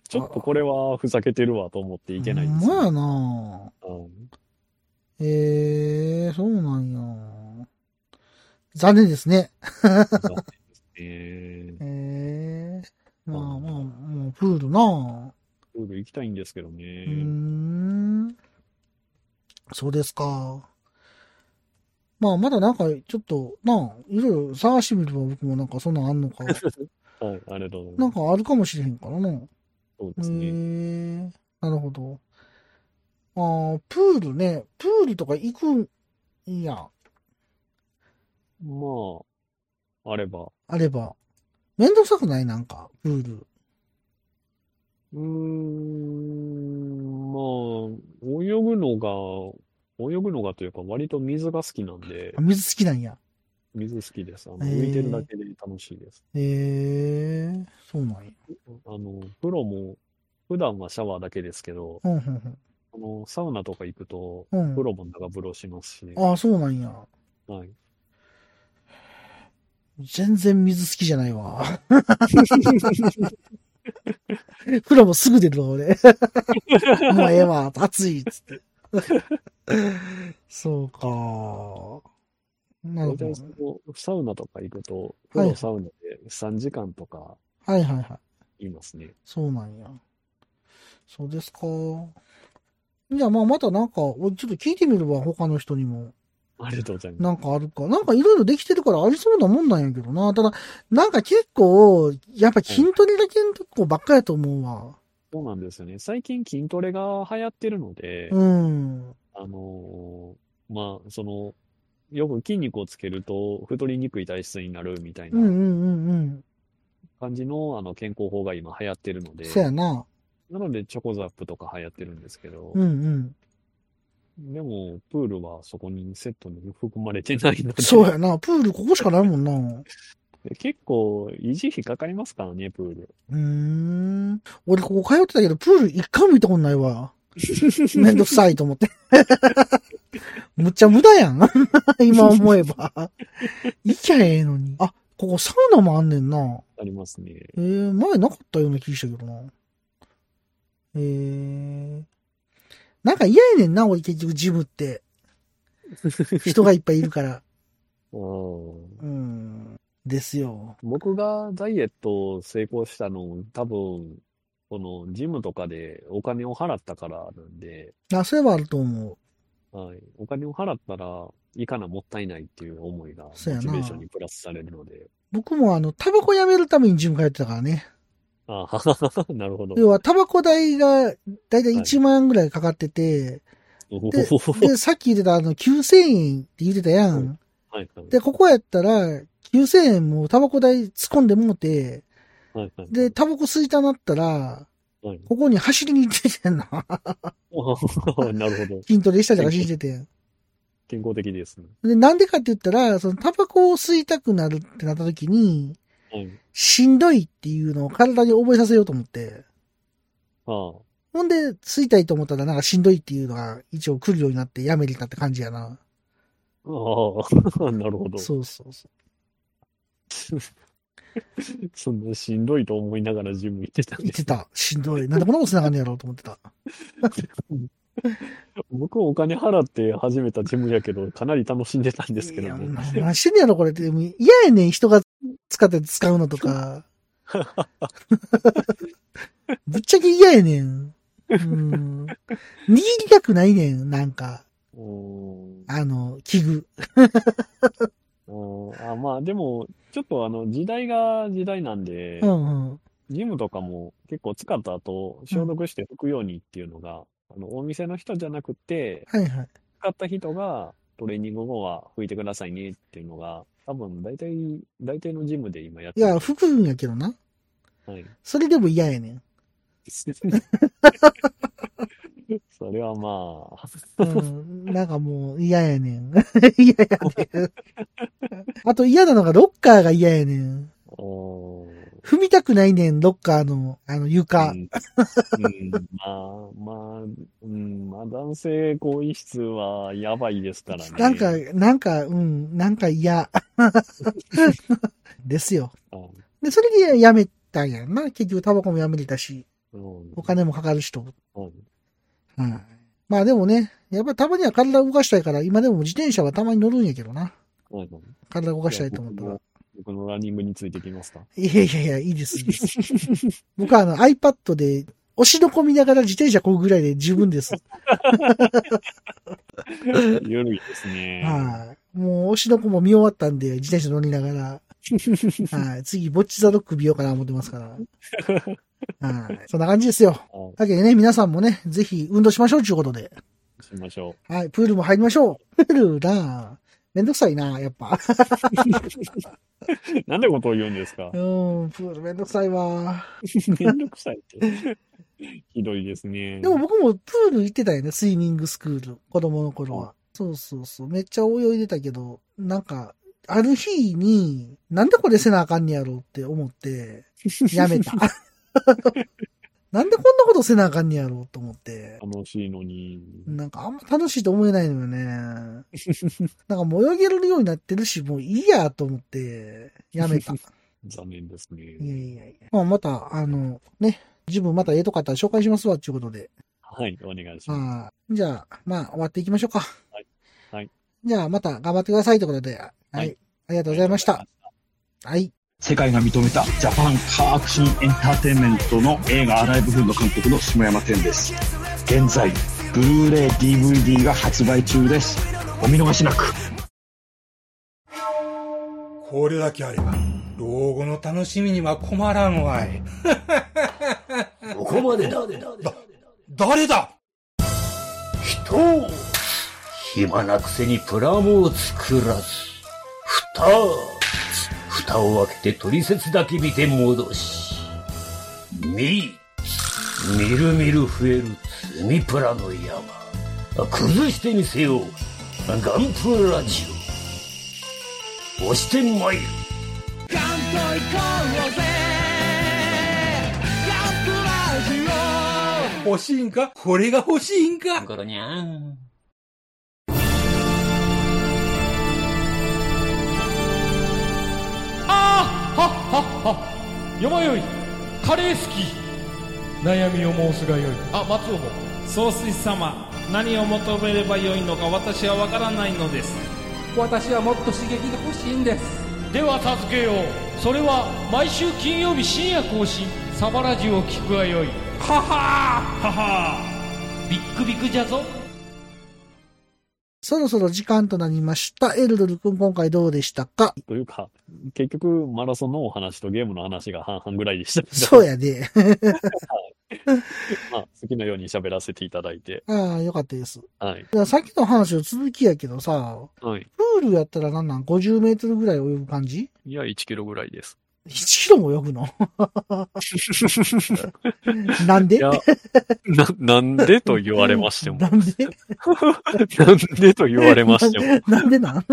S2: ちょっとこれはふざけてるわと思っていけないで
S1: ほん
S2: す
S1: ま
S2: ね。
S1: やな。
S2: うん
S1: ええー、そうなんや。残念ですね。
S2: えー
S1: ええまあ
S2: うん
S1: まあ、もうプールな。
S2: プール行きたいんですけどね
S1: うー。ん。そうですか。まあ、まだなんか、ちょっと、なあ、いろいろ探してみれば僕もなんかそんなんあんのか。
S2: はい、ありがとうござ
S1: な
S2: いま
S1: ん
S2: す。
S1: かあるかもしれへんからな。へ
S2: そう
S1: え
S2: ですね。
S1: なるほど。ああ、プールね。プールとか行くんや、
S2: まあ、あれば。
S1: あれば。めんどくさくないなんか、プール。
S2: うーん、まあ、泳ぐのが、泳ぐのがというか、割と水が好きなんで
S1: あ、水好きなんや。
S2: 水好きです。あの、
S1: へー
S2: 浮いてるだけで楽しいです。
S1: へえそうなんや。
S2: あの、風呂も、普段はシャワーだけですけど、
S1: うん、うん、
S2: あの、サウナとか行くと、
S1: うん。
S2: 風呂も長風呂しますしね。
S1: ああ、そうなんや。
S2: はい。
S1: 全然水好きじゃないわ。風呂もすぐ出るわ、俺。もうええわ、暑いっつって。そうか。なるほど
S2: 大体。そのサウナとか行くと、
S1: は
S2: 風
S1: い
S2: 呂サウナで3時間とか
S1: はいはいはい。
S2: いますね。
S1: そうなんや。そうですか。じゃあまあまたなんか、おちょっと聞いてみれば他の人にも。
S2: ありがとうございます。
S1: なんかあるか。なんかいろいろできてるからありそうなもんなんやけどな。ただ、なんか結構、やっぱ筋トレだけのとこばっかやと思うわ。
S2: そうなんですよね。最近筋トレが流行ってるので、
S1: うん。
S2: あのーまあ、その、よく筋肉をつけると太りにくい体質になるみたい
S1: うんうん
S2: な
S1: うんうん。
S2: 感じの、あの健康法が今流行ってるので、
S1: そうやな。
S2: なのでチョコザップとか流行ってるんですけど
S1: う、んうん。
S2: でもプールはそこにセットに含まれてないので、
S1: そうやな。プールここしかないもんな。う
S2: 結構維持費かかりますからね、プール。
S1: ーん。俺ここ通ってたけど、プール一回も行ったことないわ。 めんどくさいと思って。むっちゃ無駄やん。 今思えば。 行きゃええのに。あ、ここサウナもあんねんな。
S2: ありますね。
S1: えー、前なかったような気したけどな。えー。なんか嫌やねんな、俺結局ジムって。人がいっぱいいるから。
S2: うん
S1: うん。ですよ。
S2: 僕がダイエットを成功したの、多分、このジムとかでお金を払ったからなんで、
S1: あ、それはあると思
S2: はい。お金を払ったら、いかなもったいないっていう思いが、モチ
S1: そう
S2: ベ
S1: やな
S2: ーションにプラスされるので。
S1: 僕もあの、タバコやめるためにジム通ってたからね。
S2: あ ははははなるほど。
S1: 要は、タバコ代が、だいたい1万ぐらいかかってて、
S2: お
S1: で
S2: ほほほ
S1: で、さっき言ってたあの、9000円って言ってたやん。
S2: はいはい
S1: で、ここやったら、9000円もタバコ代突っ込んでもうて、
S2: はいはい
S1: で、タバコ吸いたなったら、
S2: はい
S1: ここに走りに行っててんな。
S2: おなるほど。
S1: 筋トレしたり走ってて。
S2: 健康的ですね。
S1: で、なんでかって言ったら、そのタバコを吸いたくなるってなった時に、
S2: はい。
S1: しんどいっていうのを体に覚えさせようと思って。
S2: ああ。
S1: ほんで、吸いたいと思ったらなんかしんどいっていうのが一応来るようになってやめれたって感じやな。
S2: ああ、なるほど。
S1: そうそうそ
S2: そんなしんどいと思いながらジム行ってた
S1: う。
S2: ん
S1: 言
S2: で
S1: っ
S2: す
S1: て。た。しんどい。なんでこんなことしながんねやろうと思ってた。
S2: 僕お金払って始めたジムや けど、かなり楽しんでたんですけ
S1: いや
S2: どね。
S1: 何してんねやろこれって。でも嫌やねん、人が使って使うのとか。ぶっちゃけ嫌やねん。うん。握りたくないねん、なんか。
S2: うん
S1: あの、器具。
S2: うんあまあでも、ちょっとあの、時代が時代なんで
S1: う、んうん。
S2: ジムとかも結構使った後、消毒して拭くようにっていうのが、あの、お店の人じゃなくて、
S1: はいはい。
S2: 使った人がトレーニング後は拭いてくださいねっていうのが、多分大体、大体のジムで今やっ
S1: い
S2: てる。
S1: や、服んやけどな。
S2: はい。
S1: それでも嫌やねん。
S2: それはまあ、
S1: うん。なんかもう嫌やねん。 嫌やねん。あと嫌なのがロッカーが嫌やねん。
S2: おー
S1: 踏みたくないねん、ロッカーの、あの、床。
S2: うん、うんまあ、まあ、うん、まあ、男性更衣室はやばいですからね。
S1: なんか、なんか、うん、なんか嫌。 ですよ。
S2: あ
S1: で、それでやめたんやんな。結局タバコもやめれたし、
S2: うん
S1: お金もかかるしと。
S2: うん
S1: うん。まあでもね、やっぱりたまには体動かしたいから、今でも自転車はたまに乗るんやけどな。
S2: うん
S1: 体動かしたいと思った
S2: い
S1: ら
S2: や。僕のランニングについてきま すか。
S1: いやいやいや、いいです。いいです僕はあの iPad で、押しのこみながら自転車こぐぐらいで十分です。
S2: ゆるいですね。
S1: はい。もう、押しのこも見終わったんで、自転車乗りながら。はい。次、ぼっちザドッグ見ようかな思ってますから。はい。そんな感じですよ。
S2: は
S1: だけどね、皆さんもね、ぜひ運動しましょうということで。
S2: い。しましょ
S1: はい。プールも入りましょう。プールなめんどくさいなやっぱ。
S2: う。 なんでことを言うんで すか
S1: うん、プールめんどくさいわ。
S2: めんどくさいって。ひどいですね。
S1: でも僕もプール行ってたよね、スイミングスクール。子供の頃は。そうそうそう。めっちゃ泳いでたけど、なんか、ある日に、なんでこれせなあかんねやろうって思って、 やめた。なんでこんなことせなあかんねやろうと思って。
S2: 楽しいのに。
S1: なんかあんま楽しいと思えないのよ ね。なんかもう泳げるようになってるし、もういいやと思って、や めた。い
S2: 残念ですね。
S1: やいやいや。まあまた、あの、ね、自分またええとかあったら紹介しますわ、ということで。
S2: はい、お願いします。。
S1: ああ、じゃあ、まあ終わっていきましょうか。はい
S2: はい。
S1: じゃあまた頑張ってくださいということで。はいい。ありがとうございました。。はい。
S8: 世界が認めたジャパンカーアクションエンターテインメントの映画アライブフード監督の下山天です。現在、ブルーレイ DVD が発売中です。お見逃しなく。
S9: これだけあれば、老後の楽しみには困らんわい。
S6: ここまでだ。
S9: 誰だ
S6: 人を暇なくせにプラモを作らず。蓋。蓋を開けて取説だけ見て戻し。み。みるみる増える積みプラの山。崩してみせよう。ガンプラジオ。押してまいる。
S9: 欲しいんかこれが欲しいんか
S6: ゴロニャン。
S10: あーはっはっはよまよいカレー好き悩みを申すがよいあ松尾も
S11: 総帥様何を求めればよいのか私は分からないのです私はもっと刺激が欲しいんです
S10: では助けようそれは毎週金曜日深夜更新サバラジを聞くがよいははーははービックビックじゃぞ
S1: そろそろ時間となりました。エルドル君、今回どうでした か
S2: というか、結局、マラソンのお話とゲームの話が半々ぐらいでしたけど。
S1: そうやね。
S2: まあ、好きなように喋らせていただいて。
S1: ああ、よかったです。
S2: はい。
S1: いやさっきの話の続きやけどさ、
S2: はい。
S1: プールやったらなんなん ?50 メートルぐらい泳ぐ感じ
S2: いや、1キロぐらいです。
S1: ?1 キロも泳ぐ のなんで
S2: いや、な、 なんでと言われましても。
S1: なんで
S2: なんでと言われましても。い
S1: ななんでなん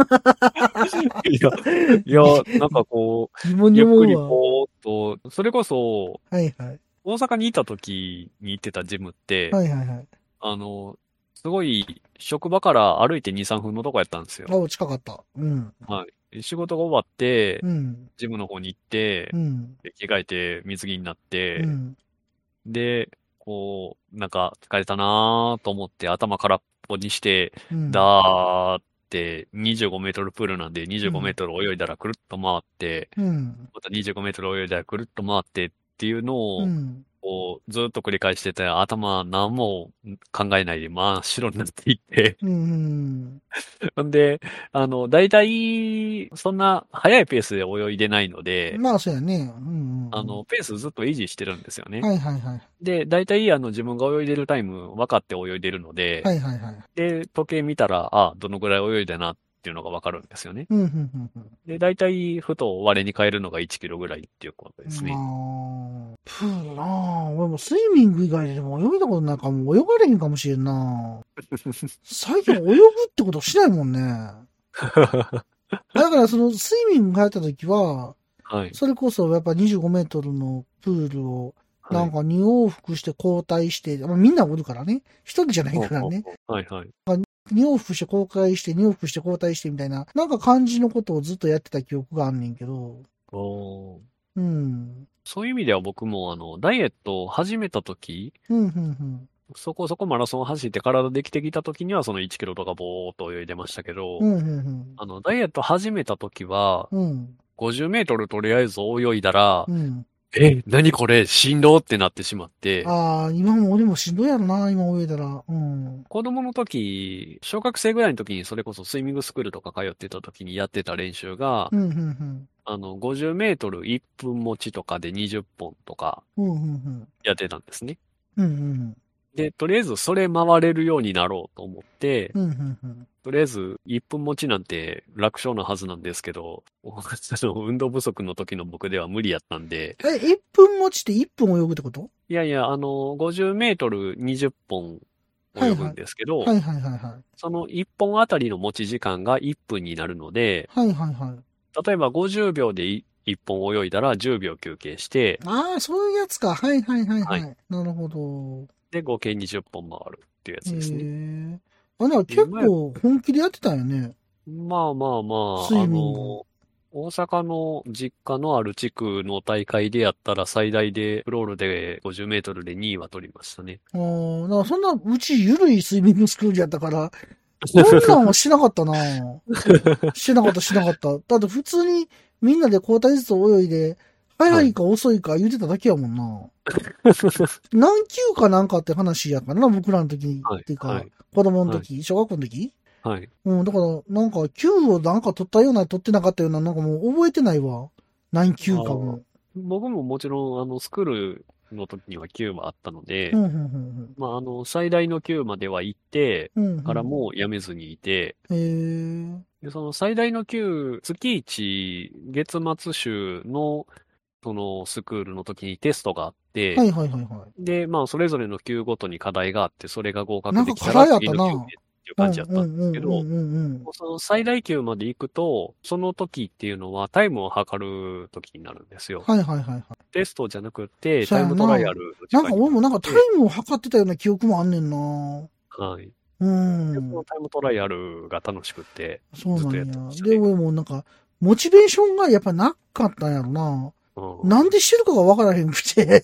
S2: や、いや、なんかこ
S1: 疑問
S2: う、
S1: に
S2: ゆっ
S1: 思う
S2: くり
S1: わ。
S2: ぼーっと、それこそ、
S1: はいはい。
S2: 大阪にいた時に行ってたジムって、
S1: はいはいはい。
S2: あの、すごい、職場から歩いて2、3分のとこやったんですよ。
S1: お、近かった。うん。
S2: はい。仕事が終わって、
S1: うん。
S2: ジムの方に行って
S1: う、ん。
S2: で着替えて水着になって、
S1: うん。
S2: で、こう、なんか疲れたなーと思って頭空っぽにして、
S1: うん。
S2: だーって25メートルプールなんで25メートル泳いだらくるっと回って、
S1: うん。
S2: また25メートル泳いだらくるっと回ってっていうの
S1: う
S2: を、
S1: ん。
S2: こう、ずっと繰り返してて、頭何も考えないで真っ白になっていって、
S1: うん。
S2: ほんで、あの、大体、そんな速いペースで泳いでないので、
S1: まあ、そうやね。うん。うん
S2: あの、、ペースずっと維持してるんですよね。
S1: はいはいはい。
S2: で、大体、あの、自分が泳いでるタイム分かって泳いでるので、
S1: はいはいはい。
S2: で、時計見たら、あ、どのぐらい泳いだなっていうのが分かるんですよね。
S1: うん、うん、うん
S2: で、大体、ふと我に変えるのが1キロぐらいっていうことです
S1: うん。
S2: ね。
S1: まあ、プールなあ俺もスイミング以外でも泳いだことないから、もう泳がれへんかもしれん な最近泳ぐってことしないもんね。だから、その、スイミング入った時は、
S2: はい。
S1: それこそやっぱ25メートルのプールを、
S2: はい
S1: なんか2往復して交代して、まあみんなおるからね。一人じゃないからね。
S2: はいはい。
S1: 2往復して交代して、2往復して交代してみたいな、なんか感じのことをずっとやってた記憶があんねんけど。
S2: おー
S1: うん。
S2: そういう意味では僕も、あの、ダイエットを始めた時、
S1: うん、うん、うん。
S2: そこそこマラソンを走って体できてきた時には、その1キロとかぼーっと泳いでましたけど、
S1: うん、うん、
S2: あの、ダイエット始めた時は、
S1: うん。うん。
S2: 50メートルとりあえず泳いだら、
S1: うん。
S2: え、何これ、振動ってなってしまって、
S1: ああ、今も俺もしんどいやろな、今泳いだら。うん。
S2: 子供の時、小学生ぐらいの時にそれこそスイミングスクールとか通ってた時にやってた練習が、
S1: うん、うん、うん。
S2: あの、50メートル1分持ちとかで20本とか
S1: うん、うん、うん。
S2: やってたんですね。
S1: うん、うん、
S2: で、とりあえずそれ回れるようになろうと思って、
S1: うん。うん、うん、うん。
S2: とりあえず1分持ちなんて楽勝なはずなんですけど、 あの運動不足の時の僕では無理やったんで、
S1: え、1分持ちって1分泳ぐってこと
S2: いやいや、あの、50メートル20本泳ぐんですけど、
S1: はいはいはいはい。
S2: その1本あたりの持ち時間が1分になるので、
S1: はいはいはい。
S2: 例えば50秒で1本泳いだら10秒休憩して、
S1: ああ、そういうやつか。はいはいはいはい。
S2: は
S1: なるほど。
S2: で、合計20本回るっていうや
S1: へ
S2: つですね。
S1: え。あ、でも結構本気でやってたんよね。
S2: まあまあま
S1: スイ
S2: あ、
S1: ミ
S2: あ
S1: ング
S2: の、大阪の実家のある地区の大会でやったら最大でフロールで50メートルで2位は取りましたね。
S1: ああ、だからそんな、うちゆるいスイミングスクールやったから、こんなんはしなかった なしてなかったしてなかった。だって普通にみんなで交代ずつ泳いで、早いか遅いか言ってただけやもん な。何級かなんかって話やからな、僕らの時に。
S2: はい
S1: っていうか、
S2: はい
S1: 子供の時、小学校の時
S2: はい。
S1: うん、だから、なんか、級をなんか取ったような、取ってなかったような、なんかもう覚えてないわ。何級かも。
S2: 僕ももちろん、あの、スクールの時には9はあったので
S1: う、ん、うん、うん
S2: まあ、あの、最大の9までは行って、
S1: うん、うんうん。
S2: からもう辞めずにいて、
S1: へー
S2: で、その最大の給、月一月末週の、そのスクールの時にテストがあって、
S1: はいはいはいは
S2: で、まあ、それぞれの級ごとに課題があって、それが合格できた
S1: な
S2: ら
S1: んか課題
S2: 次
S1: やった
S2: の
S1: な
S2: 級っていう
S1: い。
S2: 感じだった
S1: うん
S2: んですけど、
S1: うんうんうんうん
S2: もうその最大級まで行くと、その時っていうのはタイムを測る時になるんですよ。
S1: はいはいはいはい。
S2: テストじゃなくて、
S1: そう
S2: タイ
S1: やな
S2: ムトライアルの時
S1: なん
S2: 間
S1: か
S2: に
S1: 俺もなんかタイムを測ってたような記憶もあんねんな
S2: はい。
S1: うん
S2: でそ。のタイムトライアルが楽しくて、
S1: そう
S2: ずっ
S1: な
S2: と
S1: ん
S2: や
S1: や
S2: ってまし。たね
S1: で、俺もなんか、モチベーションがやっぱなかったんやろななんでしてるかがわからへんく て。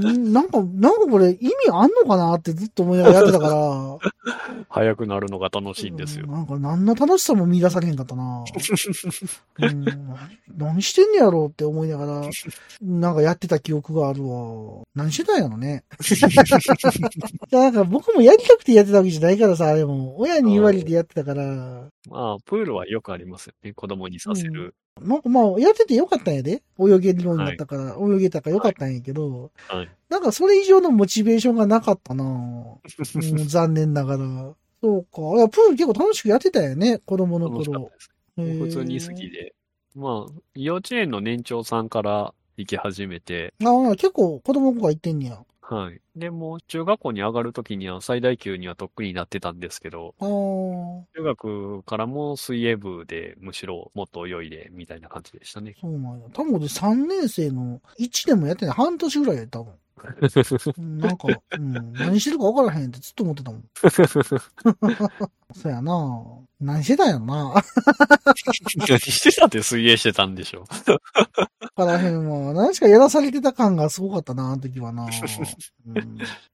S1: んなんか、なんかこれ意味あんのかなってずっと思いながらやってた から、
S2: 早くなるのが楽しいんですよ。
S1: なんか何の楽しさも見出されへんかったなうん何してんねやろうって思いながら、なんかやってた記憶があるわ。何してたんやろ ね。いやなんか僕もやりたくてやってたわけじゃないからさ、でも、親に言われてやってたから、
S2: まあ、プールはよくありますよね。子供にさせる。
S1: なんかまあ、やっててよかったんやで。泳げるようになったから、泳げたからよかったんやけど、
S2: はい。
S1: なんかそれ以上のモチベーションがなか ったなぁうん残念ながら。そうか。いや、プール結構楽しくやってたよね、子供の
S2: 楽しかった
S1: 頃
S2: で。す。
S1: へー
S2: 普通に好きで。まあ、幼稚園の年長さんから行き始めて、
S1: ああ、結構子供の子が行ってんねや。
S2: はい。で、もう中学校に上がるときには最大級にはとっくになってたんですけど、
S1: ああ。
S2: 中学からも水泳部でむしろもっと泳いでみたいな感じ でしたね。
S1: そうなんや。多分俺3年生の1年もやってない。半年ぐらいやったもん。なんか、うん、何してるか分からへんってずっと思ってたもん。そうやなぁ何してたんやろな
S2: 何してたって水泳してたんでしょ。
S1: 分からへんわ。何しかやらされてた感がすごかったなあの時はなぁ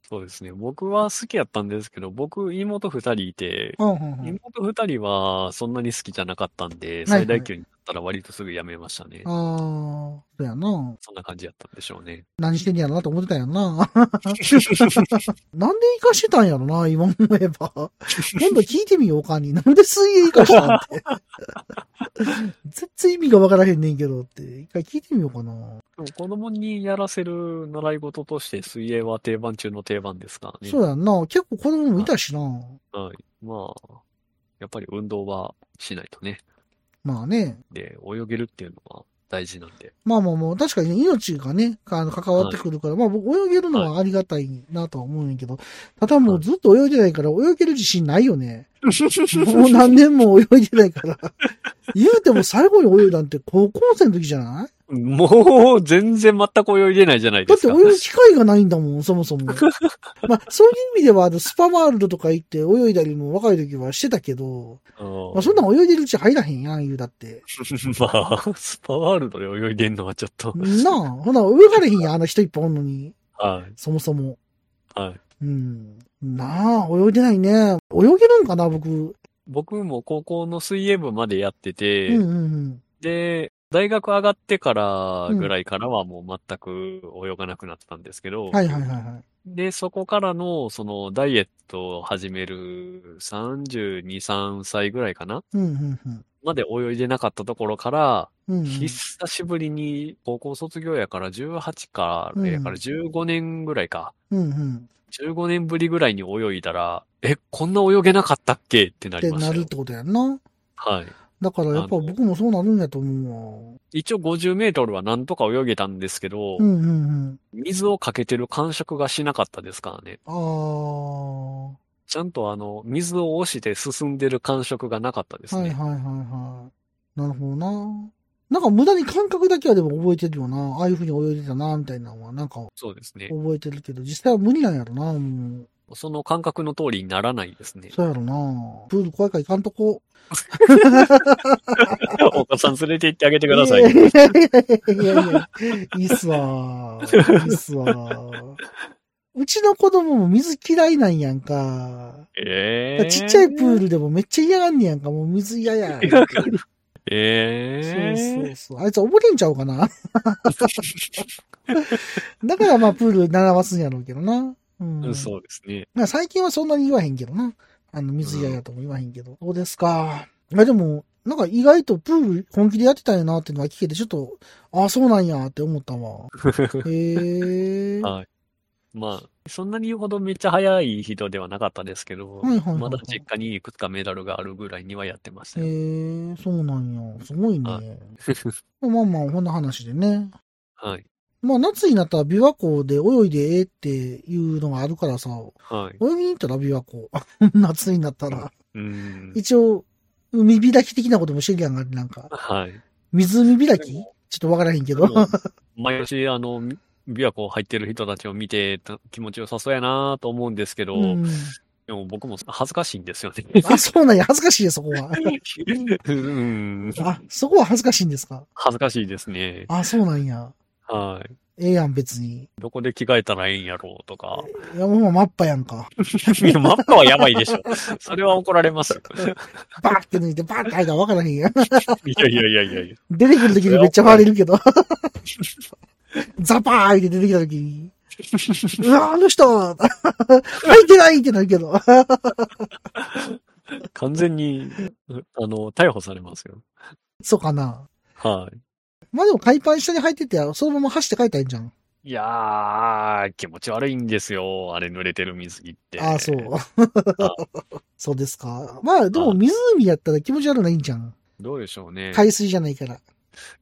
S2: そうですね。僕は好きやったんですけど、僕、妹二人いて、
S1: うんうんうん
S2: 妹二人はそんなに好きじゃなかったんで、
S1: はいはい
S2: 最大級になったら割とすぐ辞めましたね。
S1: ああ、そうやなぁ
S2: そんな感じやったんでしょうね。
S1: 何してんやろなと思ってたんやろな。なんで生かしてたんやろな、今思えば。今度聞いてみようかに。なんで水泳生かしたんって。全然意味がわからへんねんけどって。一回聞いてみようかな。
S2: でも子供にやらせる習い事として水泳は定番中の定番ですからね。
S1: そうやんな。結構子供もいたしな。
S2: はい。まあ、やっぱり運動はしないとね。
S1: まあね。
S2: で、泳げるっていうのは大事なんで。
S1: まあまあまあ、確かにね命がね、あの関わってくるから、まあ僕泳げるのはありがたいなとは思うんやけど、ただもうずっと泳いでないから泳げる自信ないよね。もう何年も泳いでないから。言うても最後に泳いだんて高校生の時じゃない
S2: もう、全然全く泳いでないじゃな
S1: だ
S2: いで
S1: って
S2: すか。
S1: 泳ぐ機会がないんだもん、そもそも。まあ、そういう意味では、あのスパワールドとか行って泳いだりも若い時はしてたけど、まあ、そんなん泳いでるうち入らへんやん、言うだって。
S2: まあ、スパワールドで泳いでんのはちょっと。
S1: なあ、ほな泳がれへんやん、あの人一本おんのに。
S2: はい。
S1: そもそも。
S2: はい。
S1: うん。なあ、泳いでないね。泳げるんかな、僕。
S2: 僕も高校の水泳部までやってて、
S1: うんうん
S2: で、大学上がってからぐらいからはもう全く泳がなくなったんですけど、
S1: うん。はいはいはいはい。
S2: で、そこからの、その、ダイエットを始める32、3歳ぐらいかな
S1: うんうんうん。
S2: まで泳いでなかったところから、
S1: うんうん
S2: 久しぶりに高校卒業やから18から、
S1: うん
S2: やから15年ぐらいか。
S1: うんうん。
S2: 15年ぶりぐらいに泳いだら、え、こんな泳げなかったっけってな
S1: っ
S2: り
S1: て
S2: まし
S1: な
S2: た
S1: るっ
S2: よ。
S1: てことやんな。
S2: はい。
S1: だからやっぱ僕もそうなるんやと思うわ。
S2: 一応50メートルはなんとか泳げたんですけど、
S1: うんうんうん。
S2: 水をかけてる感触がしなかったですからね。
S1: ああ。
S2: ちゃんとあの、水を押して進んでる感触がなかったです
S1: はい
S2: ね。
S1: はいはいはい。なるほどな。なんか無駄に感覚だけはでも覚えてるよな。ああいう風に泳いでたな、みたいなのはなんか
S2: そうですね。
S1: 覚えてるけど、実際は無理なんやろな、もう。
S2: その感覚の通りにならないですね。
S1: そうやろな。プール怖いから行かんとこ。
S2: お母さん連れて行ってあげてください。
S1: いやいやいや、いいっすわ。いいっすわ。うちの子供も水嫌いなんやんか。
S2: ええ
S1: ちっちゃいプールでもめっちゃ嫌がんねやんか。もう水嫌や。
S2: ええ
S1: そうそうそう。あいつ溺れんちゃうかな。だからまあプール習わすんやろうけどな。うん。
S2: そうですね。
S1: まあ最近はそんなに言わへんけどな。あの、水嫌やとも言わへんけど。そうですか。まあでも、なんか意外とプール本気でやってたんやなっていうのは聞けて、ちょっと、ああ、そうなんやって思ったわ。へえ。
S2: はい。まあ、そんなに言うほどめっちゃ早い人ではなかったですけど、
S1: はいはいはいはい
S2: まだ実家にいくつかメダルがあるぐらいにはやってました
S1: へ
S2: よ。
S1: え、そうなんや。すごいね。ま
S2: は
S1: あ
S2: い
S1: まあまあ、こんな話でね。
S2: はい。
S1: まあ夏になったら琵琶湖で泳いでええっていうのがあるからさ、
S2: はい。
S1: 泳ぎに行ったら琵琶湖。 夏になったら。
S2: うん。
S1: 一応、海開き的なこともしてるやんか、なんか。
S2: はい。
S1: 湖開きちょっとわからへんけど。
S2: 毎年、あの、琵琶湖入ってる人たちを見て、た気持ちよさそうやなと思うんですけど、
S1: うん
S2: でも僕も恥ずかしいんですよね。
S1: あ、そうなんや、恥ずかしいよ、そこ は。
S2: うん
S1: あ、そこは恥ずかしいんですか
S2: 恥ずかしいですね。
S1: あ、そうなんや。
S2: はい。
S1: ええやん、別に。
S2: どこで着替えたらええんやろうとか。
S1: いや、もうマッパやんか。
S2: いやマッパはやばいでしょ。それは怒られますよ。
S1: バーって抜いて、バーって入ったら分からへんやん。
S2: いやいやいやいやいや。
S1: 出てくるときにめっちゃ回れるけど。ザパーって出てきたときに。うわ、あの人、入ってないってなるけど。
S2: 完全に、あの、逮捕されますよ。
S1: そうかな。
S2: はい。
S1: まあでも、海パン下に入ってて、そのまま走って帰ったらいいんじゃん。
S2: いやー、気持ち悪いんですよ。あれ濡れてる水着って。
S1: ああ、そう。そうですか。まあ、でも湖やったら気持ち悪ないんじゃん。
S2: どうでしょうね。
S1: 海水じゃないから。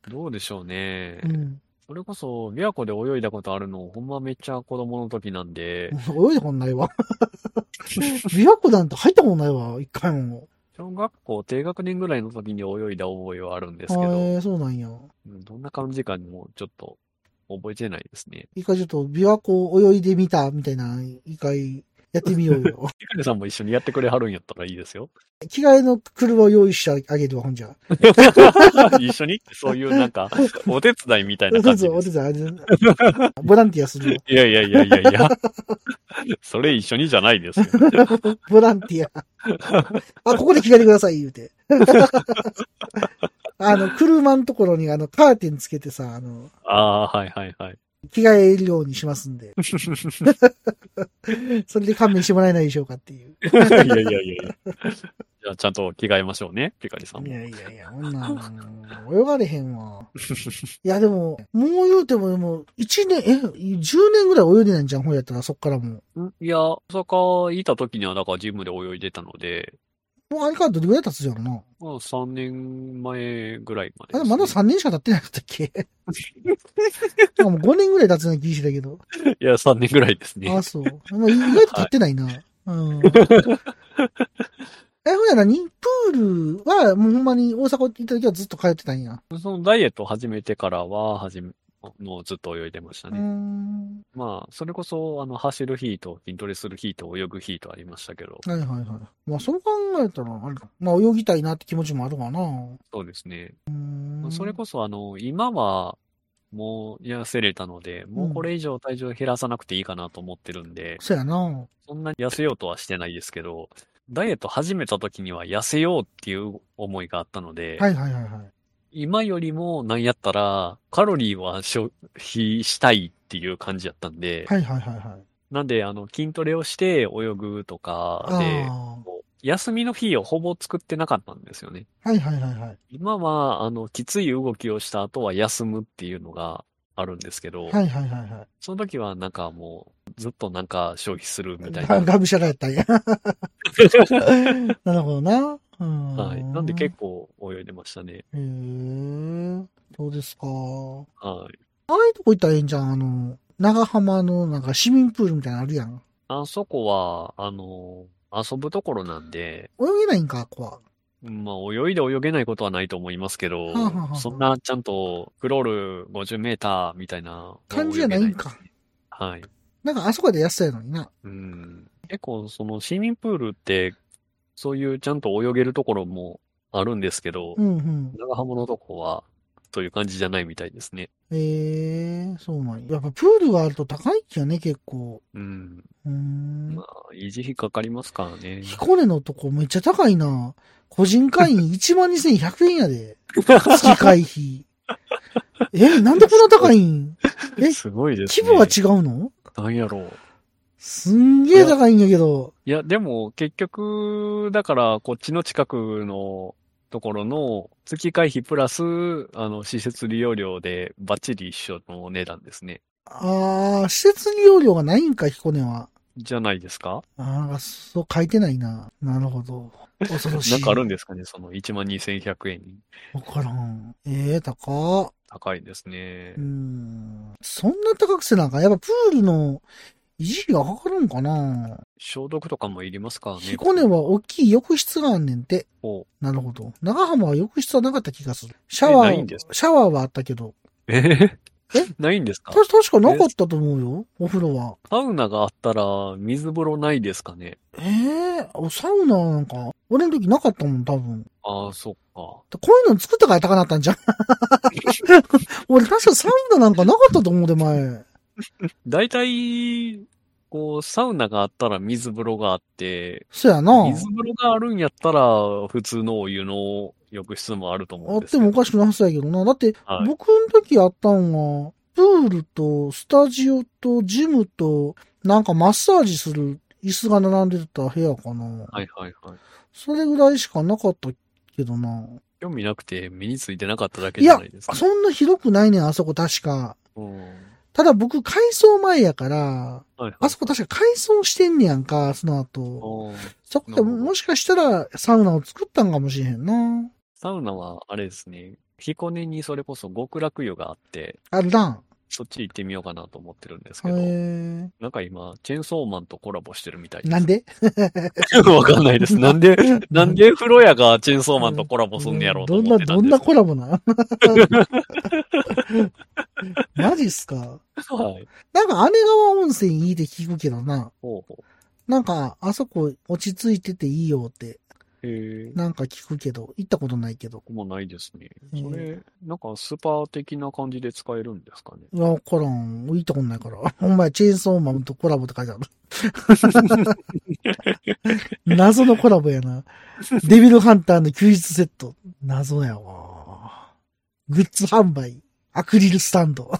S2: どうでしょうね。
S1: うん。
S2: それこそ、琵琶湖で泳いだことあるの、ほんまめっちゃ子供の時なんで、
S1: 泳いだことない わ。琵琶湖なんて入ったことないわ、一回も。
S2: 小学校低学年ぐらいの時に泳いだ覚えはあるんですけ
S1: へ
S2: ど、
S1: え、そうなんや。
S2: うんどんな感じかにもちょっと覚えてないですね。
S1: 一回ちょっと琵琶湖泳いでみたみたいな、一回やってみよう よ。
S2: ひかりさんも一緒にやってくれはるんやったらいいで すよ。
S1: 着替えの車を用意してあげるわ、ほんじゃ。
S2: 一緒にそういうなん か、お手伝いみたいな感じ
S1: そうそうお手
S2: です。
S1: 伝いあげる。ボランティアするよ。
S2: いやいやいやいやいや。それ一緒にじゃないですよ。
S1: ボランティア。 あ、ここで着替えてください、言うて。 あの、車のところにあの、カーテンつけてさ、あの、
S2: ああー、はいはいはい。
S1: 着替えるようにしますんで。それで勘弁してもらえないでしょうかっていう。
S2: いやいやいやいや。じゃあちゃんと着替えましょうね、ピカリさん
S1: い
S2: も。
S1: やいやいや、こんなん、 泳がれへんわ。いや、でも、もう言うても、もう、1年、え、10年ぐらい泳いでないんじゃん、ほんやったら、そっからも
S2: んいや、大阪いた時にはだからジムで泳いでたので、
S1: う。もう、あれからどれぐらい経つじゃんな。
S2: まあ3年前ぐらいまで
S1: あれ、
S2: ですね、
S1: まだ3年しか経ってなかったっ けなんかもう5年ぐらい経つような気がしてたけど。
S2: いや、3年ぐらいですね
S1: あ、。そう。まあ、意外と経ってないな。うん。え、ほんやな、にプールは、もうほんまに大阪行った時はずっと通ってたんや。
S2: そのダイエットを始めてからは、始め、のずっと泳いでました
S1: うー
S2: ね。
S1: ん。
S2: まあ、それこそ、あの、走る日と筋トレする日と泳ぐ日とありましたけど、
S1: はいはいはい。まあ、そう考えたら、あれだまあ、泳ぎたいなって気持ちもあるわな。う
S2: そうですね。
S1: ーん。
S2: それこそ、あの、今は、もう痩せれたので、もうこれ以上体重を減らさなくていいかなと思ってるんで、
S1: そうやな。
S2: そんなに痩せようとはしてないですけど、ダイエット始めた時には痩せようっていう思いがあったので、
S1: はいはいはいはい。
S2: 今よりもなんやったらカロリーは消費したいっていう感じやったんで、
S1: はいはいはいはい。
S2: なんであの筋トレをして泳ぐとかで、
S1: あ
S2: こう休みの日をほぼ作ってなかったんですよね。
S1: あ。はいはいはいはい。
S2: 今はあのきつい動きをした後は休むっていうのがあるんですけど、
S1: はいはいはいは
S2: その時はなんかもうずっとなんか消費するみたい
S1: い。
S2: な
S1: が。がむしゃらやったんや。 なるほどな。うん。
S2: はい。なんで結構泳いでましたね。
S1: へえ。そうですか。
S2: はい。
S1: ああいうとこ行ったらええんじゃん。あの、長浜のなんか市民プールみたいなのあるやん。
S2: あそこは、あの、遊ぶところなんで、
S1: 泳げないんか、ここは。
S2: まあ、泳いで泳げないことはないと思いますけど
S1: はあはあは、あ
S2: そんなちゃんとクロール50メーターみたいな。
S1: 感じじゃないん。か。
S2: はい。
S1: なんかあそこでやってたのにな。
S2: うん。結構、その市民プールって、そういうちゃんと泳げるところもあるんですけど
S1: う、んうん。
S2: 長浜のとこは、そういう感じじゃないみたいですね。
S1: ええそうなんや。やっぱプールがあると高いっきよね、結構。
S2: うん。
S1: うーん
S2: ま。あ、維持費かかりますからね。
S1: 彦根のとこめっちゃ高いな。個人会員12,100円やで。月会費。え、なんでこんな高いんえ
S2: すごいです
S1: 規
S2: ね。
S1: 模が違うの
S2: なんやろう。
S1: すんげえ高いんやけど。
S2: いや、でも結局、だからこっちの近くのところの月会費プラス、あの、施設利用料でバッチリ一緒の値段ですね。
S1: あー、施設利用料がないんか、彦根は。
S2: じゃないですか
S1: あー、そう書いてないな。なるほど。恐ろしい。
S2: なんかあるんですかねその12,100円に。
S1: わからん。ええー、高っ。
S2: 高いですね
S1: う。ん。そんな高くせなんかんやっぱプールの維持費がかかるんかな
S2: 消毒とかもいりますからね。
S1: 彦根は大きい浴室があんねんて。
S2: お
S1: なるほど。長浜は浴室はなかった気がする。シャワ
S2: えない
S1: ー
S2: んです、
S1: シャワーはあったけど。
S2: えないんですか
S1: た確かなかったと思うよ、お風呂は。
S2: サウナがあったら、水風呂ないですかね。
S1: ええー、サウナなんか、俺の時なかったもん、多分。
S2: ああ、そっか。
S1: こういうの作ったから高なったんじ ゃん。俺確かサウナなんかなかったと思うで、前。
S2: 大体、こう、サウナがあったら水風呂があって、
S1: そうやな。
S2: 水風呂があるんやったら、普通のお湯の浴室もあると思うんです
S1: あってもおかしくなさやけどな。だって、はい、僕の時あったんは、プールと、スタジオと、ジムと、なんかマッサージする椅子が並んでた部屋かな。
S2: はいはいはい。
S1: それぐらいしかなかったけどな。
S2: 興味なくて身についてなかっただけじゃないですか、
S1: ね、いや、そんな広くないねん、あそこ確か。
S2: うん
S1: ただ僕、改装前やから、はいはい、あそこ確か改装してんねやんか、その後。そこでもしかしたらサウナを作ったんかもしれへんな。
S2: サウナは、あれですね、彦根にそれこそ極楽湯があって。
S1: あるな。
S2: そっち行ってみようかなと思ってるんですけど。なんか今、チェンソーマンとコラボしてるみたい
S1: なんで
S2: わかんないです。なんで、な んで風呂屋がチェンソーマンとコラボすんねやろうと思って
S1: どんな、どんな コラボなマジっすか
S2: はい。
S1: なんか姉川温泉いいって聞くけどな。
S2: ほうほ
S1: うなんか、あそこ落ち着いてていいよって。なんか聞くけど、行ったことないけど。
S2: こもないですね。それ、なんかスーパー的な感じで使えるんですかね。
S1: いや、わからん。行ったことないから。 ほんまや、チェーンソーマンとコラボって書いてある。 謎のコラボやな。デビルハンターの休日セット。謎やわ。グッズ販売。アクリルスタンド。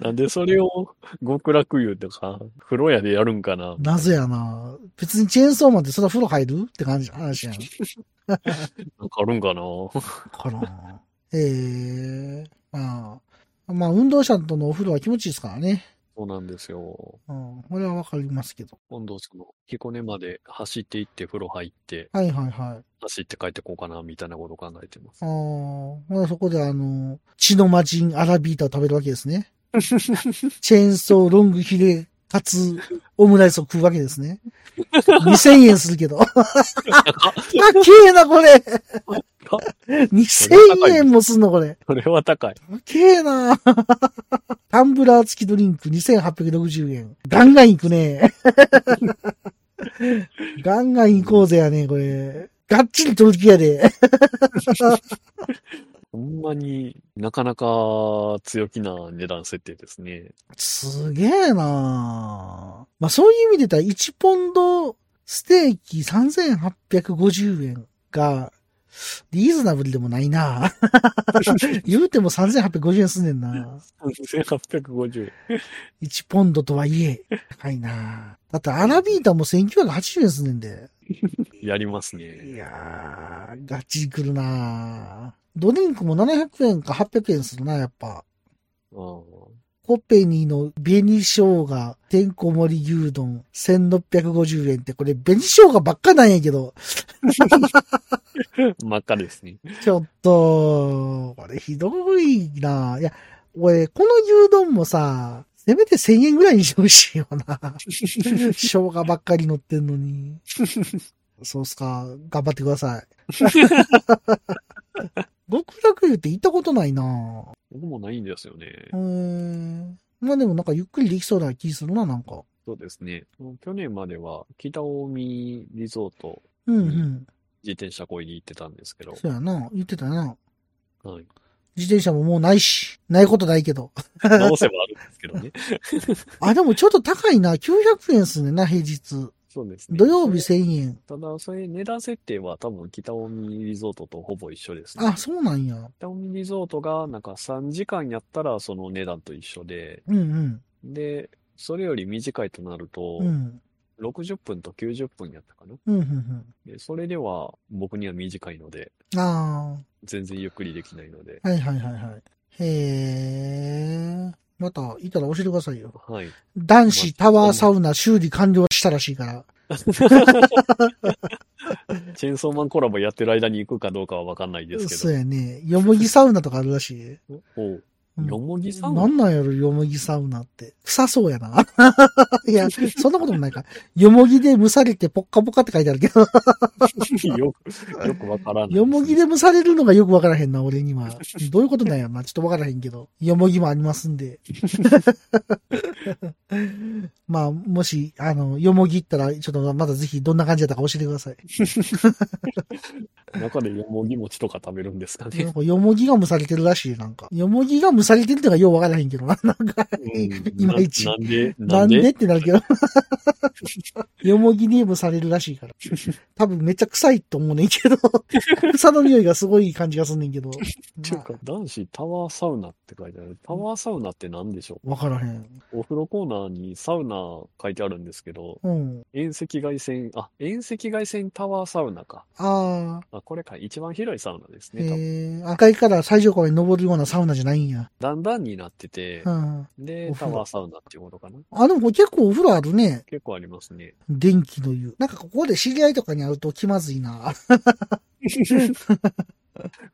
S2: なんでそれを極楽湯とか、風呂屋でやるんかな。
S1: 謎やな。別にチェーンソーマンってそんな風呂入るって感じの話やん。
S2: なんかあるんかな。
S1: かな。ええー、まあ、まあ、運動者とのお風呂は気持ちいいですからね。
S2: そうなんですよ。
S1: うん、これはわかりますけど。
S2: 今度、その、彦根まで走って行って風呂入って、
S1: はいはいはい。
S2: 走って帰ってこうかな、みたいなこと考えてます。
S1: ああ、まだそこであの、血の魔人アラビータを食べるわけですね。チェーンソー、ロングヒレ、かつ、オムライスを食うわけですね。2000円するけど。あ、きれいな、これ。2000円もすんの、これ。
S2: これは高い。
S1: 高えな。タンブラー付きドリンク2860円。ガンガン行くね。ガンガン行こうぜやね、これ。がっちり取る気やで。
S2: ほんまになかなか強気な値段設定ですね。
S1: すげえなまあそういう意味で言ったら1ポンドステーキ3850円がリーズナブルでもないな言うても3850円すんねんな。
S2: 3850
S1: 円。1ポンドとはいえ、高いなだってアラビータも1980円すんねんで。
S2: やりますね。
S1: いやー、ガチくるなドリンクも700円か800円するな、やっぱ。
S2: うん。
S1: コペニの紅生姜、てんこ盛り牛丼、1650円って、これ紅生姜ばっかなんやけど。
S2: 真っ赤ですね。
S1: ちょっと、これひどいないや、俺、この牛丼もさ、せめて1000円ぐらいにしてほしいよな。生姜ばっかり乗ってんのに。そうっすか。頑張ってください。極楽湯って行ったことないな
S2: 僕もないんですよね。
S1: うん。まあでもなんかゆっくりできそうな気するな、なんか。
S2: そうですね。去年までは北近江リゾート
S1: うんうん。
S2: 自転車こいに行ってたんですけど。
S1: そうやな。言ってたな。
S2: はい。
S1: 自転車ももうないし、ないことないけ ど。
S2: 直せばあるんですけ どね。
S1: あ、でもちょっと高いな。900円すんねんな、平日。
S2: そうですね。
S1: 土曜日1000円。
S2: ただ、それ値段設定は多分北近江リゾートとほぼ一緒です
S1: ね。あ、そうなんや。
S2: 北近江リゾートがなんか3時間やったらその値段と一緒で、
S1: うん
S2: うん。で、それより短いとなると、
S1: うん、
S2: 60分と90分やったかな。
S1: うんうんうん
S2: で、それでは僕には短いので、
S1: ああ。
S2: 全然ゆっくりできないので。
S1: はいはいはいはい。へえ。また、いたら教えてくださいよ。
S2: はい。
S1: 男子タワーサウナ修理完了したらしいから。
S2: チェンソーマンコラボやってる間に行くかどうかはわかんないですけど。
S1: そうやね。よもぎサウナとかあるらしい。
S2: およもぎサウナ
S1: なんなんやろ、よもぎサウナって。臭そうやな。 いや、そんなこともないか。よもぎで蒸されてポッカポカって書いてあるけど。
S2: よく、よくわからない。
S1: よもぎで蒸されるのがよくわからへんな、俺には。どういうことなんやろな、ちょっとわからへんけど。よもぎもありますんで。 まあ、もし、あの、よもぎ行ったら、ちょっとまだぜひどんな感じだったか教えてください。
S2: 中でよもぎ餅とか食べるんですか
S1: な
S2: ね
S1: ん。かよもぎが蒸されてるらしい、なんか。よもぎが蒸されてるってのがようわからへんけどな、なんか。
S2: うん
S1: いまいち
S2: ななんで、
S1: なんでってなるけど。 よもぎにもされるらしいから。多分めっちゃ臭いと思うねんけ ど。草の匂いがすごい感じがすんねんけど。
S2: っていうか、男子タワーサウナって書いてある。タワーサウナって何でしょ
S1: わからへん。
S2: うお風呂コーナーにサウナ書いてあるんですけど、
S1: うん。
S2: 遠赤外線、あ、遠赤外線タワーサウナか。
S1: ああ、
S2: あ、これか、一番広いサウナです
S1: え
S2: ね。多分
S1: ー、赤いから最上階に登るようなサウナじゃないんや。
S2: だんだんになってて
S1: う、ん。
S2: で
S1: お、
S2: タ
S1: 風呂
S2: ワーサウナっていうことかな。
S1: あ、でもこれ結構お風呂あるね。
S2: 結構ありますね。
S1: 電気の湯。なんかここで知り合いとかに会うと気まずいな。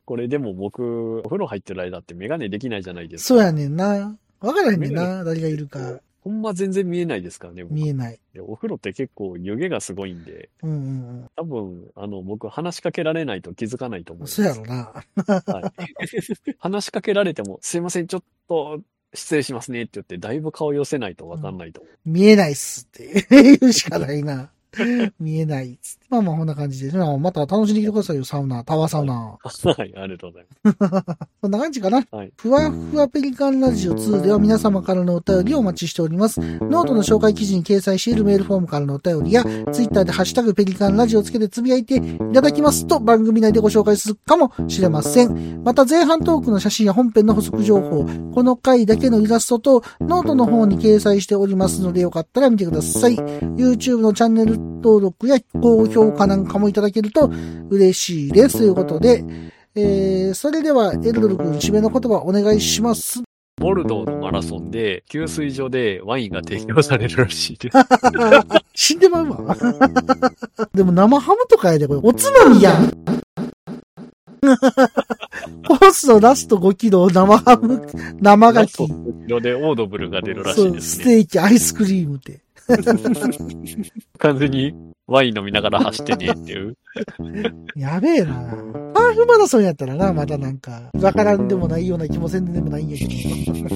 S2: これでも僕、お風呂入ってる間ってメガネできないじゃないですか。
S1: そうやねんな。わからへんねんな。誰がいるか。
S2: ほんま全然見えないですからね、僕
S1: 見えない。
S2: でお風呂って結構湯気がすごいんで、
S1: うんうん
S2: 多分、あの、僕話しかけられないと気づかないと
S1: うん。
S2: 思います。
S1: そうやろな。
S2: はい、 話しかけられても、すいません、ちょっと失礼しますねって言って、だいぶ顔寄せないとわかんないと思う。
S1: 見えないっすって言うしかないな。見えないっつって。まあまあこんな感じで。まあまた楽しんできてくださいよ、サウナ、タワーサウナ。
S2: はい、ありがとうございます。
S1: こんな感じかな。
S2: はい
S1: ふわふわペリカンラジオ2では皆様からのお便りをお待ちしております。ノートの紹介記事に掲載しているメールフォームからのお便りや、ツイッターでハッシュタグペリカンラジオをつけてつぶやいていただきますと番組内でご紹介するかもしれません。また前半トークの写真や本編の補足情報、この回だけのイラストとノートの方に掲載しておりますのでよかったら見てください。YouTube のチャンネル登録や高評価なんかもいただけると嬉しいです。ということで、えー、それでは、エルドル君、締めの言葉お願いします。
S2: ボルドーのマラソンで、給水所でワインが提供されるらしいです。
S1: 死んでまうわ。 でも生ハムとかやで、これ、おつまみやん。 コースのラスト5キロ、生ハム、生
S2: ラ
S1: ガ
S2: スト
S1: キ、
S2: 5キロでオードブルが出るらし
S1: そ、
S2: いうで
S1: ス
S2: すね。
S1: テーキ、アイスクリームって。
S2: 完全にワイン飲みながら走ってねっていう。
S1: やべえな。ハーフマラソンやったらな、まだなんか、わからんでもないような気もせんでもないんやけど。